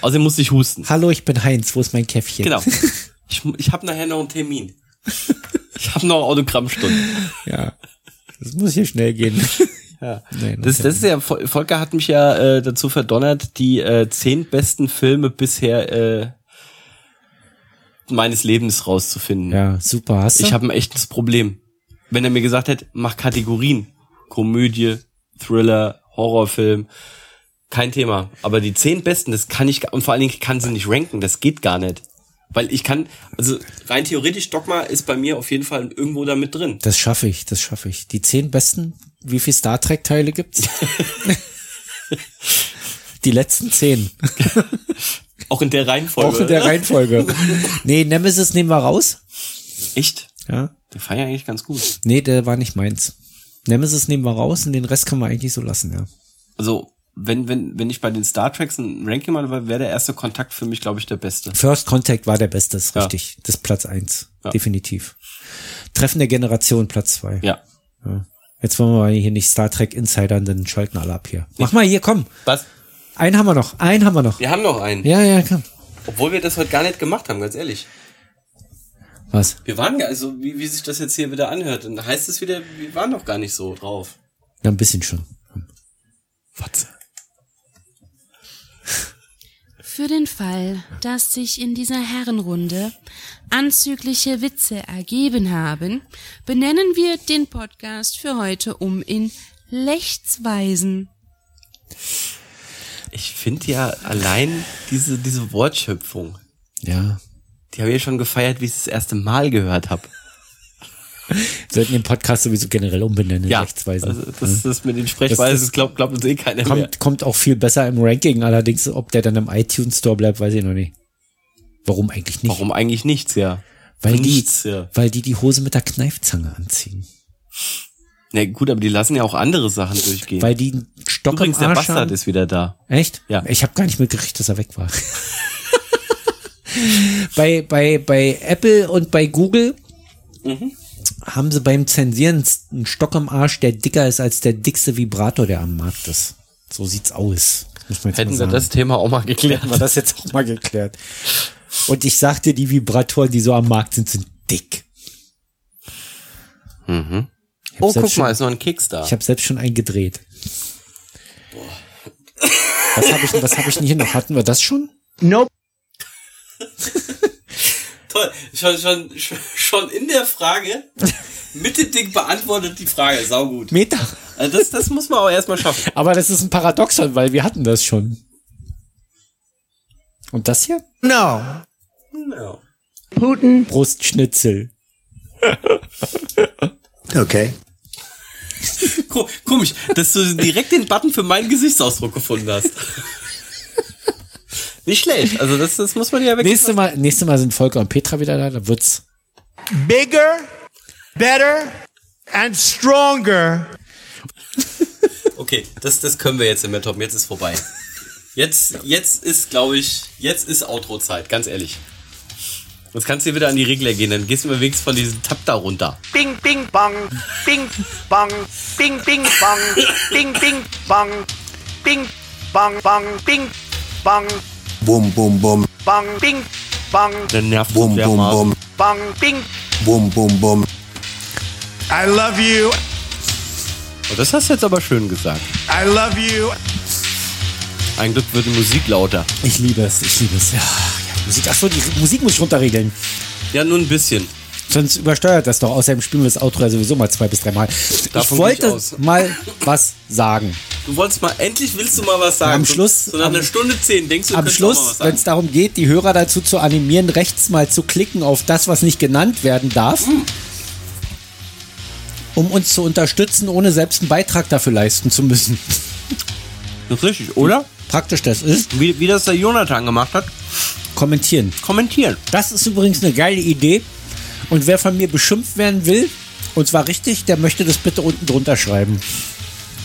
Speaker 3: Außerdem musste ich husten.
Speaker 2: Hallo, ich bin Heinz, wo ist mein Käffchen?
Speaker 3: Genau. Ich, ich habe nachher noch einen Termin. Ich habe noch Autogrammstunde.
Speaker 2: Ja. Das muss hier schnell gehen.
Speaker 3: Ja.
Speaker 2: Nein,
Speaker 3: Das, das ist ja, Vol- Volker hat mich ja äh, dazu verdonnert, die äh, zehn besten Filme bisher äh, meines Lebens rauszufinden.
Speaker 2: Ja, super. Hast du?
Speaker 3: Ich habe ein echtes Problem. Wenn er mir gesagt hätte, mach Kategorien. Komödie, Thriller, Horrorfilm. Kein Thema. Aber die zehn besten, das kann ich, ga- und vor allen Dingen ich kann sie nicht ranken. Das geht gar nicht. Weil ich kann, also rein theoretisch, Dogma ist bei mir auf jeden Fall irgendwo da mit drin.
Speaker 2: Das schaffe ich, das schaffe ich. Die zehn besten, wie viel Star Trek Teile gibt's? Die letzten zehn.
Speaker 3: Auch in der Reihenfolge.
Speaker 2: Auch in der Reihenfolge. Nee, Nemesis nehmen wir raus.
Speaker 3: Echt?
Speaker 2: Ja.
Speaker 3: Der feiert eigentlich ganz gut.
Speaker 2: Nee, der war nicht meins. Nemesis nehmen wir raus und den Rest können wir eigentlich so lassen, ja.
Speaker 3: Also, wenn, wenn, wenn ich bei den Star Treks ein Ranking mache, wäre der erste Kontakt für mich, glaube ich, der beste.
Speaker 2: First Contact war der beste, ist richtig. Das ist Platz eins,
Speaker 3: Ja.
Speaker 2: definitiv. Treffen der Generation, Platz zwei.
Speaker 3: Ja.
Speaker 2: Ja. Jetzt wollen wir hier nicht Star Trek Insidern, dann schalten alle ab hier. Mach mal hier, komm.
Speaker 3: Was?
Speaker 2: Einen haben wir noch, einen haben wir noch.
Speaker 3: Wir haben noch einen.
Speaker 2: Ja, ja, komm.
Speaker 3: Obwohl wir das heute gar nicht gemacht haben, ganz ehrlich.
Speaker 2: Was?
Speaker 3: Wir waren gar, also wie, wie sich das jetzt hier wieder anhört, dann heißt es wieder, wir waren doch gar nicht so drauf.
Speaker 2: Ja, ein bisschen schon.
Speaker 15: Für den Fall, dass sich in dieser Herrenrunde anzügliche Witze ergeben haben, benennen wir den Podcast für heute um in Lechtsweisen.
Speaker 3: Ich finde ja allein diese, diese Wortschöpfung,
Speaker 2: Ja.
Speaker 3: die habe ich ja schon gefeiert, wie ich es das erste Mal gehört habe.
Speaker 2: Sollten den Podcast sowieso generell umbenennen,
Speaker 3: Ja,
Speaker 2: Rechtsweisen.
Speaker 3: also das, das mit den
Speaker 2: Mhm. Das-
Speaker 3: Sprechweisen,
Speaker 2: das-
Speaker 3: das glaubt, glaubt uns eh keiner mehr.
Speaker 2: kommt, kommt auch viel besser im Ranking, allerdings, ob der dann im iTunes Store bleibt, weiß ich noch nicht. Warum eigentlich nicht?
Speaker 3: Warum eigentlich nichts, ja.
Speaker 2: Weil die,
Speaker 3: nichts, ja.
Speaker 2: weil die die Hose mit der Kneifzange anziehen.
Speaker 3: Na gut, aber die lassen ja auch andere Sachen durchgehen.
Speaker 2: Weil die einen Stock
Speaker 3: Übrigens,
Speaker 2: im
Speaker 3: der
Speaker 2: Arsch
Speaker 3: Bastard
Speaker 2: haben.
Speaker 3: ist wieder da.
Speaker 2: Echt?
Speaker 3: Ja.
Speaker 2: Ich habe gar nicht mitgekriegt, dass er weg war. bei, bei, bei Apple und bei Google Mhm. haben sie beim Zensieren einen Stock im Arsch, der dicker ist als der dickste Vibrator, der am Markt ist. So sieht's aus. Muss man jetzt
Speaker 3: Hätten
Speaker 2: mal
Speaker 3: wir
Speaker 2: sagen.
Speaker 3: das Thema auch mal geklärt.
Speaker 2: Hätten wir das jetzt auch mal geklärt. Und ich sagte, die Vibratoren, die so am Markt sind, sind dick.
Speaker 3: Mhm.
Speaker 2: Ich hab
Speaker 3: Oh,
Speaker 2: selbst
Speaker 3: guck mal,
Speaker 2: schon-
Speaker 3: ist noch ein Keks da.
Speaker 2: Ich habe selbst schon einen gedreht. Was habe ich, denn- was hab ich denn hier noch? Hatten wir das schon? Nope.
Speaker 3: Toll, schon, schon, schon in der Frage, mit dem Ding beantwortet die Frage, saugut.
Speaker 2: Meter.
Speaker 3: Also das, das muss man auch erstmal schaffen.
Speaker 2: Aber das ist ein Paradoxon, weil wir hatten das schon. Und das hier? No.
Speaker 3: No.
Speaker 2: Putin. Brustschnitzel.
Speaker 4: Okay.
Speaker 3: Ko- Komisch, dass du direkt den Button für meinen Gesichtsausdruck gefunden hast. Nicht schlecht, also das, das muss man ja wirklich...
Speaker 2: Nächste Mal, nächste Mal sind Volker und Petra wieder da, da wird's.
Speaker 12: Bigger, better, and stronger.
Speaker 3: Okay, das, das können wir jetzt nicht mehr toppen, jetzt ist vorbei. Jetzt, jetzt ist, glaube ich, jetzt ist Outro-Zeit, ganz ehrlich. Jetzt kannst du hier wieder an die Regler gehen, dann gehst du mal wenigstens von diesem Tab da runter.
Speaker 8: Bing bing bong, bing bong, bing bing bong, bing bing bong, bing bong bong, bing bong,
Speaker 4: Boom, boom, boom.
Speaker 8: bong bing bong,
Speaker 3: Der nervt
Speaker 4: Boom, boom, boom.
Speaker 8: bong bing.
Speaker 4: Boom, boom, boom.
Speaker 12: I love you.
Speaker 3: Oh, das hast du jetzt aber schön gesagt.
Speaker 12: I love you.
Speaker 3: Ein Glück wird die Musik lauter.
Speaker 2: Ich liebe es, ich liebe es. Ja, ja Musik. Achso, die Musik muss ich runterregeln.
Speaker 3: Ja, nur ein bisschen.
Speaker 2: Sonst übersteuert das doch. Außerdem spielen wir das Outro ja sowieso mal zwei bis dreimal. Ich
Speaker 3: Davon gehe ich
Speaker 2: wollte
Speaker 3: aus.
Speaker 2: mal was sagen.
Speaker 3: Du wolltest mal, endlich willst du mal was sagen.
Speaker 2: Am
Speaker 3: So-
Speaker 2: Schluss-
Speaker 3: So nach
Speaker 2: am-
Speaker 3: einer Stunde zehn denkst du, du
Speaker 2: Am
Speaker 3: könntest auch mal was
Speaker 2: Schluss, wenn
Speaker 3: sagen.
Speaker 2: es darum geht, die Hörer dazu zu animieren, rechts mal zu klicken auf das, was nicht genannt werden darf,
Speaker 3: Hm.
Speaker 2: um uns zu unterstützen, ohne selbst einen Beitrag dafür leisten zu müssen.
Speaker 3: Das ist richtig, oder?
Speaker 2: Praktisch das ist.
Speaker 3: Wie, wie das der Jonathan gemacht hat.
Speaker 2: Kommentieren.
Speaker 3: Kommentieren.
Speaker 2: Das ist übrigens eine geile Idee. Und wer von mir beschimpft werden will, und zwar richtig, der möchte das bitte unten drunter schreiben.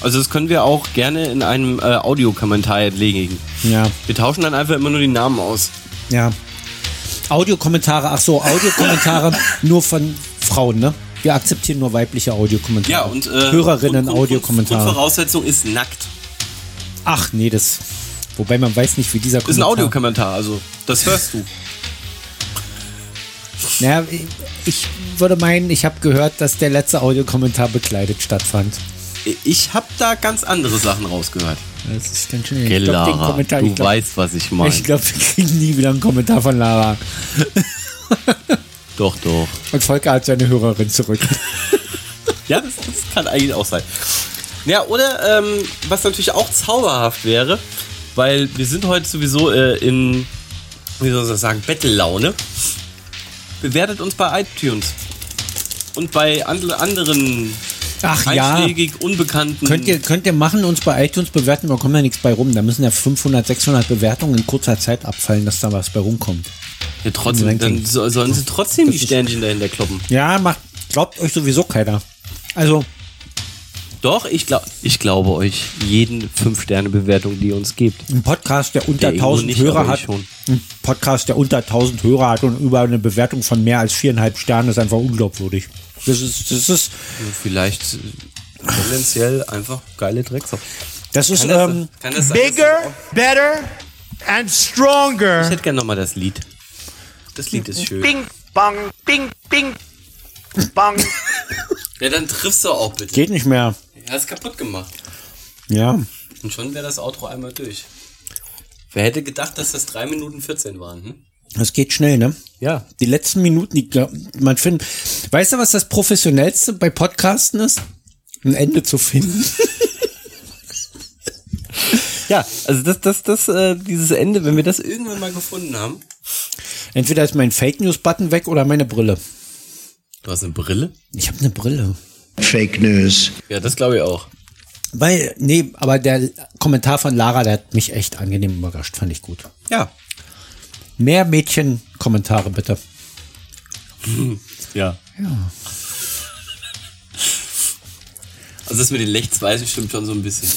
Speaker 3: Also das können wir auch gerne in einem äh, Audiokommentar entlegen.
Speaker 2: Ja.
Speaker 3: Wir tauschen dann einfach immer nur die Namen aus.
Speaker 2: Ja. Audiokommentare, ach so, Audiokommentare nur von Frauen, ne? Wir akzeptieren nur weibliche Audiokommentare.
Speaker 3: Ja, und äh,
Speaker 2: Hörerinnen
Speaker 3: und- und- Und
Speaker 2: Audiokommentare.
Speaker 3: Voraussetzung ist nackt.
Speaker 2: Ach nee, das. Wobei man weiß nicht, wie dieser
Speaker 3: Ist ein
Speaker 2: Kommentar.
Speaker 3: Audiokommentar, also das hörst du.
Speaker 2: Naja, ich würde meinen, ich habe gehört, dass der letzte Audiokommentar bekleidet stattfand.
Speaker 3: Ich habe da ganz andere Sachen rausgehört.
Speaker 2: Das ist ganz schön. Ich glaub, den Kommentar, ich glaub-
Speaker 3: was ich
Speaker 2: Ich glaube, wir kriegen nie wieder einen Kommentar von Lara.
Speaker 3: Doch, doch.
Speaker 2: Und Volker hat seine Hörerin zurück.
Speaker 3: Ja, das, das kann eigentlich auch sein. Ja, oder ähm, was natürlich auch zauberhaft wäre, weil wir sind heute sowieso äh, in, wie soll ich das sagen, Bettellaune. Bewertet uns bei iTunes und bei and anderen
Speaker 2: Ach ja.
Speaker 3: einschlägig unbekannten.
Speaker 2: Könnt ihr, könnt ihr machen, uns bei iTunes bewerten, da kommt ja nichts bei rum. Da müssen ja 500, 600 Bewertungen in kurzer Zeit abfallen, dass da was bei rumkommt.
Speaker 3: ja, trotzdem, dann so- sollen
Speaker 2: Oh,
Speaker 3: sie trotzdem die Sternchen dahinter kloppen.
Speaker 2: Ja, macht, glaubt euch sowieso keiner. Also,
Speaker 3: Doch, ich, glaub, ich glaube euch jeden 5-Sterne-Bewertung, die ihr uns gebt.
Speaker 2: ein Podcast, der unter
Speaker 3: Der Ingo
Speaker 2: 1000
Speaker 3: nicht,
Speaker 2: Hörer
Speaker 3: aber
Speaker 2: hat,
Speaker 3: ich schon.
Speaker 2: ein Podcast, der unter 1000 Hörer hat und über eine Bewertung von mehr als viereinhalb Sternen ist einfach unglaubwürdig. Das ist, das ist,
Speaker 3: Vielleicht äh, tendenziell einfach geile Drecksau.
Speaker 2: das ist,
Speaker 3: Kann das-
Speaker 2: ähm,
Speaker 3: kann das sein,
Speaker 12: Bigger, better, and
Speaker 3: Ich
Speaker 12: stronger.
Speaker 3: hätte gerne nochmal das Lied. Das Lied ist schön.
Speaker 8: Bing, bang, bing, bing, bang.
Speaker 3: Ja, dann triffst du auch bitte.
Speaker 2: geht nicht mehr.
Speaker 3: Er hat es kaputt gemacht.
Speaker 2: Ja.
Speaker 3: Und schon wäre das Outro einmal durch. Wer hätte gedacht, dass das 3 Minuten 14 waren? Hm?
Speaker 2: Das geht schnell, ne?
Speaker 3: Ja.
Speaker 2: Die letzten Minuten, die glaub- man findet. Weißt du, was das Professionellste bei Podcasten ist? Ein Ende zu finden.
Speaker 3: Ja, also das, das, das, äh, dieses Ende, wenn wir das irgendwann mal gefunden haben.
Speaker 2: Entweder ist mein Fake News Button weg oder meine Brille.
Speaker 3: Du hast eine Brille?
Speaker 2: Ich habe eine Brille.
Speaker 4: Fake News.
Speaker 3: Ja, das glaube ich auch.
Speaker 2: Weil, nee, aber der Kommentar von Lara, der hat mich echt angenehm überrascht, fand ich gut.
Speaker 3: Ja.
Speaker 2: Mehr Mädchen-Kommentare bitte.
Speaker 3: Ja.
Speaker 2: Ja.
Speaker 3: Also das mit den Lechtsweisen stimmt schon so ein bisschen.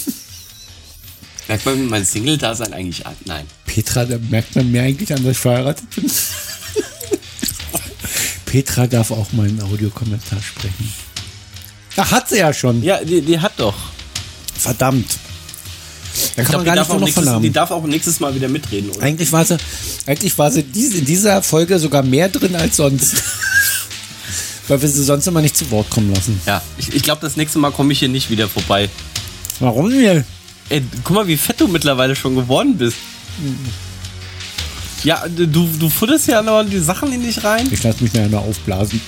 Speaker 3: Merkt man mein Single-Dasein eigentlich an? Nein.
Speaker 2: Petra, da merkt man mir eigentlich an, dass ich verheiratet bin. Petra darf auch mal einen Audiokommentar sprechen. Ach, hat sie ja schon.
Speaker 3: Ja, die, die hat doch.
Speaker 2: Verdammt. Da kann
Speaker 3: Ich
Speaker 2: man
Speaker 3: glaub,
Speaker 2: gar
Speaker 3: die,
Speaker 2: nicht
Speaker 3: darf
Speaker 2: nur noch
Speaker 3: auch
Speaker 2: von
Speaker 3: nächstes, die
Speaker 2: haben.
Speaker 3: darf auch nächstes Mal wieder mitreden, oder?
Speaker 2: Eigentlich war sie, eigentlich war sie dies- in dieser Folge sogar mehr drin als sonst. Weil wir sie sonst immer nicht zu Wort kommen lassen.
Speaker 3: Ja, ich, ich glaube, das nächste Mal komme ich hier nicht wieder vorbei.
Speaker 2: Warum denn?
Speaker 3: Ey, guck mal, wie fett du mittlerweile schon geworden bist. Ja, du, du futterst ja noch die Sachen in dich rein.
Speaker 2: Ich lasse mich nachher noch aufblasen.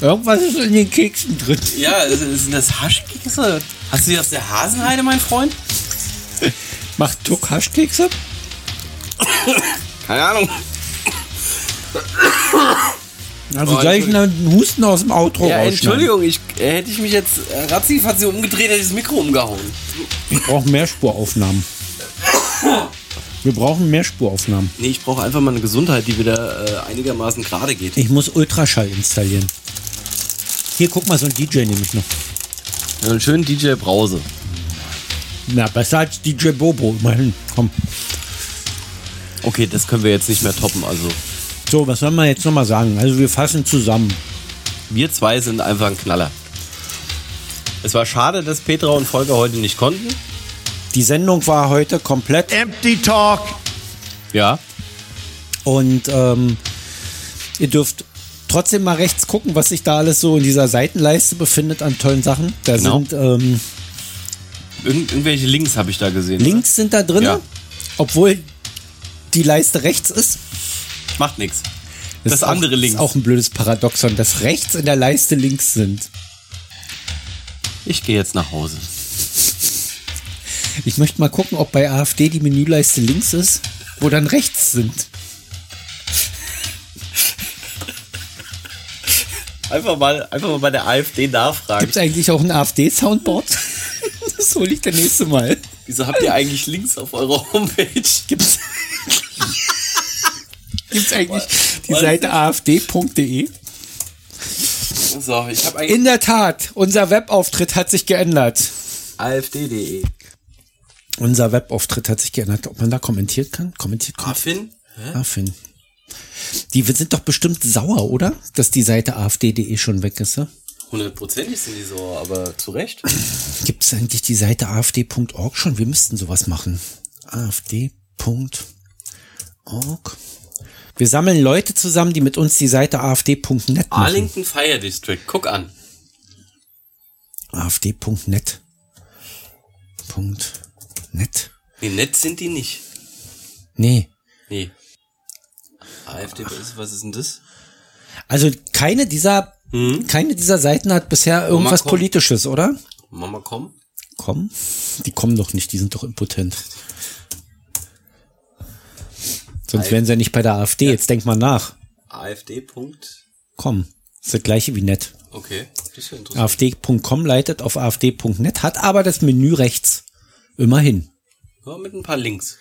Speaker 2: Irgendwas ist in den Keksen drin.
Speaker 3: Ja, sind das Haschkekse? Hast du die aus der Hasenheide, mein Freund?
Speaker 2: Macht Tuck Haschkekse?
Speaker 3: Keine Ahnung.
Speaker 2: Also
Speaker 3: Oh,
Speaker 2: gleich Also einen Husten aus dem Outro
Speaker 3: Ja,
Speaker 2: rausschneiden.
Speaker 3: Entschuldigung, ich, äh, hätte ich mich jetzt äh, ratzi umgedreht, hätte ich das Mikro umgehauen.
Speaker 2: Wir brauchen mehr Spuraufnahmen. Wir brauchen mehr Spuraufnahmen.
Speaker 3: Nee, ich brauche einfach mal eine Gesundheit, die wieder äh, einigermaßen gerade geht.
Speaker 2: Ich muss Ultraschall installieren. Hier, guck mal, so ein DJ nehme ich noch.
Speaker 3: Ja, einen schönen DJ Brause.
Speaker 2: Na, besser als DJ Bobo, immerhin. Komm.
Speaker 3: Okay, das können wir jetzt nicht mehr toppen. Also,
Speaker 2: So, was soll man jetzt nochmal sagen? Also, wir fassen zusammen.
Speaker 3: wir zwei sind einfach ein Knaller. Es war schade, dass Petra und Volker heute nicht konnten.
Speaker 2: Die Sendung war heute komplett
Speaker 12: Empty talk.
Speaker 3: Ja.
Speaker 2: und ähm, ihr dürft trotzdem mal rechts gucken, was sich da alles so in dieser Seitenleiste befindet an tollen Sachen. Da
Speaker 3: Genau.
Speaker 2: sind ähm,
Speaker 3: Irgend, irgendwelche Links habe ich da gesehen.
Speaker 2: Links sind da drin,
Speaker 3: Ja.
Speaker 2: obwohl die Leiste rechts ist.
Speaker 3: Macht nichts. Das,
Speaker 2: ist
Speaker 3: andere
Speaker 2: auch,
Speaker 3: links.
Speaker 2: Ist auch ein blödes Paradoxon, dass rechts in der Leiste links sind.
Speaker 3: Ich gehe jetzt nach Hause.
Speaker 2: Ich möchte mal gucken, ob bei AfD die Menüleiste links ist, wo dann rechts sind.
Speaker 3: Einfach mal, einfach mal bei der AfD nachfragen.
Speaker 2: Gibt es eigentlich auch ein AfD-Soundboard? das hole ich das nächste Mal.
Speaker 3: Wieso habt ihr eigentlich Links auf eurer Homepage?
Speaker 2: Gibt's, gibt's eigentlich die Seite afd.de?
Speaker 3: So, ich habe eigentlich
Speaker 2: In der Tat, unser Webauftritt hat sich geändert. E.
Speaker 3: AfD.de.
Speaker 2: Unser Webauftritt hat sich geändert. Ob man da kommentiert kann? Kommentiert, kommentiert.
Speaker 3: Affin? Hä?
Speaker 2: Ah, Finn. Die sind doch bestimmt sauer, oder? Dass die Seite afd.de E schon weg ist. ne? Ja?
Speaker 3: Hundertprozentig sind die so, aber zu Recht.
Speaker 2: Gibt es eigentlich die Seite afd.org schon? Wir müssten sowas machen. afd.org. Wir sammeln Leute zusammen, die mit uns die Seite afd.net machen.
Speaker 3: Arlington Fire District, guck an.
Speaker 2: afd.net. Punkt. Net.
Speaker 3: Nee, nett sind die nicht.
Speaker 2: Nee.
Speaker 3: Nee. AfD, ist- was ist denn das?
Speaker 2: Also keine dieser,
Speaker 3: Mhm.
Speaker 2: keine dieser Seiten hat bisher irgendwas
Speaker 3: komm.
Speaker 2: Politisches, oder?
Speaker 3: Mama, komm.
Speaker 2: Kommen? Die kommen doch nicht, die sind doch impotent. Sonst wären sie ja nicht bei der AfD. Jetzt denk mal nach.
Speaker 3: AfD. Punkt.
Speaker 2: Komm. Ist das gleiche wie net.
Speaker 3: Okay, das ist ja interessant.
Speaker 2: AfD.com leitet auf AfD.net, hat aber das Menü rechts. Immerhin.
Speaker 3: Ja, mit ein paar Links.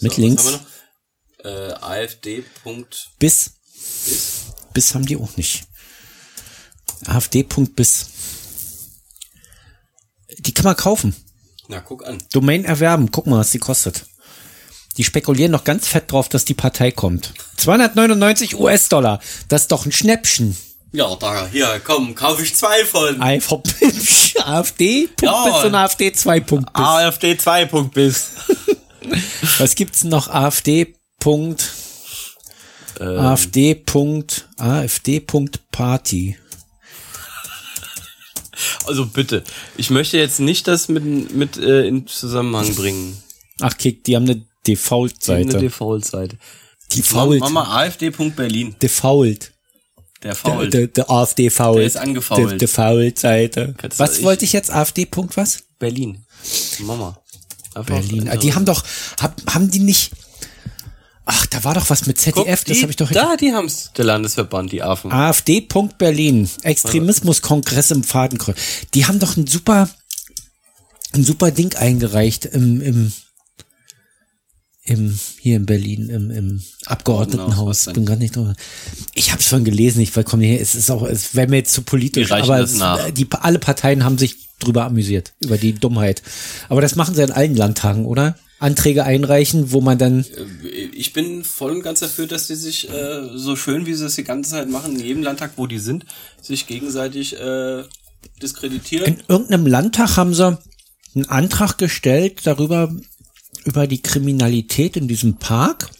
Speaker 2: Mit
Speaker 3: was
Speaker 2: links.
Speaker 3: haben wir noch? Äh, AfD. Punkt.
Speaker 2: Bis. Bis haben die auch nicht. AfD.bis. Die kann man kaufen.
Speaker 3: Na, guck an.
Speaker 2: Domain erwerben. Guck mal, was die kostet. Die spekulieren noch ganz fett drauf, dass die Partei kommt. 299 US-Dollar. Das ist doch ein Schnäppchen.
Speaker 3: Ja, da, hier, komm, kaufe ich zwei von.
Speaker 2: Einfach AfD
Speaker 3: Ja.
Speaker 2: Punkt und AfD 2 Punkt bis.
Speaker 3: AfD 2 Punkt bis.
Speaker 2: Was gibt's denn noch? AfD Punkt
Speaker 3: Ähm.
Speaker 2: AfD Punkt AfD Punkt Party.
Speaker 3: Also bitte, ich möchte jetzt nicht das mit, mit äh, in Zusammenhang bringen.
Speaker 2: Ach, kick, die haben eine
Speaker 3: Eine
Speaker 2: Default-Seite.
Speaker 3: Default-Seite.
Speaker 2: Default.
Speaker 3: Mama, AfD.Berlin.
Speaker 2: Default.
Speaker 3: Der
Speaker 2: Der,
Speaker 3: Fault.
Speaker 2: der, der AfD fault.
Speaker 3: Der ist angefault.
Speaker 2: Die Default-Seite.
Speaker 3: Kannst du-
Speaker 2: Was
Speaker 3: ich-
Speaker 2: wollte ich jetzt? AfD Punkt was?
Speaker 3: Berlin. Mama. Einfach also
Speaker 2: Berlin. Ah,
Speaker 3: andere-
Speaker 2: Die haben doch, hab, haben die nicht, ach, da war doch was mit
Speaker 3: Guck,
Speaker 2: ZDF, das
Speaker 3: die-
Speaker 2: habe ich doch.
Speaker 3: Da, die haben's. Ah. Der Landesverband, die Affen.
Speaker 2: AfD Punkt Berlin. Extremismuskongress im Fadenkreuz. Die haben doch ein super, ein super Ding eingereicht im, im, im, hier in Berlin, im, im
Speaker 3: Genau,
Speaker 2: Abgeordnetenhaus. Bin gar nicht drüber. Ich habe es schon gelesen, ich komme hier, es ist auch, es wäre mir jetzt zu politisch,
Speaker 3: Wir reichen
Speaker 2: aber
Speaker 3: das
Speaker 2: es,
Speaker 3: nach.
Speaker 2: äh, die, alle Parteien haben sich drüber amüsiert, über die Dummheit. Aber das machen sie in allen Landtagen, oder? Anträge einreichen, wo man dann,
Speaker 3: Ich bin voll und ganz dafür, dass die sich äh, so schön, wie sie es die ganze Zeit machen, in jedem Landtag, wo die sind, sich gegenseitig äh, diskreditieren.
Speaker 2: in irgendeinem Landtag haben sie einen Antrag gestellt darüber, über die Kriminalität in diesem Park.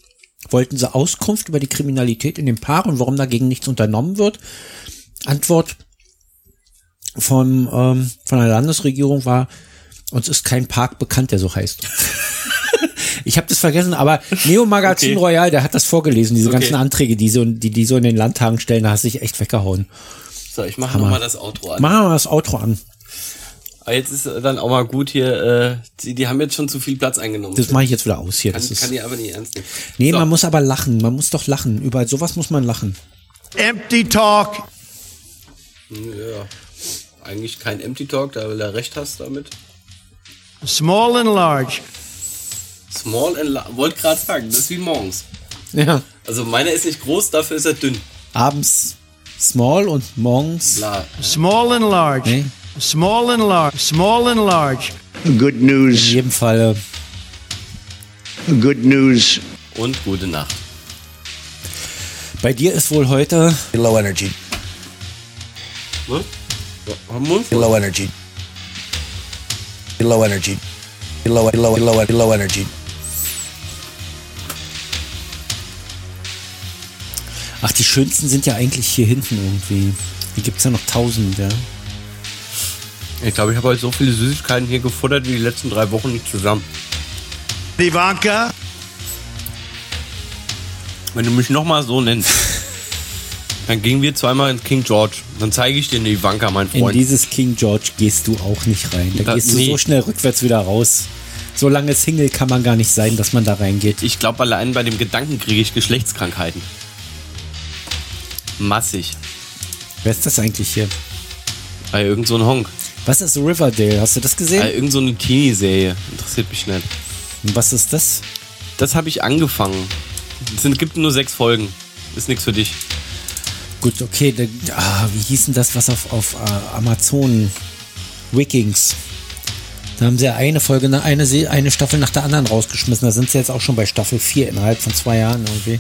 Speaker 2: Wollten sie Auskunft über die Kriminalität in dem Park und warum dagegen nichts unternommen wird? Antwort vom, ähm, von der Landesregierung war, uns ist kein Park bekannt, der so heißt. ich habe das vergessen, aber Neo Magazin
Speaker 3: Okay.
Speaker 2: Royal, der hat das vorgelesen, diese
Speaker 3: Okay.
Speaker 2: ganzen Anträge, die, so, die die so in den Landtagen stellen, da hast du dich echt weggehauen.
Speaker 3: So, ich mache
Speaker 2: Hammer.
Speaker 3: nochmal das Outro an.
Speaker 2: Machen wir mal das Outro an.
Speaker 3: Aber jetzt ist dann auch mal gut hier, äh, die, die haben jetzt schon zu viel Platz eingenommen.
Speaker 2: Das mache ich jetzt wieder aus hier.
Speaker 3: kann,
Speaker 2: Das ist,
Speaker 3: kann die aber nicht ernst nehmen.
Speaker 2: nee,
Speaker 3: So.
Speaker 2: man muss aber lachen. Man muss doch lachen. Über sowas muss man lachen.
Speaker 12: Empty talk.
Speaker 3: Hm, Ja, eigentlich kein Empty Talk, da will er recht hast damit.
Speaker 12: Small and large.
Speaker 3: Small and large. Wollte gerade sagen, das ist wie morgens.
Speaker 2: Ja.
Speaker 3: Also meiner ist nicht groß, dafür ist er dünn.
Speaker 2: Abends small und morgens.
Speaker 3: Klar.
Speaker 12: Small and large.
Speaker 4: Eh?
Speaker 12: Small and large. Small and large.
Speaker 4: Good news.
Speaker 2: In jedem Fall. äh,
Speaker 4: Good news.
Speaker 3: Und gute Nacht.
Speaker 2: Bei dir ist wohl heute.
Speaker 4: Low energy.
Speaker 3: Ne? Ja, haben wir uns?
Speaker 4: Low energy. Low energy. Low, low, low, low energy.
Speaker 2: Ach, die schönsten sind ja eigentlich hier hinten irgendwie. Hier gibt's ja noch tausend, ja.
Speaker 3: Ich glaube, ich habe heute so viele Süßigkeiten hier gefuttert wie die letzten drei Wochen nicht zusammen.
Speaker 12: Ivanka?
Speaker 3: Wenn du mich nochmal so nennst, dann gingen wir zweimal ins King George. Dann zeige ich dir eine Ivanka, mein
Speaker 2: In
Speaker 3: Freund.
Speaker 2: dieses King George gehst du auch nicht rein. Da
Speaker 3: Da-
Speaker 2: gehst du
Speaker 3: nee.
Speaker 2: so schnell rückwärts wieder raus. So lange Single kann man gar nicht sein, dass man da reingeht.
Speaker 3: ich glaube, allein bei dem Gedanken kriege ich Geschlechtskrankheiten. Massig.
Speaker 2: Wer ist das eigentlich hier?
Speaker 3: Bei irgend so ein Honk.
Speaker 2: Was ist Riverdale? Hast du das
Speaker 3: Bei
Speaker 2: gesehen?
Speaker 3: irgend so eine Teenie-Serie. Interessiert mich nicht.
Speaker 2: Und was ist das?
Speaker 3: Das habe ich angefangen. Es sind- gibt nur sechs Folgen. Ist nichts für dich.
Speaker 2: Gut, okay. Da, ah, wie hieß denn das, was auf, auf äh, Amazon? Wikings. Da haben sie ja eine Folge, nach- eine, Se- eine Staffel nach der anderen rausgeschmissen. Da sind sie jetzt auch schon bei Staffel 4 innerhalb von zwei Jahren irgendwie.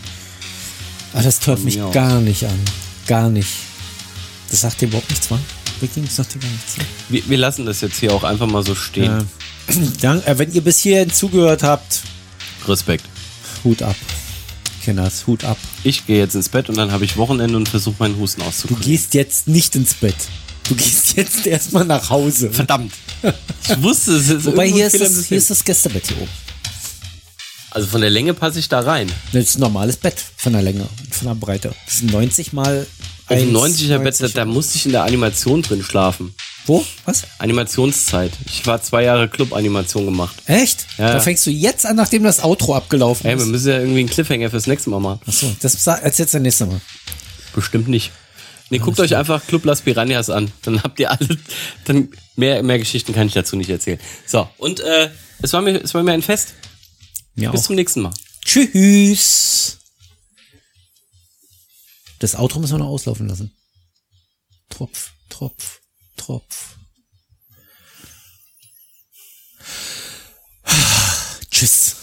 Speaker 2: Aber das tört mich
Speaker 3: Ja.
Speaker 2: gar nicht an. Gar nicht. Das sagt dir überhaupt nichts, wa? Wikings sagt dir gar nichts. ne?
Speaker 3: Wir, wir lassen das jetzt hier auch einfach mal so stehen.
Speaker 2: Dank, äh, wenn ihr bis hierhin zugehört habt,
Speaker 3: Respekt.
Speaker 2: Hut ab. Kenners, Hut ab.
Speaker 3: Ich gehe jetzt ins Bett und dann habe ich Wochenende und versuche meinen Husten
Speaker 2: Du
Speaker 3: auszukriegen.
Speaker 2: gehst jetzt nicht ins Bett. Du gehst jetzt erstmal nach Hause.
Speaker 3: Verdammt. Ich wusste es. Ist
Speaker 2: Wobei
Speaker 3: irgendwo
Speaker 2: hier
Speaker 3: ein
Speaker 2: ist,
Speaker 3: Fehler im
Speaker 2: das,
Speaker 3: System.
Speaker 2: hier ist das Gästebett hier oben.
Speaker 3: Also von der Länge passe ich da rein.
Speaker 2: Das ist ein normales Bett von der Länge und von der Breite. Das ist ein 90 mal
Speaker 3: Auf dem
Speaker 2: 1,
Speaker 3: 90er Bett, da, da musste ich in der Animation drin schlafen.
Speaker 2: Wo? Was?
Speaker 3: Animationszeit. Ich war zwei Jahre Club-Animation gemacht.
Speaker 2: Echt?
Speaker 3: Ja.
Speaker 2: Da fängst du jetzt an, nachdem das Outro abgelaufen
Speaker 3: Ey, wir
Speaker 2: ist.
Speaker 3: müssen ja irgendwie einen Cliffhanger fürs nächste Mal machen.
Speaker 2: Achso, das sa- erzählst du nächstes Mal.
Speaker 3: Bestimmt nicht. Nee, guckt euch einfach Club Las Piranhas an. Dann habt ihr alle. Dann mehr, mehr Geschichten kann ich dazu nicht erzählen. So, und äh, es, war mir, es war mir ein Fest.
Speaker 2: Mir
Speaker 3: Bis
Speaker 2: auch.
Speaker 3: zum nächsten Mal.
Speaker 2: Tschüss. Das Outro müssen wir noch auslaufen lassen. Tropf, Tropf, Tropf. Tschüss.